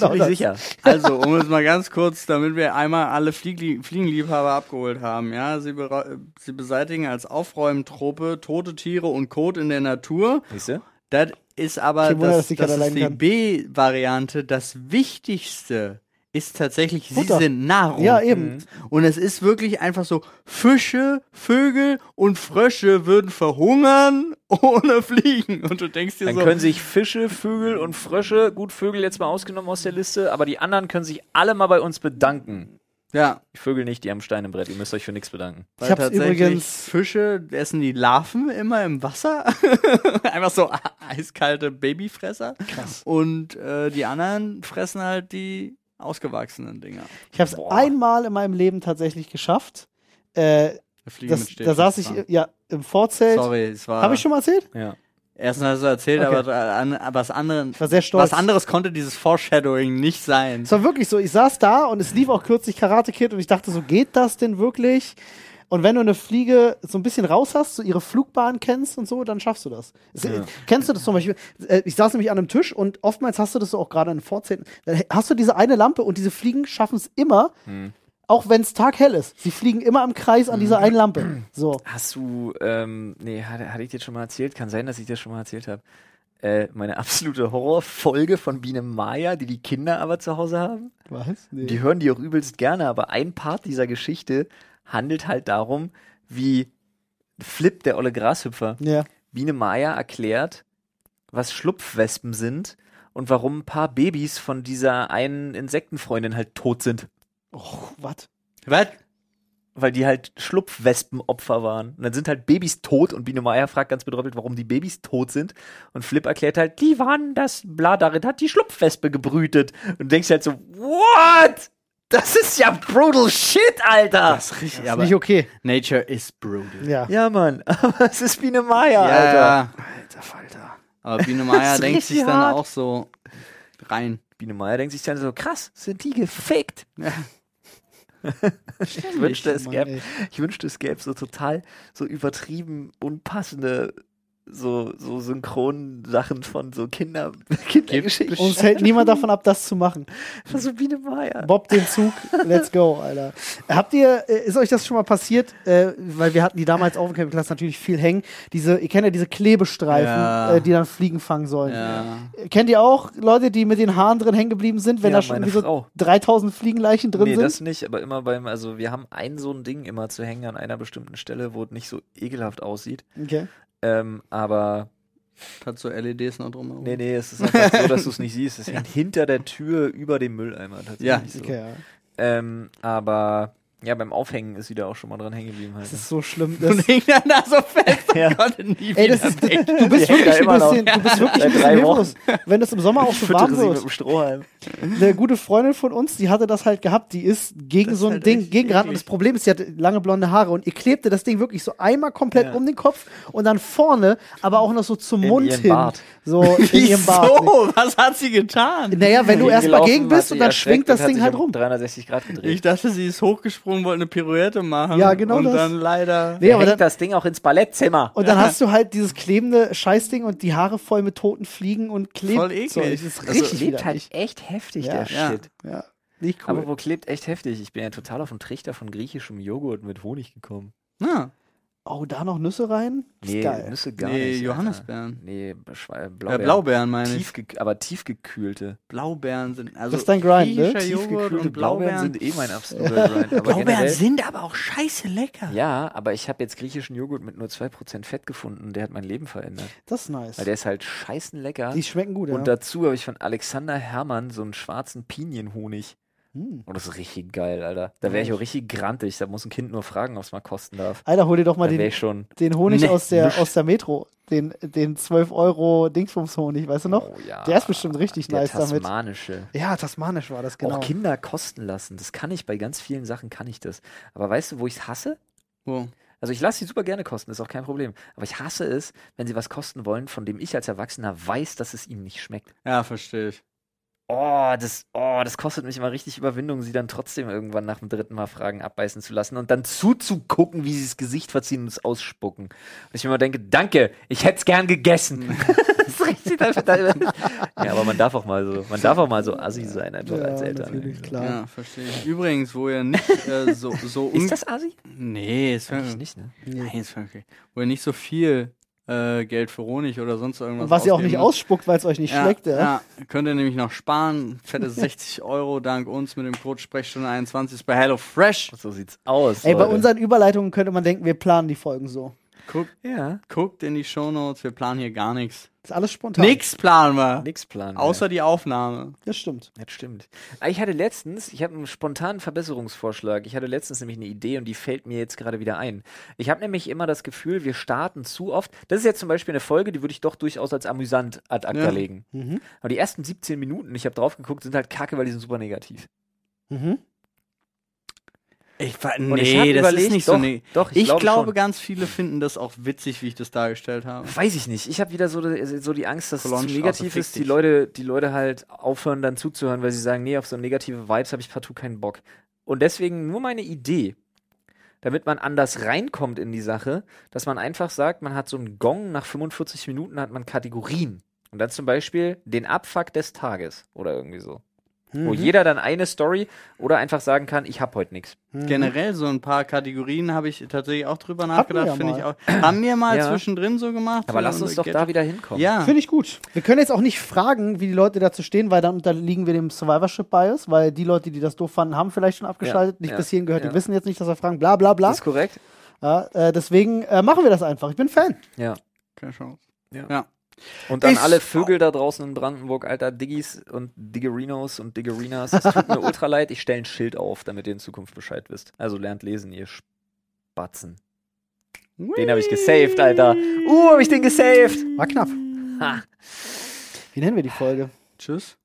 [SPEAKER 2] [LAUGHS] Ziemlich sicher.
[SPEAKER 1] also, um es mal ganz kurz, damit wir einmal alle Fliegli Fliegenliebhaber abgeholt haben, ja, sie, bera- sie beseitigen als Aufräumtruppe tote Tiere und Kot in der Natur.
[SPEAKER 2] Siehst du?
[SPEAKER 1] Das ist aber
[SPEAKER 3] Kein Wunder, dass
[SPEAKER 1] das,
[SPEAKER 3] die
[SPEAKER 1] das
[SPEAKER 3] keiner
[SPEAKER 1] ist
[SPEAKER 3] leiden
[SPEAKER 1] die
[SPEAKER 3] kann.
[SPEAKER 1] B-Variante. Das Wichtigste ist tatsächlich,
[SPEAKER 3] Futter.
[SPEAKER 1] sie sind Nahrung.
[SPEAKER 3] Ja, eben.
[SPEAKER 1] Und es ist wirklich einfach so, Fische, Vögel und Frösche würden verhungern [LAUGHS] ohne Fliegen. Und du denkst dir
[SPEAKER 2] Dann
[SPEAKER 1] so,
[SPEAKER 2] können sich Fische, Vögel und Frösche, gut Vögel jetzt mal ausgenommen aus der Liste, aber die anderen können sich alle mal bei uns bedanken.
[SPEAKER 1] ja,
[SPEAKER 2] Die Vögel nicht, die haben Stein im Brett. Ihr müsst euch für nichts bedanken.
[SPEAKER 1] weil
[SPEAKER 3] Ich hab's
[SPEAKER 1] tatsächlich
[SPEAKER 3] übrigens-
[SPEAKER 1] Fische essen die Larven immer im Wasser. [LAUGHS] einfach so e- eiskalte Babyfresser. Und äh, die anderen fressen halt die ausgewachsenen Dinger.
[SPEAKER 3] Ich habe es
[SPEAKER 2] Boah.
[SPEAKER 3] einmal in meinem Leben tatsächlich geschafft. Äh,
[SPEAKER 1] Die Fliegen
[SPEAKER 3] das,
[SPEAKER 1] mit
[SPEAKER 3] da saß ich
[SPEAKER 1] Stäbchen
[SPEAKER 3] ja im Vorzelt.
[SPEAKER 1] dran. Sorry, es war.
[SPEAKER 3] Habe ich schon mal erzählt?
[SPEAKER 2] Ja.
[SPEAKER 1] Erstens hast du erzählt,
[SPEAKER 3] Okay.
[SPEAKER 1] aber da- an, was, anderen,
[SPEAKER 3] Ich war sehr
[SPEAKER 1] was
[SPEAKER 3] stolz.
[SPEAKER 1] anderes konnte dieses Foreshadowing nicht sein.
[SPEAKER 3] Es war wirklich so, ich saß da und es lief auch kürzlich Karate Kid und ich dachte so, geht das denn wirklich? Und wenn du eine Fliege so ein bisschen raus hast, so ihre Flugbahn kennst und so, dann schaffst du das. Es, Kennst du das zum Beispiel? Äh, Ich saß nämlich an einem Tisch und oftmals hast du das so auch gerade in den Vorzehnten. Dann hast du diese eine Lampe und diese Fliegen schaffen es immer, auch wenn es taghell ist. Sie fliegen immer im Kreis an dieser einen Lampe. So.
[SPEAKER 2] Hast du, ähm, nee, hatte, hatte ich dir schon mal erzählt? Kann sein, dass ich dir schon mal erzählt habe. Äh, meine absolute Horrorfolge von Biene Maya, die die Kinder aber zu Hause haben.
[SPEAKER 3] Was?
[SPEAKER 2] Die hören die auch übelst gerne, aber ein Part dieser Geschichte handelt halt darum, wie Flip, der olle Grashüpfer,
[SPEAKER 3] Ja.
[SPEAKER 2] Biene Maya erklärt, was Schlupfwespen sind und warum ein paar Babys von dieser einen Insektenfreundin halt tot sind.
[SPEAKER 3] Oh, was?
[SPEAKER 1] Was?
[SPEAKER 2] Weil die halt Schlupfwespenopfer waren. Und dann sind halt Babys tot und Biene Maya fragt ganz bedroppelt, warum die Babys tot sind. Und Flip erklärt halt, die waren das, bla, darin hat die Schlupfwespe gebrütet. Und du denkst halt so, what? Das ist ja brutal shit, Alter!
[SPEAKER 1] Das ist richtig,
[SPEAKER 3] Ist
[SPEAKER 1] aber
[SPEAKER 3] nicht okay.
[SPEAKER 1] Nature is brutal.
[SPEAKER 3] Ja.
[SPEAKER 2] ja, Mann, [LAUGHS] aber es ist Biene Maya,
[SPEAKER 1] Ja,
[SPEAKER 2] Alter.
[SPEAKER 1] ja.
[SPEAKER 2] Alter Falter.
[SPEAKER 1] Aber Biene
[SPEAKER 2] Das
[SPEAKER 1] Meier
[SPEAKER 2] ist
[SPEAKER 1] denkt
[SPEAKER 2] richtig
[SPEAKER 1] sich dann
[SPEAKER 2] hart.
[SPEAKER 1] auch so rein.
[SPEAKER 2] Biene Meier denkt sich dann so, krass, sind die
[SPEAKER 3] [LAUGHS]
[SPEAKER 2] gefickt.
[SPEAKER 1] Ja.
[SPEAKER 2] ich, wünschte, es
[SPEAKER 3] Mann,
[SPEAKER 2] gäbe,
[SPEAKER 3] ey.
[SPEAKER 2] ich wünschte, es gäbe so total so übertrieben unpassende so, so synchronen Sachen von so Kinder, [LAUGHS] Kindergeschichten.
[SPEAKER 3] Uns hält niemand davon ab, das zu machen.
[SPEAKER 2] Das war so Biene Meier.
[SPEAKER 3] Bob den Zug, let's go, Alter. Habt ihr, äh, ist euch das schon mal passiert? Äh, weil wir hatten die damals auf dem Campingplatz natürlich viel hängen. Diese, ihr kennt ja diese Klebestreifen,
[SPEAKER 1] Ja.
[SPEAKER 3] äh, die dann Fliegen fangen sollen.
[SPEAKER 1] Ja.
[SPEAKER 3] Äh, Kennt ihr auch Leute, die mit den Haaren drin hängen geblieben sind, wenn
[SPEAKER 2] Ja,
[SPEAKER 3] da schon
[SPEAKER 2] meine
[SPEAKER 3] irgendwie
[SPEAKER 2] Frau.
[SPEAKER 3] so 3000 Fliegenleichen drin
[SPEAKER 2] Nee,
[SPEAKER 3] sind?
[SPEAKER 2] das nicht, aber immer beim, also wir haben ein so ein Ding immer zu hängen an einer bestimmten Stelle, wo es nicht so ekelhaft aussieht.
[SPEAKER 3] okay.
[SPEAKER 2] Ähm, aber
[SPEAKER 1] Hat so LEDs noch drumherum.
[SPEAKER 2] nee, nee, es ist einfach so, dass du es nicht siehst.
[SPEAKER 3] [LAUGHS]
[SPEAKER 2] Es hängt hinter der Tür über dem Mülleimer tatsächlich.
[SPEAKER 1] Ja.
[SPEAKER 2] so.
[SPEAKER 3] okay ja.
[SPEAKER 2] Ähm, aber Ja, beim Aufhängen ist sie da auch schon mal dran hängen geblieben. Halt.
[SPEAKER 3] Das ist so schlimm. Das,
[SPEAKER 2] [LAUGHS]
[SPEAKER 1] Und hing dann da so fest
[SPEAKER 3] [LAUGHS]
[SPEAKER 1] und
[SPEAKER 2] Ja.
[SPEAKER 1] konnte nie
[SPEAKER 3] ey,
[SPEAKER 1] wieder
[SPEAKER 3] das ist,
[SPEAKER 1] weg.
[SPEAKER 3] du bist
[SPEAKER 2] Die hängt
[SPEAKER 3] wirklich
[SPEAKER 2] da
[SPEAKER 3] ein
[SPEAKER 2] immer noch.
[SPEAKER 3] bisschen, du bist wirklich ein
[SPEAKER 2] Seit
[SPEAKER 3] bisschen
[SPEAKER 2] drei Wochen.
[SPEAKER 3] hilflos, wenn das im Sommer auch so warm
[SPEAKER 2] sie mit
[SPEAKER 3] wird.
[SPEAKER 2] dem Strohhalm.
[SPEAKER 3] Eine gute Freundin von uns, die hatte das halt gehabt, die ist gegen so ein
[SPEAKER 1] halt
[SPEAKER 3] Ding
[SPEAKER 1] echt
[SPEAKER 3] gegengerannt und
[SPEAKER 1] eklig.
[SPEAKER 3] das Problem ist, sie hatte lange blonde Haare und ihr klebte das Ding wirklich so einmal komplett
[SPEAKER 2] Ja.
[SPEAKER 3] um den Kopf und dann vorne, aber auch noch so zum
[SPEAKER 2] In
[SPEAKER 3] Mund
[SPEAKER 2] ihren
[SPEAKER 3] hin.
[SPEAKER 2] Bart. [LAUGHS]
[SPEAKER 3] So [LAUGHS] in ihrem Bart.
[SPEAKER 1] Wieso? Was hat sie getan?
[SPEAKER 3] Naja, wenn du erstmal
[SPEAKER 2] Hingelaufen,
[SPEAKER 3] gegen
[SPEAKER 2] hat
[SPEAKER 3] bist
[SPEAKER 2] sie
[SPEAKER 3] und dann
[SPEAKER 2] erschreckt
[SPEAKER 3] schwingt das
[SPEAKER 2] und hat
[SPEAKER 3] Ding
[SPEAKER 2] sich
[SPEAKER 3] halt
[SPEAKER 2] um
[SPEAKER 3] rum.
[SPEAKER 2] 360 Grad gedreht.
[SPEAKER 1] Ich dachte, sie ist hochgesprungen, wollte eine Pirouette machen.
[SPEAKER 3] Ja, genau
[SPEAKER 1] Und
[SPEAKER 3] das.
[SPEAKER 1] dann leider.
[SPEAKER 3] Nee, aber
[SPEAKER 2] hängt
[SPEAKER 3] dann,
[SPEAKER 2] das Ding auch ins Ballettzimmer.
[SPEAKER 3] und dann hast du halt dieses klebende Scheißding und die Haare voll mit toten Fliegen und Kleb.
[SPEAKER 1] Voll eklig.
[SPEAKER 3] Zeug. Das ist
[SPEAKER 2] Also,
[SPEAKER 3] richtig
[SPEAKER 2] klebt
[SPEAKER 3] widerlich.
[SPEAKER 2] halt echt heftig,
[SPEAKER 3] Ja.
[SPEAKER 2] der
[SPEAKER 1] Ja.
[SPEAKER 2] Shit.
[SPEAKER 3] Ja, nicht cool.
[SPEAKER 2] Aber wo klebt echt heftig? Ich bin ja total auf den Trichter von griechischem Joghurt mit Honig gekommen.
[SPEAKER 1] Ah,
[SPEAKER 3] oh, da noch Nüsse rein? Ist
[SPEAKER 2] Nee,
[SPEAKER 3] geil.
[SPEAKER 2] Nüsse gar
[SPEAKER 1] Nee,
[SPEAKER 2] nicht. Alter.
[SPEAKER 1] Johannisbeeren.
[SPEAKER 2] Nee, Schwe-
[SPEAKER 1] ja,
[SPEAKER 2] Blaubeeren.
[SPEAKER 1] Blaubeeren meine ich.
[SPEAKER 2] Tiefge aber tiefgekühlte.
[SPEAKER 1] Blaubeeren sind. Also
[SPEAKER 3] Das ist dein Grind, ne?
[SPEAKER 1] griechischer Joghurt
[SPEAKER 2] Tiefgekühlte
[SPEAKER 1] und Blaubeeren.
[SPEAKER 2] sind eh mein absoluter Grind. Aber
[SPEAKER 1] Blaubeeren
[SPEAKER 2] generell,
[SPEAKER 1] sind aber auch scheiße lecker.
[SPEAKER 2] ja, aber ich habe jetzt griechischen Joghurt mit nur 2% Fett gefunden. Der hat mein Leben verändert.
[SPEAKER 3] Das ist nice.
[SPEAKER 2] Weil der ist halt scheißen lecker.
[SPEAKER 3] Die schmecken gut,
[SPEAKER 2] Und
[SPEAKER 3] ja.
[SPEAKER 2] dazu habe ich von Alexander Hermann so einen schwarzen Pinienhonig.
[SPEAKER 3] Hm.
[SPEAKER 2] Und das ist richtig geil, Alter. Da wäre ich auch richtig grantig. Da muss ein Kind nur fragen, ob es mal kosten darf.
[SPEAKER 3] Alter, hol dir doch mal
[SPEAKER 2] Da wäre
[SPEAKER 3] den,
[SPEAKER 2] ich schon.
[SPEAKER 3] den Honig
[SPEAKER 1] Nee,
[SPEAKER 3] aus, der,
[SPEAKER 1] nicht.
[SPEAKER 3] aus der Metro. Den, den 12 Euro Dingsbums-Honig, weißt du noch?
[SPEAKER 2] Oh, ja.
[SPEAKER 3] Der ist bestimmt richtig
[SPEAKER 2] Der
[SPEAKER 3] nice damit.
[SPEAKER 2] tasmanische.
[SPEAKER 3] Ja, tasmanisch war das, genau.
[SPEAKER 2] Auch Kinder kosten lassen. Das kann ich bei ganz vielen Sachen, kann ich das. Aber weißt du, wo ich es hasse?
[SPEAKER 1] Wo?
[SPEAKER 2] Also ich lasse sie super gerne kosten, ist auch kein Problem. Aber ich hasse es, wenn sie was kosten wollen, von dem ich als Erwachsener weiß, dass es ihnen nicht schmeckt.
[SPEAKER 1] Ja, verstehe ich.
[SPEAKER 2] Oh, das, oh, das kostet mich immer richtig Überwindung, sie dann trotzdem irgendwann nach dem dritten Mal Fragen abbeißen zu lassen und dann zuzugucken, wie sie das Gesicht verziehen und es ausspucken. Und ich mir immer denke, danke, ich hätte es gern
[SPEAKER 3] Mhm.
[SPEAKER 2] gegessen. [LAUGHS] das ist richtig einfach. ja, aber man darf auch mal so, man darf auch mal so ne? assi sein, einfach
[SPEAKER 3] ja,
[SPEAKER 2] als Eltern. also.
[SPEAKER 3] natürlich, klar.
[SPEAKER 1] Ja, verstehe ich. Übrigens, wo ihr nicht äh,
[SPEAKER 3] [LAUGHS]
[SPEAKER 1] so, so un-
[SPEAKER 2] Ist das assi?
[SPEAKER 1] Nee, ist
[SPEAKER 2] Eigentlich
[SPEAKER 1] wirklich
[SPEAKER 2] nicht, ne?
[SPEAKER 1] Nein, ist wirklich. Wo ihr nicht so viel äh, Geld für Honig oder sonst irgendwas.
[SPEAKER 3] Und was ihr auch nicht
[SPEAKER 1] ausgeben müsst.
[SPEAKER 3] ausspuckt, weil es euch nicht schmeckt, ja.
[SPEAKER 1] Könnt ihr nämlich noch sparen. Fette 60 Euro dank uns mit dem Code Sprechstunde 21 ist bei HelloFresh.
[SPEAKER 2] So sieht's aus.
[SPEAKER 3] Ey, bei
[SPEAKER 2] Leute.
[SPEAKER 3] unseren Überleitungen könnte man denken, wir planen die Folgen so.
[SPEAKER 1] Guckt,
[SPEAKER 2] Ja,
[SPEAKER 1] guckt in die Shownotes, wir planen hier gar nichts.
[SPEAKER 3] Ist alles spontan.
[SPEAKER 1] Nix planen wir.
[SPEAKER 2] nix planen.
[SPEAKER 1] Außer die Aufnahme.
[SPEAKER 3] Das stimmt.
[SPEAKER 2] Ja, das stimmt. Ah, Ich hatte letztens, ich habe einen spontanen Verbesserungsvorschlag. Ich hatte letztens nämlich eine Idee und die fällt mir jetzt gerade wieder ein. Ich habe nämlich immer das Gefühl, wir starten zu oft. Das ist jetzt zum Beispiel eine Folge, die würde ich doch durchaus als amüsant ad acta
[SPEAKER 1] Ja.
[SPEAKER 2] legen.
[SPEAKER 3] Mhm.
[SPEAKER 2] Aber die ersten 17 Minuten, ich habe drauf geguckt, sind halt kacke, weil die sind super negativ.
[SPEAKER 3] Mhm.
[SPEAKER 1] Ich, ver-
[SPEAKER 2] Und ich hab
[SPEAKER 1] nee, das
[SPEAKER 2] überlegt,
[SPEAKER 1] ist nicht
[SPEAKER 2] doch,
[SPEAKER 1] so. Nee.
[SPEAKER 2] Doch,
[SPEAKER 1] Ich, glaube,
[SPEAKER 2] glaube
[SPEAKER 1] ganz viele finden das auch witzig, wie ich das dargestellt habe.
[SPEAKER 2] Weiß ich nicht. Ich habe wieder so, so die Angst, dass es
[SPEAKER 1] Solange
[SPEAKER 2] zu
[SPEAKER 1] Straße
[SPEAKER 2] negativ
[SPEAKER 1] fick
[SPEAKER 2] ist, die
[SPEAKER 1] dich.
[SPEAKER 2] Leute, die Leute halt aufhören, dann zuzuhören, weil sie sagen, nee, auf so negative Vibes habe ich partout keinen Bock. Und deswegen nur meine Idee, damit man anders reinkommt in die Sache, dass man einfach sagt, man hat so einen Gong, nach 45 Minuten hat man Kategorien. Und dann zum Beispiel den Abfuck des Tages oder irgendwie so.
[SPEAKER 1] Mhm.
[SPEAKER 2] Wo jeder dann eine Story oder einfach sagen kann, ich hab heute nichts.
[SPEAKER 3] Mhm.
[SPEAKER 1] Generell so ein paar Kategorien habe ich tatsächlich auch drüber
[SPEAKER 3] Hatten wir
[SPEAKER 1] nachgedacht,
[SPEAKER 3] ja
[SPEAKER 1] finde ich
[SPEAKER 3] mal.
[SPEAKER 1] auch. Haben wir mal
[SPEAKER 2] Ja.
[SPEAKER 1] zwischendrin so gemacht.
[SPEAKER 2] Aber
[SPEAKER 1] so
[SPEAKER 2] lass uns
[SPEAKER 1] unsere
[SPEAKER 2] doch da
[SPEAKER 1] Gadget-
[SPEAKER 2] wieder hinkommen.
[SPEAKER 1] Ja.
[SPEAKER 3] Finde ich gut. mhm. Wir können jetzt auch nicht fragen, wie die Leute dazu stehen, weil dann unterliegen wir dem Survivorship-Bias, weil die Leute, die das doof fanden, haben vielleicht schon abgeschaltet, nicht
[SPEAKER 2] ja,
[SPEAKER 3] bis hierhin gehört,
[SPEAKER 2] ja.
[SPEAKER 3] die wissen jetzt nicht, dass wir fragen, bla bla bla.
[SPEAKER 2] Ist korrekt?
[SPEAKER 3] Ja, äh, deswegen äh, machen wir das einfach. Ich bin Fan.
[SPEAKER 2] Ja.
[SPEAKER 1] Keine Chance.
[SPEAKER 2] Und dann
[SPEAKER 1] Ist-
[SPEAKER 2] alle Vögel da draußen in Brandenburg, alter Diggis und Diggerinos und Diggerinas. Es tut mir ultra leid. Ich stelle ein Schild auf, damit ihr in Zukunft Bescheid wisst. Also lernt lesen, ihr Spatzen. Den habe ich gesaved, Alter. Uh, habe ich den gesaved.
[SPEAKER 3] War knapp.
[SPEAKER 2] Ha.
[SPEAKER 3] Wie nennen wir die Folge?
[SPEAKER 1] Tschüss.